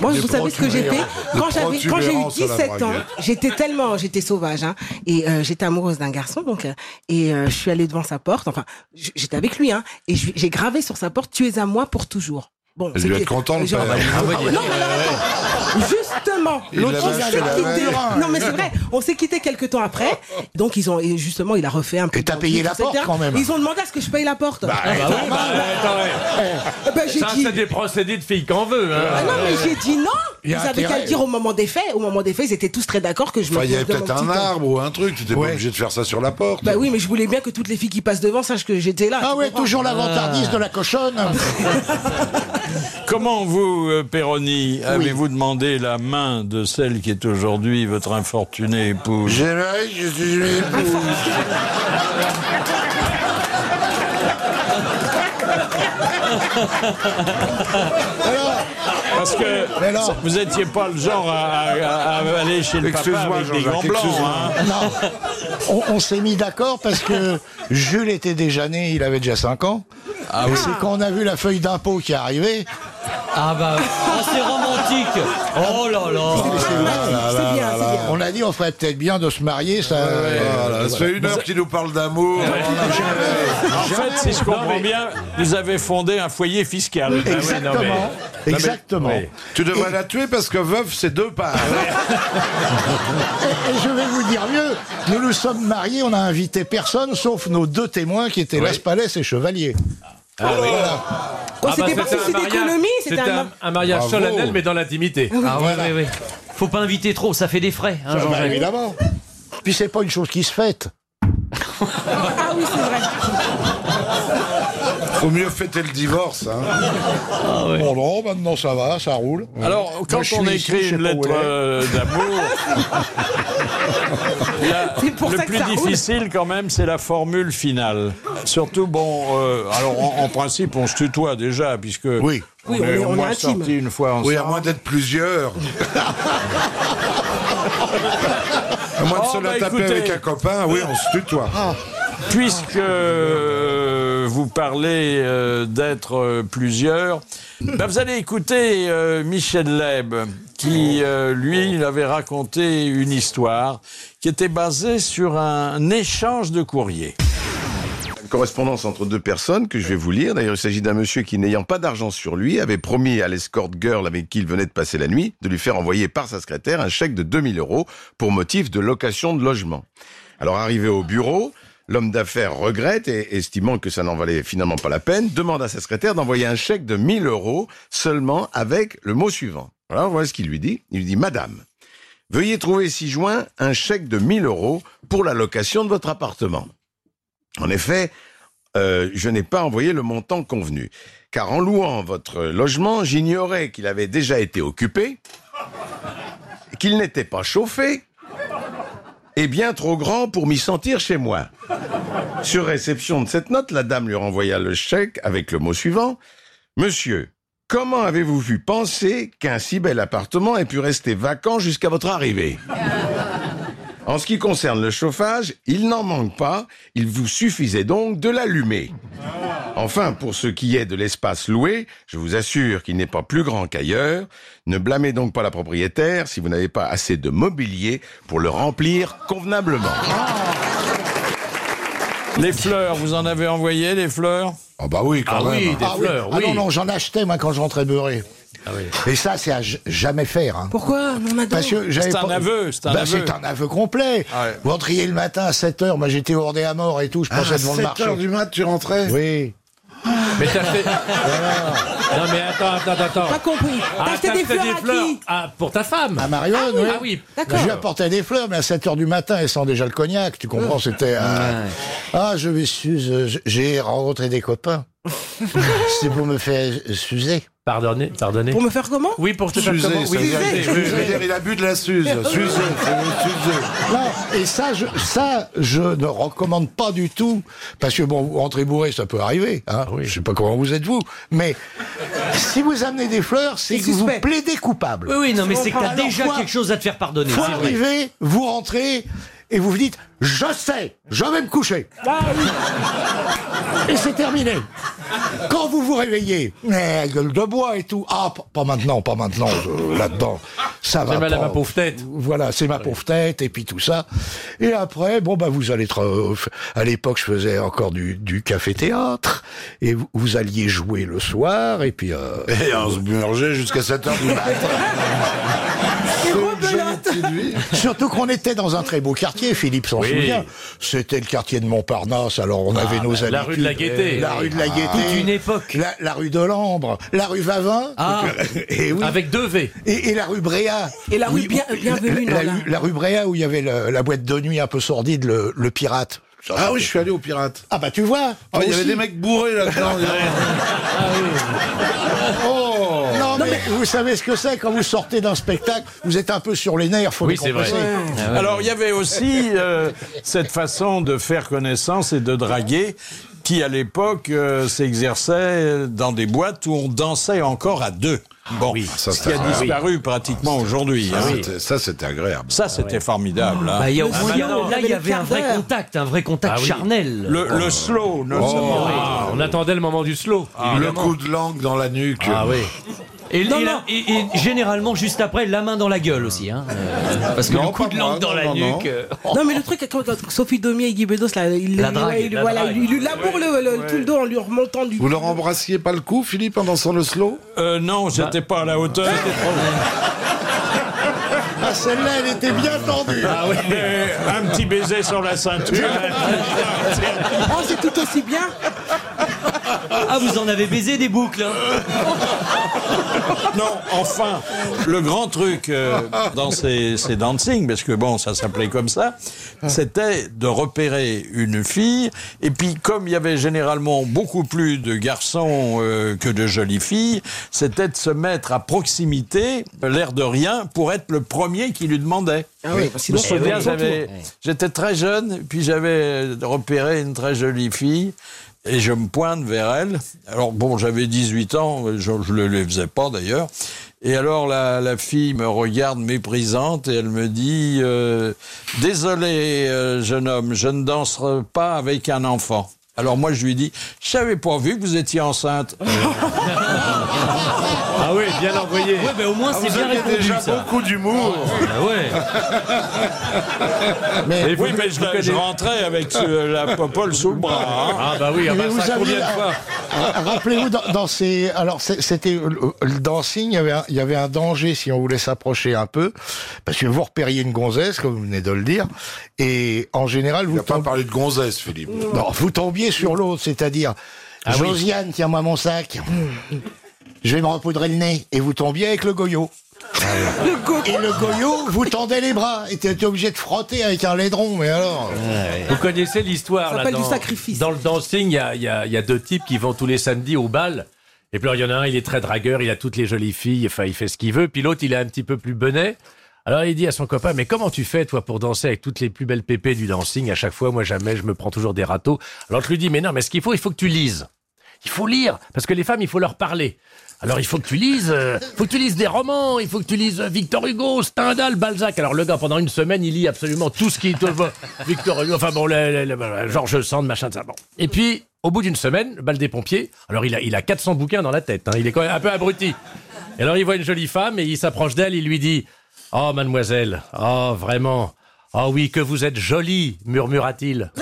S8: Moi, vous savez ce que j'étais quand j'avais quand j'ai eu 17 ans, j'étais tellement j'étais sauvage hein, et euh, j'étais amoureuse d'un garçon donc euh, et euh, je suis allée devant sa porte enfin j- j'étais avec lui hein et je lui- j'ai gravé sur sa porte tu es à moi pour toujours. Bon,
S5: Il doit
S8: c'était-
S5: être content, le
S8: genre-
S5: père.
S8: Ah bah, non, mais alors, attends. Justement,
S5: Il
S8: l'autre
S5: l'avait
S8: on s'est
S5: acheté la
S8: quitté.
S5: veille.
S8: Non mais c'est vrai, on s'est quitté quelques temps après. Donc ils ont et justement, il a refait un peu. Et t'as
S7: payé la porte, quand même.
S8: Ils ont demandé à ce que je paye la porte.
S3: Ah bah oui, bah, attends, ouais.
S8: Eh ben, j'ai
S3: Ça,
S8: dit-
S3: c'est des procédés de filles qu'on veut. Hein.
S8: Ah non, mais j'ai dit non
S5: Il y
S8: Vous
S5: a
S8: avez qu'à
S5: intérêt.
S8: le dire au moment des faits. Au moment des faits, ils étaient tous très d'accord que je me
S5: Enfin, il y
S8: couche
S5: avait
S8: de mon
S5: peut-être un
S8: petit
S5: arbre ou un truc. Tu n'étais pas obligé de faire ça sur la porte.
S8: temps. Bah oui, mais je voulais bien que toutes les filles qui passent devant sachent que j'étais là.
S7: Ah
S8: tu
S7: ouais,
S8: comprends
S7: toujours l'avantardiste de la cochonne.
S2: Comment vous, euh, Péroni, avez-vous demandé la main de celle qui est aujourd'hui votre infortunée épouse
S5: J'aimerais que tu m'épouses.
S2: Parce que vous n'étiez pas le genre à, à- à aller chez le papa
S7: Excuse-moi,
S2: avec des gants
S7: Jean-Jacques,
S2: blancs.
S7: excuse-moi.
S2: hein.
S7: On, on s'est mis d'accord parce que Jules était déjà né, il avait déjà 5 ans. Et c'est quand on a vu la feuille d'impôt qui est arrivée.
S4: Ah bah, c'est romantique. Oh là là.
S7: On a dit on ferait peut-être bien de se marier. Ça, euh,
S5: Voilà, ça fait une heure qu'il nous parle d'amour.
S2: En fait, si je comprends bien, vous avez fondé un foyer fiscal. Ah oui, non, mais-
S5: Exactement.
S2: mais-
S7: Exactement.
S2: oui.
S5: Tu devrais la tuer parce que veuve, c'est deux pas.
S2: Ah
S7: Et Eh, je vais vous dire mieux, nous nous sommes mariés, on n'a invité personne sauf nos deux témoins qui étaient
S3: Oui.
S7: Las Palais et Chevalier.
S3: Ah oui.
S7: Voilà.
S3: Ah bah,
S7: c'était pas souci
S3: un mariage-
S7: d'économie, c'était
S3: C'était
S7: un-
S3: un, un mariage
S4: Bravo.
S3: solennel, mais dans l'intimité.
S4: Ah ouais, ouais, ouais. Faut pas inviter trop, ça fait des frais. Hein,
S7: Ah, bah,
S4: Jean-Jacques.
S7: évidemment. Puis c'est pas une chose qui se fête.
S8: Ah oui, c'est vrai.
S5: Faut mieux fêter le divorce. Hein.
S7: Bon, non, maintenant ça va, ça roule.
S2: Ah Alors, quand
S7: Moi, je
S2: on
S7: suis
S2: écrit
S7: ici, je sais
S2: une
S7: pas où
S2: lettre
S7: elle est.
S2: euh, d'amour, la-
S7: C'est pour ça
S2: le
S7: que
S2: plus
S7: ça roule.
S2: difficile quand même, c'est la formule finale. Surtout, bon, euh, alors en, en principe, on se tutoie déjà, puisque
S5: Oui.
S2: on est au moins sortis une fois ensemble.
S5: Oui, à moins d'être plusieurs. à moins de
S2: Oh,
S5: se la
S2: bah,
S5: taper
S2: écoutez. Ah.
S5: avec un copain, oui, on se tutoie.
S2: Puisque euh, vous parlez euh, d'être euh, plusieurs, ben, vous allez écouter euh, Michel Leb,
S5: Oh.
S2: qui, euh, lui, il avait raconté une histoire qui était basée sur un échange de courrier.
S14: Une correspondance entre deux personnes que je vais vous lire. D'ailleurs, il s'agit d'un monsieur qui, n'ayant pas d'argent sur lui, avait promis à l'escorte girl avec qui il venait de passer la nuit de lui faire envoyer par sa secrétaire un chèque de 2000 euros pour motif de location de logement. Alors, arrivé au bureau, l'homme d'affaires regrette et, estimant que ça n'en valait finalement pas la peine, demande à sa secrétaire d'envoyer un chèque de 1000 euros seulement avec le mot suivant. Alors, voilà ce qu'il lui dit. Il lui dit, Madame, veuillez trouver ci-joint un chèque de 1000 euros pour la location de votre appartement. En effet, euh, je n'ai pas envoyé le montant convenu, car en louant votre logement, j'ignorais qu'il avait déjà été occupé, qu'il n'était pas chauffé, et bien trop grand pour m'y sentir chez moi. Sur réception de cette note, la dame lui renvoya le chèque avec le mot suivant. Monsieur, comment avez-vous vu penser qu'un si bel appartement ait pu rester vacant jusqu'à votre arrivée en ce qui concerne le chauffage, il n'en manque pas, il vous suffisait donc de l'allumer. Enfin, pour ce qui est de l'espace loué, je vous assure qu'il n'est pas plus grand qu'ailleurs. Ne blâmez donc pas la propriétaire si vous n'avez pas assez de mobilier pour le remplir convenablement.
S2: Les fleurs, vous en avez envoyé des fleurs
S5: Ah bah oui,
S7: Ah oui, des fleurs, Ah non, non, j'en achetais, moi, quand je rentrais beurré. Et ça, c'est à j- jamais faire. hein.
S8: Pourquoi Mon adore.
S7: Parce que j'avais
S2: C'est un
S7: pas-
S2: aveu, c'est un
S7: Bah,
S2: aveu.
S7: C'est un aveu complet. Vous rentriez le matin à 7h, moi j'étais ourdé à mort et tout, je pensais
S5: Ah,
S7: devant le
S5: 7
S7: marché.
S5: heures du mat, tu rentrais
S7: Oui.
S3: Mais t'as fait. non, mais attends, attends, attends.
S8: Ah. Pas compris.
S3: Ah,
S8: T'as acheté
S3: t'as
S8: des
S3: acheté
S8: fleurs
S3: des
S8: à
S3: fleurs.
S8: qui
S3: Ah, pour ta femme.
S7: À Marion, Bah,
S3: Ah oui, ah oui. D'accord.
S7: Je lui apportais des fleurs, mais à 7h du matin, elle sent déjà le cognac, tu comprends, c'était... euh, Ah, je vais suze, euh, j- j'ai rencontré des copains. c'est pour me faire suzer.
S3: Pardonnez, pardonnez.
S8: Pour me faire comment
S3: Oui, pour te faire
S5: Suzer,
S3: comment
S5: ça
S3: Oui,
S5: veut dire-
S3: oui,
S5: ça
S3: oui,
S5: veut
S3: oui.
S5: dire, Il a bu de la suze. Suze, c'est
S7: Non, et ça je, ça, je ne recommande pas du tout, parce que bon, vous rentrez bourré, ça peut arriver. Hein Je sais pas comment vous êtes vous, mais si vous amenez des fleurs, c'est que vous plaidez coupable.
S4: Oui, oui, non, mais c'est que t'as
S7: Alors,
S4: déjà
S7: fois-
S4: quelque chose à te faire pardonner.
S7: fois
S4: c'est vrai.
S7: arrivée, vous rentrez et vous vous dites, je sais, je vais me coucher. Et c'est terminé. Quand vous vous réveillez, eh, gueule de bois et tout. Ah, p- pas maintenant, pas maintenant, je- là-dedans. Ça va.
S3: J'ai mal à
S7: pas.
S3: ma pauvre tête.
S7: Voilà, c'est ma pauvre tête et puis tout ça. Et après, bon bah vous allez tra- euh, f- à l'époque je faisais encore du, du café théâtre et vous, vous alliez jouer le soir et puis euh,
S5: Et on se burgeait jusqu'à 7 heures du mat.
S7: *laughs* Surtout qu'on était dans un très beau quartier, Philippe s'en
S3: Oui.
S7: souvient. C'était le quartier de Montparnasse, alors on
S3: Ah,
S7: avait nos
S3: bah,
S7: habitudes.
S3: la rue de la Gaîté.
S7: La
S3: Oui.
S7: rue de la
S3: Ah.
S7: Gaîté.
S3: Toute une
S7: époque. La, la rue de Lambre, la rue Vavin.
S3: Ah.
S7: et eh oui.
S3: Avec deux V.
S7: Et, et la rue Bréa.
S8: Et la rue
S7: euh, Oui,
S8: bien, bienvenue,
S7: la,
S8: Nana.
S7: la- la rue Bréa où il y avait le- la boîte de nuit un peu sordide, le, le pirate. Ça,
S5: Ah
S7: c'était-
S5: oui, je suis allé au pirate.
S7: Ah bah tu vois.
S5: Ah,
S7: toi
S5: il y avait
S7: aussi.
S5: des mecs bourrés là-dedans.
S7: Oh savez, vous savez ce que c'est quand vous sortez d'un spectacle, vous êtes un peu sur les nerfs, faut décompresser.
S3: Ah
S5: Ah
S2: Alors, il y avait aussi euh, cette façon de faire connaissance et de draguer qui, à l'époque, euh, s'exerçait dans des boîtes où on dansait encore à deux. Bon, ce qui a
S5: c'était- ah,
S2: disparu pratiquement aujourd'hui.
S5: Ah,
S2: hein.
S5: c'était- Ça, c'était agréable. Ah
S2: Ça, c'était formidable. hein.
S5: Bah, il y a-
S2: Ah,
S5: il y a-
S2: maintenant,
S4: Là, il y
S2: le
S4: avait un
S2: quart
S4: vrai
S2: d'heure.
S4: contact, un vrai contact
S2: Ah oui.
S4: charnel.
S2: Le, le slow, ne
S4: Oh,
S2: seulement.
S4: oui.
S3: On attendait le moment du slow.
S5: Ah, le
S4: évidemment.
S5: coup de langue dans la nuque.
S4: Ah oui. Et,
S5: Non,
S4: et la-
S5: non.
S4: et- et généralement, juste après, la main dans la gueule aussi. hein. Euh, Parce que
S5: Non,
S4: le coup
S5: pas
S4: de
S5: moi,
S4: langue dans
S5: non,
S4: la
S5: non,
S4: nuque.
S5: non.
S4: euh,
S8: Non, mais le truc, quand, quand Sophie Domier et Guy Bedos, là, il,
S5: La
S8: il-
S5: drague,
S8: il-
S5: la
S8: voilà,
S5: drague.
S8: il- il lui laboure le, le- tout le dos en lui remontant du.
S5: Vous leur embrassiez pas le cou, Philippe, en dansant le slow
S2: Euh, non,
S5: Bah
S2: j'étais pas à la hauteur. c'était trop
S5: *laughs*
S7: Ah, celle-là, elle était bien tendue.
S2: Ah oui, mais un petit baiser sur la ceinture.
S8: Oh, c'est tout aussi bien.
S4: Ah, vous en avez baisé des boucles. hein.
S2: Non, enfin, le grand truc euh, dans ces, ces dancing, parce que bon, ça s'appelait comme ça, c'était de repérer une fille. Et puis, comme il y avait généralement beaucoup plus de garçons euh, que de jolies filles, c'était de se mettre à proximité, l'air de rien, pour être le premier qui lui demandait.
S8: Ah oui, parce que sinon,
S2: Je me
S8: ça
S2: souviens,
S8: tourne autour.
S2: j'avais- j'étais très jeune, puis j'avais repéré une très jolie fille. Et je me pointe vers elle. Alors bon, j'avais 18 ans, je ne le faisais pas d'ailleurs. Et alors la, la fille me regarde méprisante et elle me dit euh, Désolé, euh, jeune homme, je ne danse pas avec un enfant. Alors moi je lui dis Je savais pas vu que vous étiez enceinte.
S3: Ah oui, bien envoyé.
S4: Ouais, mais au moins,
S5: Ah, vous aviez déjà beaucoup d'humour.
S4: Ah,
S2: Mais,
S5: Mais vous-
S2: oui, mais je,
S5: vous
S2: je
S5: connaissez-
S2: rentrais avec euh, la popole sous le bras. hein.
S3: Ah bah oui, ah bah
S7: Mais vous
S3: ça,
S7: aviez-
S3: combien de fois
S7: Ah, Rappelez-vous, dans, dans ces, alors c'est- c'était euh, le, le dancing, il y, avait un, il y avait un danger si on voulait s'approcher un peu, parce que vous repériez une gonzesse, comme vous venez de le dire, et en général vous. pas
S5: parlé de gonzesse, Philippe.
S7: Non, vous tombiez sur l'autre, c'est-à-dire
S5: Ah oui.
S7: Josiane, tiens-moi mon sac, je vais me repoudrer le nez, et vous tombiez avec le goyot.
S5: Ah,
S7: Et le goyot vous tendait les bras, et t'étais obligé de frotter avec un laidron, mais alors.
S3: Vous connaissez l'histoire
S7: Ça
S3: là
S7: s'appelle
S3: dans,
S7: du sacrifice.
S3: dans le dancing, il y a, il y a- il y a deux types qui vont tous les samedis au bal. Et puis alors, il y en a un, il est très dragueur, il a toutes les jolies filles, enfin il fait ce qu'il veut. Puis l'autre, il est un petit peu plus bonnet. Alors il dit à son copain, mais comment tu fais toi pour danser avec toutes les plus belles pépées du dancing À chaque fois, moi jamais, je me prends toujours des râteaux. Alors je lui dis, mais non, mais ce qu'il faut, il faut que tu lises. Il faut lire, parce que les femmes, il faut leur parler. Alors il faut que tu lises, euh, faut que tu lises des romans, il faut que tu lises euh, Victor Hugo, Stendhal, Balzac. Alors le gars pendant une semaine, il lit absolument tout ce qui te va. Victor Hugo, enfin bon, le- le- le- Georges Sand, machin de ça. Bon. Et puis au bout d'une semaine, le bal des pompiers. Alors il a il a 400 bouquins dans la tête. hein, il est quand même un peu abruti. Et alors il voit une jolie femme et il s'approche d'elle, il lui dit "Oh mademoiselle, oh vraiment, oh oui que vous êtes jolie", murmura-t-il.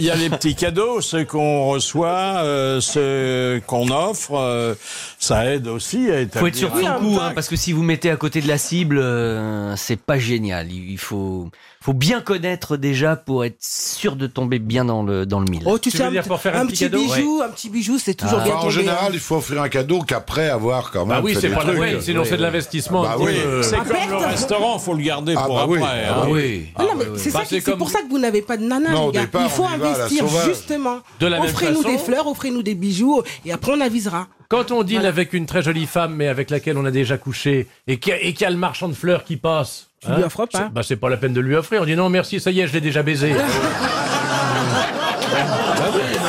S2: Il y a les petits cadeaux, ceux qu'on reçoit, euh, ceux qu'on offre. euh, ça aide aussi à établir.
S4: Faut être sur
S2: un
S4: son coup, hein,
S2: contact.
S4: parce que si vous mettez à côté de la cible, euh, c'est pas génial. Il il faut, faut bien connaître déjà pour être sûr de tomber bien dans le, dans le mille.
S8: Oh, tu, sais, un, un petit, bijou, un petit bijou, c'est toujours
S5: Ah. Enfin,
S8: bien
S5: en
S8: tombé. hein.
S5: général, il faut offrir un cadeau qu'après avoir quand même.
S3: Bah oui,
S5: fait
S3: c'est
S5: des
S3: pas la
S5: trucs.
S3: peine, sinon c'est de l'investissement.
S5: Bah
S3: un petit
S5: oui.
S8: Euh,
S3: peu.
S2: C'est comme le restaurant, faut le garder
S5: Ah
S2: pour
S5: bah
S2: après.
S5: oui,
S2: hein.
S5: ah bah
S8: Ah non, mais c'est ça
S2: Bah,
S8: qui-
S2: c'est
S8: c'est
S2: comme-
S8: pour ça que vous n'avez pas de nana,
S2: Non,
S8: les
S2: au
S8: gars.
S2: départ,
S8: il faut
S2: on y va à la
S8: investir
S2: sauvage.
S8: justement.
S3: De la même
S8: Offrez-nous
S3: façon-
S8: des fleurs, offrez-nous des bijoux, et après on avisera.
S3: Quand on deal avec une très jolie femme, mais avec laquelle on a déjà couché, et qu'il y, a- et qu'il y a le marchand de fleurs qui passe.
S8: Tu lui offres pas.
S3: c'est- Bah, c'est pas la peine de lui offrir. On dit non, merci, ça y est, je l'ai déjà
S8: *laughs*
S3: baisé.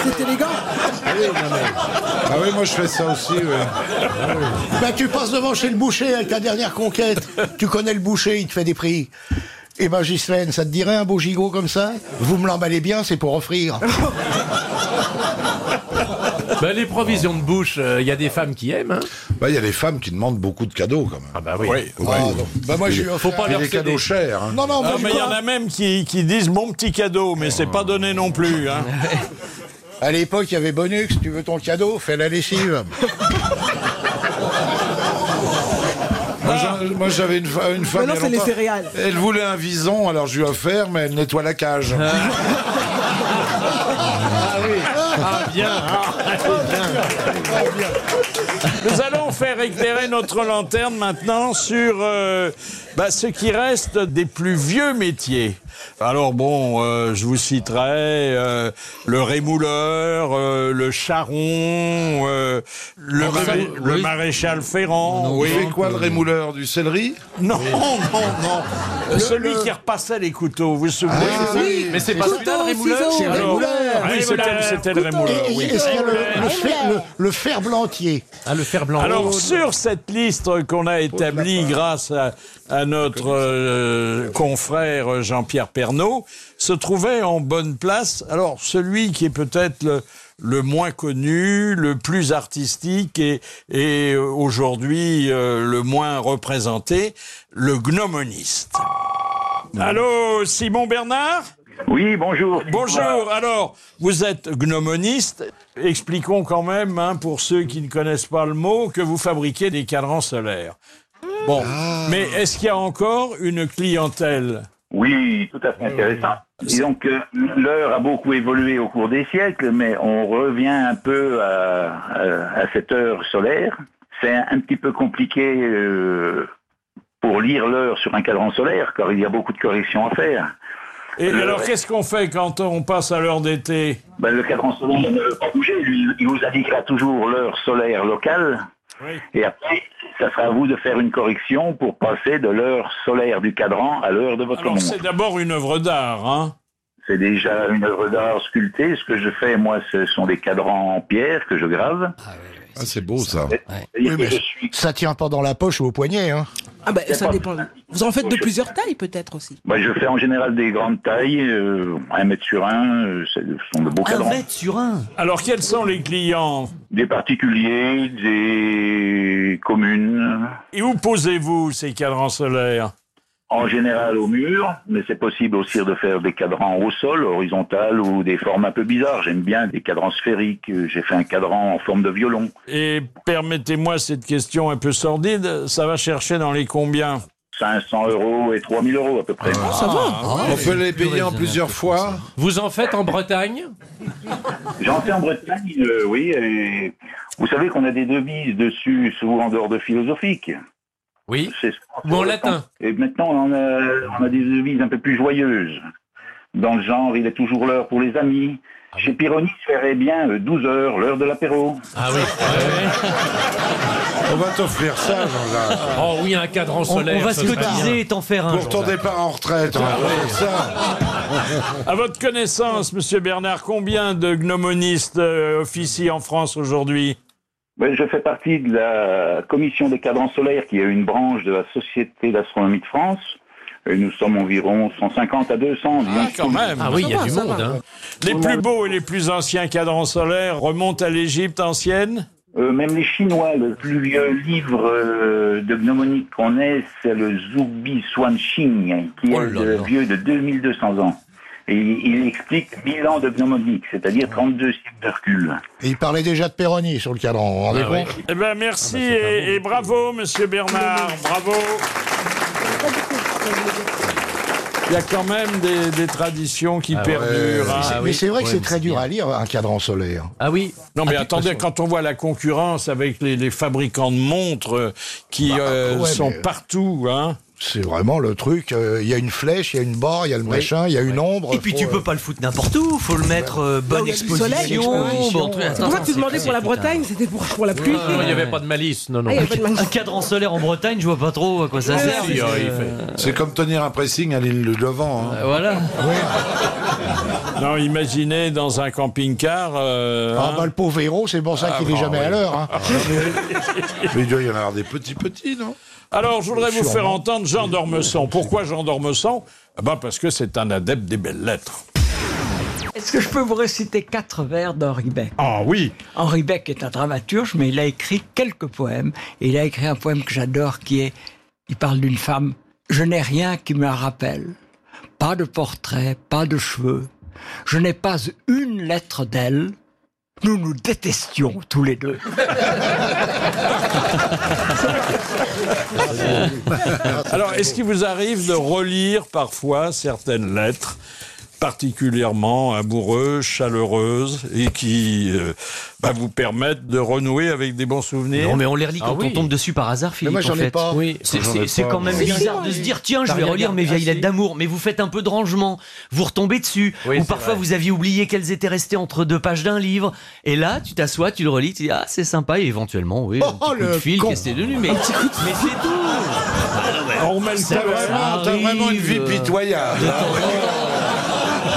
S8: C'est élégant.
S5: Ah oui, moi je fais ça aussi.
S7: Bah, tu passes devant chez le boucher avec ta dernière conquête. tu connais le boucher, il te fait des prix. Eh ben, Ghislaine, ça te dirait un beau gigot comme ça Vous me l'emballez bien, c'est pour offrir.
S3: Bah, les provisions de bouche, euh, il y a des femmes qui aiment. Hein.
S5: Bah, il y a des femmes qui demandent beaucoup de cadeaux quand même. Ah
S3: bah oui.
S5: Bah moi, je
S2: Faut pas leur
S5: des
S2: céder.
S5: cadeaux chers. hein.
S2: Ah, mais il y en a même qui, qui disent *laughs* mon petit cadeau, mais c'est pas donné non plus. hein.
S7: À l'époque, il y avait Bonux, tu veux ton cadeau Fais la lessive.
S3: Ah,
S5: Moi, j'a- Moi j'avais une, fa- une femme.
S8: Maintenant,
S5: il y a
S8: c'est les
S5: longtemps,
S8: céréales.
S5: Elle voulait un vison, alors je lui ai offert, mais elle nettoie la cage.
S2: Ah oui. Ah bien. *laughs* Nous allons faire éclairer notre lanterne maintenant sur euh, bah, ce qui reste des plus vieux métiers. Alors bon, euh, je vous citerai euh, le rémouleur, euh, le charron, euh, le,
S5: Ah, ça,
S2: maré-
S5: oui.
S2: le maréchal Ferrand.
S5: Non,
S2: oui.
S5: il fait quoi, le rémouleur Du céleri
S2: Non,
S5: Oui.
S2: non, non.
S5: Le-
S2: Celui
S5: le-
S2: qui repassait les couteaux, vous vous souvenez
S5: Ah, oui.
S3: Mais c'est pas Couteau, celui-là, le rémouleur ciseaux,
S2: C'est
S3: rémouleur.
S2: Oui, c'était- c'était le rémouleur.
S7: Et- et-
S2: oui.
S7: Est-ce qu'il y a le, le fer, le- le fer blanc entier
S3: Ah, le fer
S2: Alors sur cette liste qu'on a établie grâce à, à notre euh, confrère Jean-Pierre Pernaud, se trouvait en bonne place. Alors celui qui est peut-être le, le moins connu, le plus artistique et, et euh, aujourd'hui euh, le moins représenté, le gnomoniste. Allô, Simon Bernard
S15: Oui, bonjour.
S2: Bonjour, alors, vous êtes gnomoniste. Expliquons quand même, hein, pour ceux qui ne connaissent pas le mot, que vous fabriquez des cadrans solaires. Bon, mais est-ce qu'il y a encore une clientèle
S15: Oui, tout à fait intéressant. Et donc, euh, l'heure a beaucoup évolué au cours des siècles, mais on revient un peu à, à- à cette heure solaire. C'est un, un petit peu compliqué euh, pour lire l'heure sur un cadran solaire, car il y a beaucoup de corrections à faire.
S2: Et
S15: Le-
S2: alors, qu'est-ce qu'on fait quand on passe à l'heure d'été
S15: ben, Le cadran solaire ne veut pas bouger. Lui, il vous indiquera toujours l'heure solaire locale. Et après, ça sera à vous de faire une correction pour passer de l'heure solaire du cadran à l'heure de votre
S2: Alors,
S15: montre.
S2: c'est d'abord une œuvre d'art, hein
S15: C'est déjà une œuvre d'art sculptée. Ce que je fais, moi, ce sont des cadrans en pierre que je grave.
S5: Ah, c'est beau ça.
S15: Oui, mais je
S7: Ça tient pas dans la poche ou au poignet. Hein.
S8: Ah
S3: bah,
S8: ben, ça dépend. Vous en faites de plusieurs tailles peut-être aussi.
S15: Bah, je fais en général des grandes tailles, euh, un mètre sur un, euh, c'est- ce sont de
S5: Ah,
S15: beaux cadrans.
S2: sur un Alors, quels sont les clients
S15: Des particuliers, des communes,
S2: Et où posez-vous ces cadrans solaires
S15: en général au mur, mais c'est possible aussi de faire des cadrans au sol, horizontal ou des formes un peu bizarres. J'aime bien des cadrans sphériques, Euh, j'ai fait un cadran en forme de violon.
S2: Et permettez-moi cette question un peu sordide, ça va chercher dans les combien
S15: 500 euros et 3000 euros à peu près.
S2: ça va
S5: Ah, On peut les payer en plusieurs fois.
S3: Vous en faites en Bretagne
S15: J'en fais en Bretagne, euh, oui. et vous savez qu'on a des devises dessus, souvent d'ordre philosophique.
S3: Oui.
S15: Ou en
S3: latin.
S15: Et maintenant, on en a, on a des devises un peu plus joyeuses. Dans le genre, il est toujours l'heure pour les amis. Chez Pironi, je ferais bien euh, 12 heures, l'heure de l'apéro.
S3: Ah oui.
S5: On va t'offrir ça, Jean-Jacques.
S3: Oh oui, un cadran solaire.
S5: on va se
S3: ce serait
S5: cotiser
S3: bien.
S5: et t'en faire un, Pour ton Jean-Jacques. départ en retraite, hein. on va faire
S2: À votre connaissance, Monsieur Bernard, combien de gnomonistes euh, officient en France aujourd'hui
S15: Ben, je fais partie de la commission des cadrans solaires, qui est une branche de la Société d'astronomie de France. Et nous sommes environ 150 à 200.
S2: Ah,
S15: disons.
S7: Ah hein.
S2: hein. Les plus beaux et les plus anciens cadrans solaires remontent à l'Égypte ancienne
S15: Euh, même les Chinois, le plus vieux livre euh, de gnomonique qu'on ait, c'est le Zubi Xuanxing,
S4: Oh
S15: qui est de- vieux de 2200 ans. Et il explique 1000 ans de gnomonique, c'est-à-dire 32 siècles de recul.
S7: Et il parlait déjà de Péroni sur le cadran, vous vous
S15: Ah
S7: rendez compte
S2: Eh ben,
S7: Ah,
S2: merci
S7: bah,
S2: et, et bravo, Monsieur Bernard. Bravo. Il y a quand même des, des traditions qui perdurent. hein.
S7: Mais Ah c'est- mais c'est vrai que c'est très dur à lire un cadran solaire.
S3: Ah oui.
S2: Non mais attendez, quand on voit la concurrence avec les, les fabricants de montres euh, qui euh,
S7: Bah, ouais,
S2: sont
S7: mais-
S2: partout, hein.
S7: C'est vraiment le truc. euh, Il y a une flèche, il y a une barre, il y a le machin, il y a une ombre. euh,
S4: Et puis tu peux pas le foutre n'importe où, faut le mettre euh, bonne exposition.
S3: Oh,
S4: bon truc.
S8: C'est pour ça que tu
S4: Attends,
S8: demandais
S4: c'est
S8: pour la
S4: putain.
S8: Bretagne, c'était pour, pour la pluie.
S4: non, il y avait
S3: Pas de malice, non, non.
S8: Ah, il y a pas de
S4: Un cadran solaire en Bretagne, je vois pas trop à quoi ça
S5: Ouais,
S4: sert. euh,
S5: si,
S4: parce que-
S5: C'est comme tenir un pressing à l'île de devant. hein.
S4: voilà.
S2: Euh, Non, imaginez dans un camping-car. euh,
S7: Ah
S2: hein.
S7: bah le pauvre héros, c'est pour ça
S2: Ah,
S7: qu'il est
S2: bah,
S7: jamais
S2: oui.
S7: à l'heure. hein.
S5: *laughs* Mais il doit y en avoir des petits petits, non
S2: Alors, je voudrais vous
S5: Sûrement.
S2: faire entendre Jean d'Ormesson. Pourquoi Jean d'Ormesson Eh ben, parce que c'est un adepte des belles lettres.
S16: Est-ce que je peux vous réciter quatre vers d'Henri Beck
S2: Ah oui
S16: Henri Beck est un dramaturge, mais il a écrit quelques poèmes. Et il a écrit un poème que j'adore qui est il parle d'une femme. Je n'ai rien qui me rappelle. Pas de portrait, pas de cheveux. Je n'ai pas une lettre d'elle. Nous nous détestions tous les deux.
S2: *laughs* Alors, est-ce qu'il vous arrive de relire parfois certaines lettres particulièrement amoureuse, chaleureuse et qui euh, bah, vous permettent de renouer avec des bons
S4: *laughs*
S2: souvenirs.
S4: Non, mais on les
S2: Ah
S5: Ah
S4: relit quand on tombe dessus par hasard, Philippe. en fait.
S2: Oui.
S4: C'est- C'est c'est quand même bizarre de se dire tiens, je vais relire mes vieilles lettres d'amour, mais vous faites un peu de rangement, vous retombez dessus, ou
S3: c'est
S4: parfois
S3: vrai.
S4: vous aviez oublié qu'elles étaient restées entre deux pages d'un livre, et là tu t'assois, tu le relis, tu dis ah c'est sympa, et éventuellement oui,
S3: Oh,
S4: un petit coup de fil, qu'est-ce que c'est devenu, mais, mais c'est tout.
S5: Ah,
S2: On remet
S5: T'as vraiment, Ah, t'as vraiment une vie pitoyable. hein.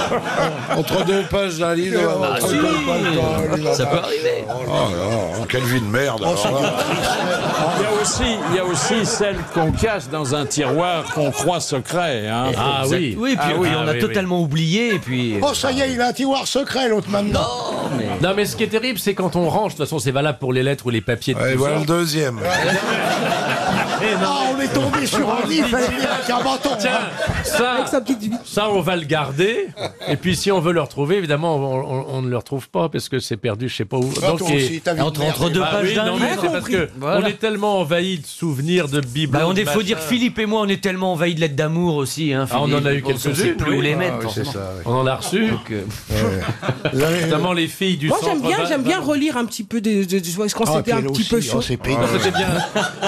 S5: Oh. Entre deux pages d'un livre.
S4: Ah,
S5: entre
S4: si.
S5: deux pages d'un livre.
S4: Ça peut arriver.
S5: Oh là là, quelle vie de merde.
S4: Oh,
S5: alors hein. là.
S2: Il y a aussi, il y a aussi celle qu'on cache dans un tiroir qu'on croit secret. hein.
S4: Ah
S2: Faut
S4: oui.
S2: exact-
S4: Oui, puis
S2: Ah
S4: on
S2: ah
S4: a totalement oublié, et puis.
S7: Oh, ça y est, il a un tiroir secret, l'autre maintenant.
S3: Non, mais ce qui est terrible, c'est quand on range. De toute façon, c'est valable pour les lettres ou les papiers. De
S5: Et
S3: tout
S5: voilà
S3: genre.
S5: le deuxième.
S7: Ah, on est tombé sur un livre avec un bâton. hein.
S3: Tiens, ça, ça, on va le garder. Et puis, si on veut le retrouver, évidemment, on, on- on ne le retrouve pas parce que c'est perdu, je sais pas où.
S7: Bah, toi
S3: et-
S7: aussi, t'as vu Entre- de merde. entre deux
S3: Bah
S4: pages
S3: oui,
S4: d'un
S3: non, mais
S4: livre.
S3: c'est parce que
S4: Voilà.
S3: on est tellement envahi de souvenirs, de bibles.
S4: Bah, on
S3: de
S4: est, faut dire
S3: machins.
S4: Philippe et moi, on est tellement envahis de lettres d'amour aussi. Hein,
S3: Ah, on en a eu
S4: Philippe, qu'on sait
S3: quelques-unes,
S4: plus
S3: oui.
S4: où les
S3: Ah,
S4: mettre.
S3: oui,
S4: forcément. euh,
S3: c'est ça, On en a reçu. Notamment les filles du
S8: Moi,
S3: centre.
S8: j'aime bien,
S3: Val-
S8: j'aime bien relire un petit peu de, de, de- quand
S7: Ah,
S8: c'était un
S7: puis elle
S8: petit peu
S7: aussi,
S8: chaud.
S7: oh, c'est pénible.
S3: Quand c'était bien,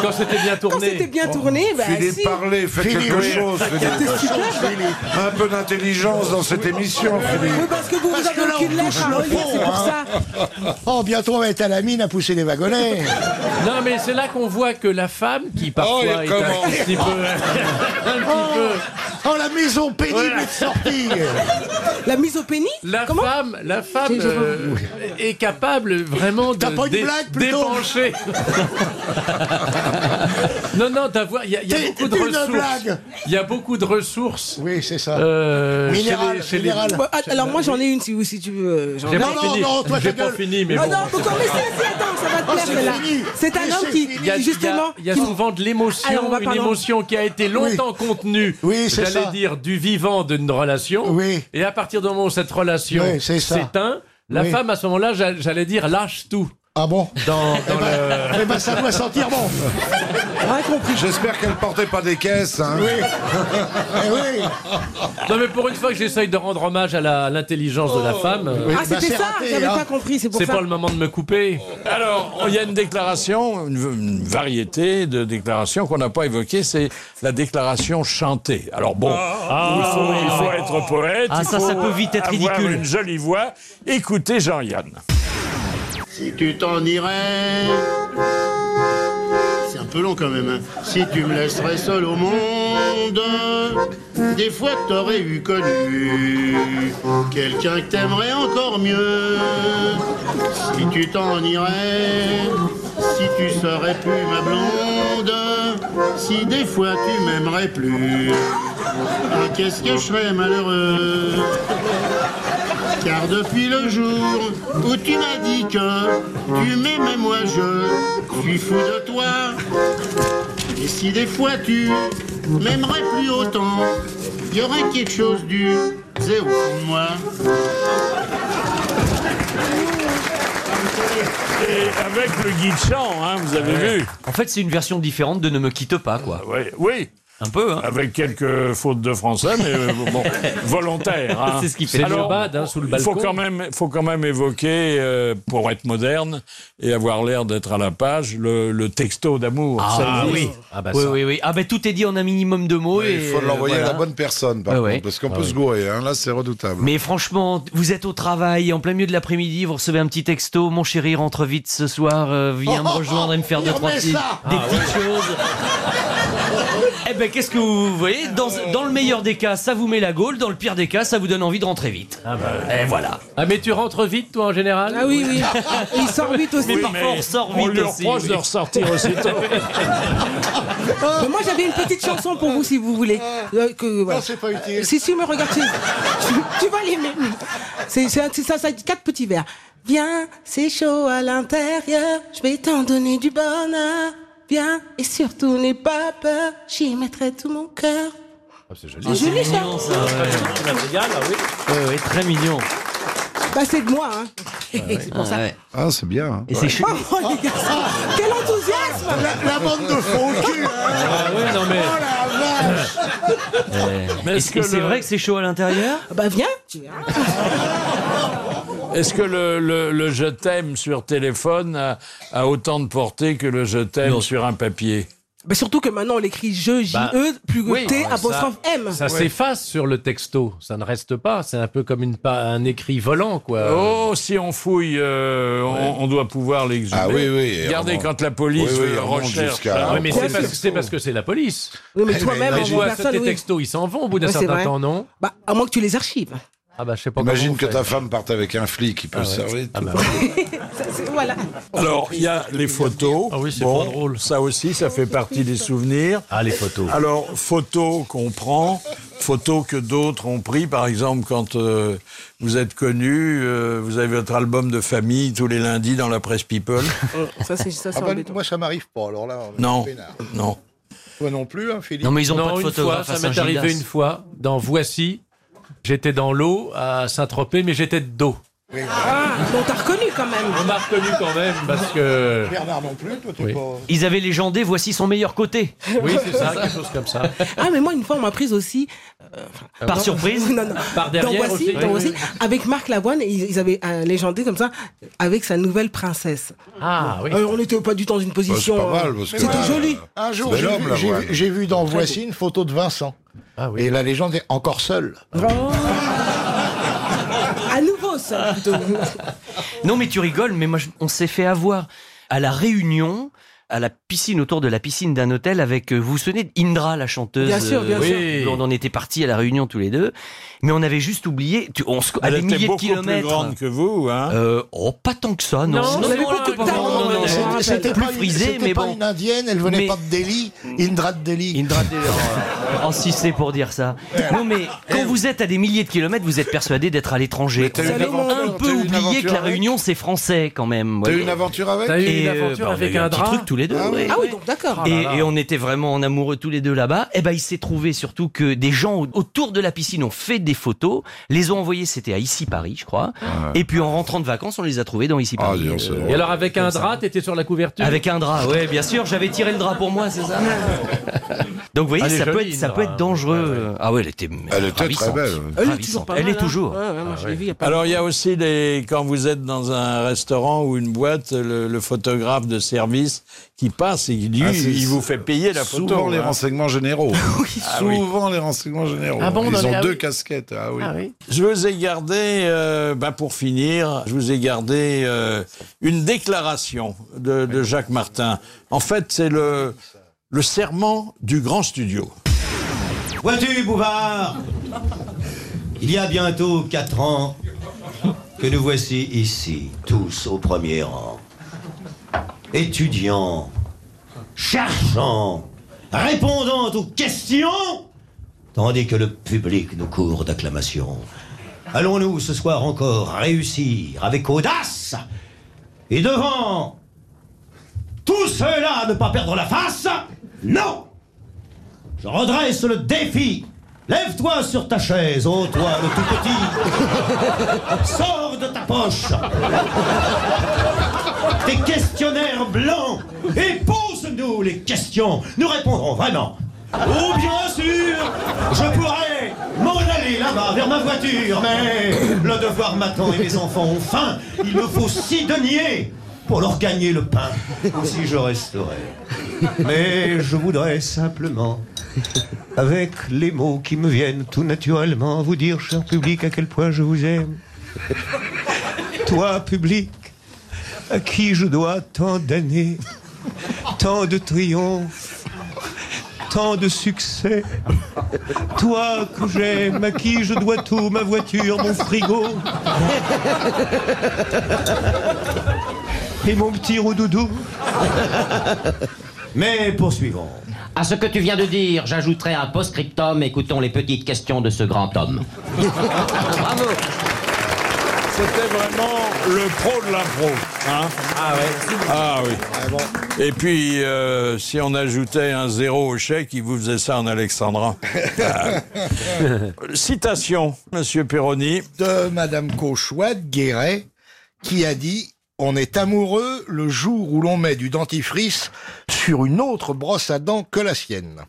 S3: quand c'était bien
S8: Quand
S3: tourné.
S8: c'était bien tourné, bah,
S5: Oh. Philippe,
S8: si.
S5: parlez, faites
S7: Philippe,
S5: quelque
S7: oui.
S5: chose. Philippe.
S8: C'était super.
S5: Un peu d'intelligence dans cette émission,
S8: Oui,
S5: Philippe.
S8: parce que vous, vous
S7: Parce que
S8: avez
S7: là,
S8: aucune
S7: on touche
S8: lettre à
S7: le
S8: relire,
S7: fond,
S8: c'est pour
S7: hein.
S8: ça.
S7: Oh, bientôt on va être à la mine à pousser les wagonnets.
S3: Non, mais c'est là qu'on voit que la femme, qui parfois
S5: il
S3: est un
S5: commence.
S3: petit peu, *laughs* un petit peu,
S7: Oh, la maison pénible de sortie.
S8: La mise au pénis
S3: La femme, la femme
S8: J'ai- j'ai pas
S3: euh, est capable vraiment de
S7: T'as pas une
S3: dé-
S7: blague, plutôt *laughs*
S3: dépencher. non, non, d'avoir, il y a, il y a
S7: T'es-
S3: beaucoup de
S7: une
S3: ressources.
S7: blague.
S3: Il y a beaucoup de ressources.
S7: Oui, c'est ça.
S3: euh,
S7: Minéral,
S3: chez les- chez les-
S7: minéral.
S8: Bah, att- Alors moi, j'en ai une si, vous- si tu veux. j'en
S3: J'ai
S8: ai-
S3: pas
S7: Non, non,
S3: fini.
S7: non, toi,
S3: J'ai
S7: ta
S3: pas
S7: gueule. Euh,
S3: fini, mais
S8: Ah
S3: bon.
S8: non, faut qu'on mais si, si, attends, ça va te
S7: Oh,
S8: plaire,
S7: c'est
S8: celle-là.
S7: fini.
S8: C'est
S7: Mais
S8: un homme
S7: c'est
S8: qui,
S7: fini.
S3: Il y a, il y a-
S8: justement,
S3: il y a
S8: qui-
S3: souvent de
S8: Alors, on
S3: l'émotion,
S8: va
S3: une
S8: parler en-
S3: émotion qui a été longtemps contenue,
S7: Oui, c'est
S3: j'allais
S7: ça.
S3: dire du vivant d'une relation,
S7: Oui.
S3: et à partir du moment où cette relation
S7: Oui, c'est ça.
S3: s'éteint, la
S7: Oui.
S3: femme à ce moment-là, j'a- j'allais dire lâche tout
S7: Ah bon
S3: dans, dans le...
S7: Eh ben, ça doit sentir bon.
S8: rien compris.
S5: J'espère qu'elle portait pas des caisses. hein.
S7: Eh oui.
S3: Non mais pour une fois que j'essaye de rendre hommage à la- à l'intelligence de la femme, euh,
S7: Oui,
S8: Ah,
S7: bah,
S8: c'était
S7: c'est
S8: ça,
S7: raté,
S8: j'avais
S7: hein.
S8: pas compris, c'est pour
S3: c'est
S8: ça.
S3: pas le moment de me couper.
S2: Alors, il y a une déclaration, une, une variété de déclarations qu'on n'a pas évoquées, c'est la déclaration chantée. Alors bon, il, faut, il faut être poète,
S4: Ah,
S2: il
S4: ça,
S2: faut
S4: ça peut vite être
S2: avoir
S4: ridicule.
S2: une jolie voix. Écoutez Jean-Yann.
S17: Si tu t'en irais, c'est un peu long quand même, hein. si tu me laisserais seul au monde, des fois que t'aurais eu connu quelqu'un que t'aimerais encore mieux. Si tu t'en irais, si tu serais plus ma blonde, si des fois tu m'aimerais plus, ah, qu'est-ce que je serais malheureux. Car depuis le jour où tu m'as dit que tu m'aimais, moi je suis fou de toi. Et si des fois tu m'aimerais plus autant, il y aurait quelque chose du zéro pour moi.
S2: Et avec le guide chant, hein, vous avez vu.
S4: En fait, c'est une version différente de Ne me quitte pas, quoi.
S2: Oui, oui,
S4: Un peu, hein.
S2: avec quelques fautes de français, mais euh,
S4: *laughs*
S2: bon, volontaire. hein.
S4: Ah, C'est ce qui fait
S3: C'est
S4: Alors,
S3: le bad hein, sous le
S2: Il
S3: balcon.
S2: faut quand même, faut quand même évoquer, euh, pour être moderne et avoir l'air d'être à la page, le, le texto d'amour.
S4: Ah,
S2: Ça existe.
S4: oui.
S3: Ah bah
S4: oui,
S3: ça.
S4: oui, oui. Ah ben tout est dit en un minimum de mots.
S5: Il
S4: et
S5: faut l'envoyer
S4: voilà.
S5: à la bonne personne, par
S3: Eh
S4: Ouais,
S5: contre,
S4: ouais.
S5: parce qu'on
S4: Ah
S5: peut
S4: ouais.
S5: se gourer. hein. Là, c'est redoutable.
S4: Mais franchement, vous êtes au travail, en plein milieu de l'après-midi, vous recevez un petit texto, mon chéri rentre vite ce soir, euh, viens me
S7: Oh, oh,
S4: rejoindre et me faire
S7: il
S4: deux, trois
S7: remet
S4: petits-
S7: ça.
S4: des petites choses. eh ben qu'est-ce que vous voyez dans, dans le meilleur des cas, ça vous met la gaule, dans le pire des cas, ça vous donne envie de rentrer vite. Et voilà.
S3: Ah mais tu rentres vite toi en général
S8: Ah oui, oui. Il sort vite aussi.
S4: Mais parfois on sort
S2: On
S4: vite
S2: lui
S4: aussi.
S2: reproche
S4: oui.
S2: de ressortir
S4: *laughs*
S2: aussitôt.
S7: Hein
S8: Mais moi, j'avais une petite chanson pour vous, si vous voulez. Euh, que, voilà.
S7: Non, c'est pas utile.
S8: Si, si, mais regarde, tu, tu- tu vas l'aimer. C'est c'est- c'est ça, ça, quatre petits vers. Viens, c'est chaud à l'intérieur, je vais t'en donner du bonheur. Viens, et surtout n'aie pas peur, j'y mettrai tout mon cœur.
S3: Ah,
S8: Oh, c'est joli, ça.
S4: Mignon, ça, ouais.
S3: eh
S4: Ouais, ouais, très mignon.
S8: Bah, c'est de moi, hein. c'est pour ça.
S4: Ah ouais.
S5: Ah, c'est bien. hein.
S4: Et c'est chou-
S8: Oh, les garçons, quel enthousiasme
S7: La, la bande de faux cul. hein.
S3: Ah ouais, non mais
S7: Oh la
S4: Eh.
S2: Mais
S4: Est-ce que c'est
S2: le-
S4: vrai que c'est chaud à l'intérieur
S8: Bah viens
S2: Est-ce que le, le- le je t'aime sur téléphone a, a autant de portée que le je t'aime sur un papier
S8: Mais surtout que maintenant on l'écrit je, j,
S2: Bah,
S8: e, plus
S2: oui,
S8: T,
S2: ouais,
S8: apostrophe
S2: ça-
S8: M.
S3: Ça s'efface sur le texto, ça ne reste pas. C'est un peu comme une pa- un écrit volant, quoi.
S2: Oh, si on fouille, euh, on- on, doit pouvoir l'exhumer.
S3: Ah oui, oui, et
S2: Regardez
S3: on-
S2: quand la police
S3: Oui, oui,
S2: euh,
S3: on monte
S2: recherche.
S3: jusqu'à-
S2: hein.
S3: Oui, mais c'est parce, c'est parce que c'est la police.
S8: Oui, mais toi-même,
S3: Eh, Mais
S8: en
S3: je
S8: tant
S3: vois
S8: que personne,
S3: tes
S8: oui.
S3: textos, ils s'en vont au bout d'un
S8: Ouais, c'est
S3: certain
S8: vrai.
S3: temps, non
S8: Bah, à moins que tu les archives. *laughs*
S3: Ah bah je sais pas. comment
S5: Imagine que
S3: on
S5: ta
S3: fait.
S5: femme parte avec un flic, il peut
S3: Ah
S5: se
S3: ouais.
S5: servir. de
S3: Ah
S5: tout.
S3: bah
S8: Ça, c'est- voilà.
S2: Alors, il y a les photos. Ah oui, c'est
S3: pas
S2: drôle. Ça aussi, ça fait partie des souvenirs.
S3: Ah, les photos.
S2: Alors, photos qu'on prend, photos que d'autres ont pris. Par exemple, quand euh, vous êtes connu, euh, vous avez votre album de famille tous les lundis dans la
S3: *laughs*
S2: presse People.
S8: Oh, Ça, c'est ça,
S2: c'est
S18: Ah bah,
S2: embêtant.
S18: Moi, ça m'arrive pas, alors là. on est
S2: non,
S18: peinard.
S2: non.
S18: Toi non plus, hein, Philippe
S3: une fois, Ça m'est arrivé une fois. Dans Voici, j'étais dans l'eau à Saint-Tropez, mais j'étais de dos.
S8: Ah, on t'a reconnu quand même.
S3: On m'a reconnu quand même parce que.
S18: Bernard non plus, toi, t'es
S3: Oui.
S18: pas.
S4: Ils avaient légendé, voici son meilleur côté.
S3: Oui, c'est ça, quelque chose comme ça.
S8: Ah, mais moi, une fois, on m'a prise aussi. euh, enfin,
S4: Par
S8: dans-
S4: surprise
S8: *laughs* Non, non.
S4: Par derrière
S8: Dans Voici,
S4: aussi
S8: dans
S4: Oui,
S8: Voici,
S4: oui.
S8: Avec Marc Lavoine, ils, ils avaient un légendé comme ça, avec sa nouvelle princesse.
S3: Ah,
S8: Euh, on n'était pas du tout dans une position.
S18: Bah, c'est pas
S8: euh,
S18: mal, parce que-
S8: C'était
S18: Ah,
S8: joli.
S18: Un jour,
S8: C'est
S18: j'ai
S8: bel
S18: vu-
S8: homme, la
S18: j'ai
S8: voix.
S18: vu, j'ai vu dans
S8: Très
S18: Voici une photo de Vincent. Et la légende est encore seul.
S8: *laughs* À nouveau,
S4: *laughs*
S8: ça. plutôt.
S4: Non, mais tu rigoles, mais moi, je- on s'est fait avoir à la réunion, à la piscine, autour de la piscine d'un hôtel avec, euh, vous vous souvenez d'Indra, la chanteuse
S8: Bien sûr, bien
S4: euh,
S8: sûr.
S4: oui. On en était partis à la réunion tous les deux, mais on avait juste oublié, tu- on se, à
S2: Elle
S4: des
S2: était
S4: milliers de
S2: beaucoup plus
S4: kilomètres.
S2: grande que vous, hein
S4: Oh, pas tant que ça, non.
S2: Non,
S4: Sinon,
S2: vous avez
S4: on
S2: beaucoup
S4: l'a pas
S2: de talent,
S4: vraiment
S2: non, non,
S4: noté.
S2: non,
S18: C'était- C'était
S4: plus
S18: pas, une-
S4: frisé,
S18: c'était
S4: mais
S18: pas
S4: bon.
S18: une indienne, elle venait
S4: Mais-
S18: pas de Delhi, Indra de Delhi.
S4: Indra de Delhi. Oh, si c'est pour dire ça. Non, mais quand vous êtes à des milliers de kilomètres, vous êtes persuadé d'être à l'étranger.
S5: eu une
S4: Vous avez
S5: aventure-
S4: un
S5: t'as
S4: peu
S5: eu une
S4: oublié que
S5: aventure
S4: la
S5: avec
S4: Réunion, c'est français quand même.
S5: T'as eu
S4: voyez.
S5: une aventure avec
S4: T'as eu une Et, euh, aventure bah, on a avec eu un un petit drap truc tous les deux, Ah oui. ouais.
S8: Ah oui, donc d'accord.
S5: Oh
S4: Et, et on était vraiment en amoureux tous les deux là-bas. Et ben il s'est trouvé surtout que des gens au- autour de la piscine ont fait des photos, les ont envoyées, c'était à Ici Paris, je crois. Et puis en rentrant de vacances, on les a trouvés dans
S5: Ah,
S4: Ici Paris. Euh,
S3: Et alors, avec un drap, t'étais sur la couverture
S4: Avec un drap, ouais, bien sûr, j'avais tiré le drap pour moi, c'est
S3: *laughs*
S4: ça. Donc vous voyez,
S3: Elle est
S4: ça, peut
S3: jolie,
S4: être, ça
S3: une
S4: peut
S3: drap,
S4: être dangereux. Ah ouais, elle était Elle était
S5: très belle.
S8: Elle est toujours pas
S4: Elle
S8: mal,
S4: est
S8: hein.
S4: toujours.
S8: Ouais, ouais, moi,
S2: Ah
S8: je l'ai vu il y a pas
S2: Alors il y a aussi les quand vous êtes dans un restaurant ou une boîte, le, le photographe de service qui passe et qui lui,
S5: Ah, c'est-
S2: il vous fait payer la photo.
S5: Souvent les
S2: hein.
S4: *laughs*
S5: renseignements généraux.
S2: Ah oui.
S5: souvent les renseignements généraux.
S2: Ah bon, on en
S5: Ils
S2: est
S5: ont
S2: à-
S5: deux casquettes. Ah oui.
S2: Je vous ai gardé, euh, bah, pour finir, je vous ai gardé euh, une déclaration de, de Jacques Martin. En fait, c'est le le serment du grand studio.
S19: Vois-tu, Bouvard Il y a bientôt quatre ans que nous voici ici, tous au premier rang. Étudiants, cherchants, répondant aux questions, tandis que le public nous court d'acclamations. Allons-nous ce soir encore réussir avec audace et devant tous ceux-là à ne pas perdre la face Non je redresse le défi. Lève-toi sur ta chaise, ô toi le tout petit. Sors de ta poche tes questionnaires blancs et pose-nous les questions. Nous répondrons vraiment. Ou bien sûr, je pourrais m'en aller là-bas vers ma voiture, mais le devoir m'attend et mes enfants ont faim. Il me faut six deniers pour leur gagner le pain. Aussi je resterai. Mais je voudrais simplement, avec les mots qui me viennent tout naturellement, vous dire, cher public, à quel point je vous aime. Toi, public, à qui je dois tant d'années, tant de triomphes, tant de succès. Toi que j'aime, à qui je dois tout, ma voiture, mon frigo et mon petit roudoudou. *laughs* Mais poursuivons.
S20: À ce que tu viens de dire, j'ajouterai un post-scriptum. Écoutons les petites questions de ce grand homme.
S2: Bravo. C'était vraiment le pro de l'impro. Hein ah ouais. Ah oui. Et puis, euh, si on ajoutait un zéro au chèque, il vous faisait ça en
S19: *laughs*
S2: alexandrin. Ah. Citation, Monsieur Perroni.
S18: De Madame Cauchoide Guéret, qui a dit On est amoureux le jour où l'on met du dentifrice sur une autre brosse à dents que la sienne.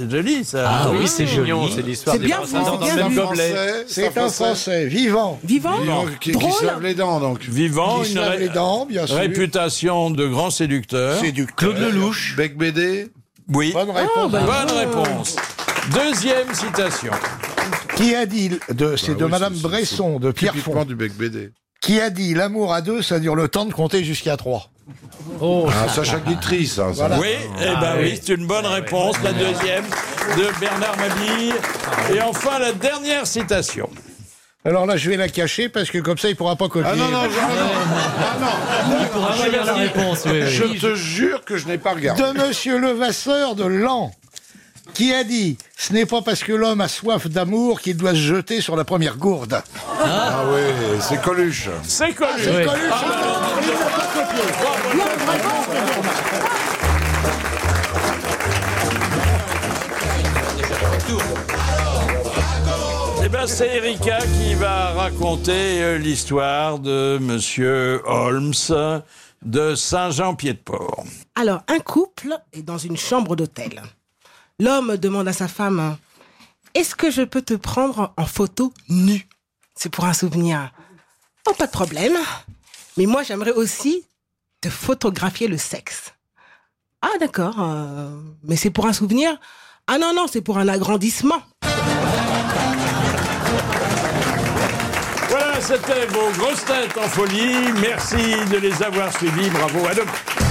S21: C'est joli ça.
S22: Ah oui, c'est
S21: mignon,
S22: joli.
S21: C'est l'histoire
S22: C'est
S21: des
S22: bien
S21: brassards
S22: vu,
S21: dans le
S22: c'est bien
S21: même
S22: vu.
S21: gobelet.
S7: C'est un français vivant.
S8: Vivant,
S7: qui, qui
S8: Drôle.
S7: se lave les dents, donc.
S2: Vivant,
S7: Qui se
S2: une
S7: lave
S2: ré-
S7: les dents, bien sûr.
S5: Bah
S2: réputation de grand séducteur.
S7: Séducteur. Claude Lelouch.
S2: Bec BD. Oui. Bonne
S7: réponse. Ah, bah,
S2: Bonne
S7: ah.
S2: réponse. Deuxième citation.
S7: Qui a dit de c'est
S5: Bah
S7: de
S2: oui,
S7: Madame
S2: c'est- c'est-
S7: Bresson de Pierrefonds. du bec BD. Qui a dit l'amour à deux, ça dure le temps de compter jusqu'à trois.
S2: Oh,
S5: Ah, Sacha Guitry, ça. ça.
S2: Oui, eh ben
S5: Ah,
S2: oui, c'est une bonne réponse, la deuxième de Bernard Mabille. Et enfin, la dernière citation.
S7: Alors là, je vais la cacher parce que comme ça, il pourra pas copier.
S5: Ah non, non, je- ah, non.
S7: Ah,
S5: Je-
S7: voilà la réponse, oui, oui.
S5: Je te jure que je n'ai pas regardé.
S7: de Monsieur Levasseur de Lan, qui a dit Ce n'est pas parce que l'homme a soif d'amour qu'il doit se jeter sur la première gourde.
S5: Ah oui, c'est Coluche.
S2: C'est Coluche.
S7: C'est Coluche.
S8: Ah
S2: Eh ben, c'est Erika qui va raconter euh, l'histoire de Monsieur Holmes de Saint-Jean-Pied-de-Port.
S8: Alors, un couple est dans une chambre d'hôtel. L'homme demande à sa femme Est-ce que je peux te prendre en photo nue C'est pour un souvenir. Oh, pas de problème. Mais moi, j'aimerais aussi te photographier le sexe. Ah, d'accord. euh, mais c'est pour un souvenir Ah non, non, c'est pour un agrandissement.
S2: Voilà, c'était vos grosses têtes en folie. Merci de les avoir suivis. Bravo à nous.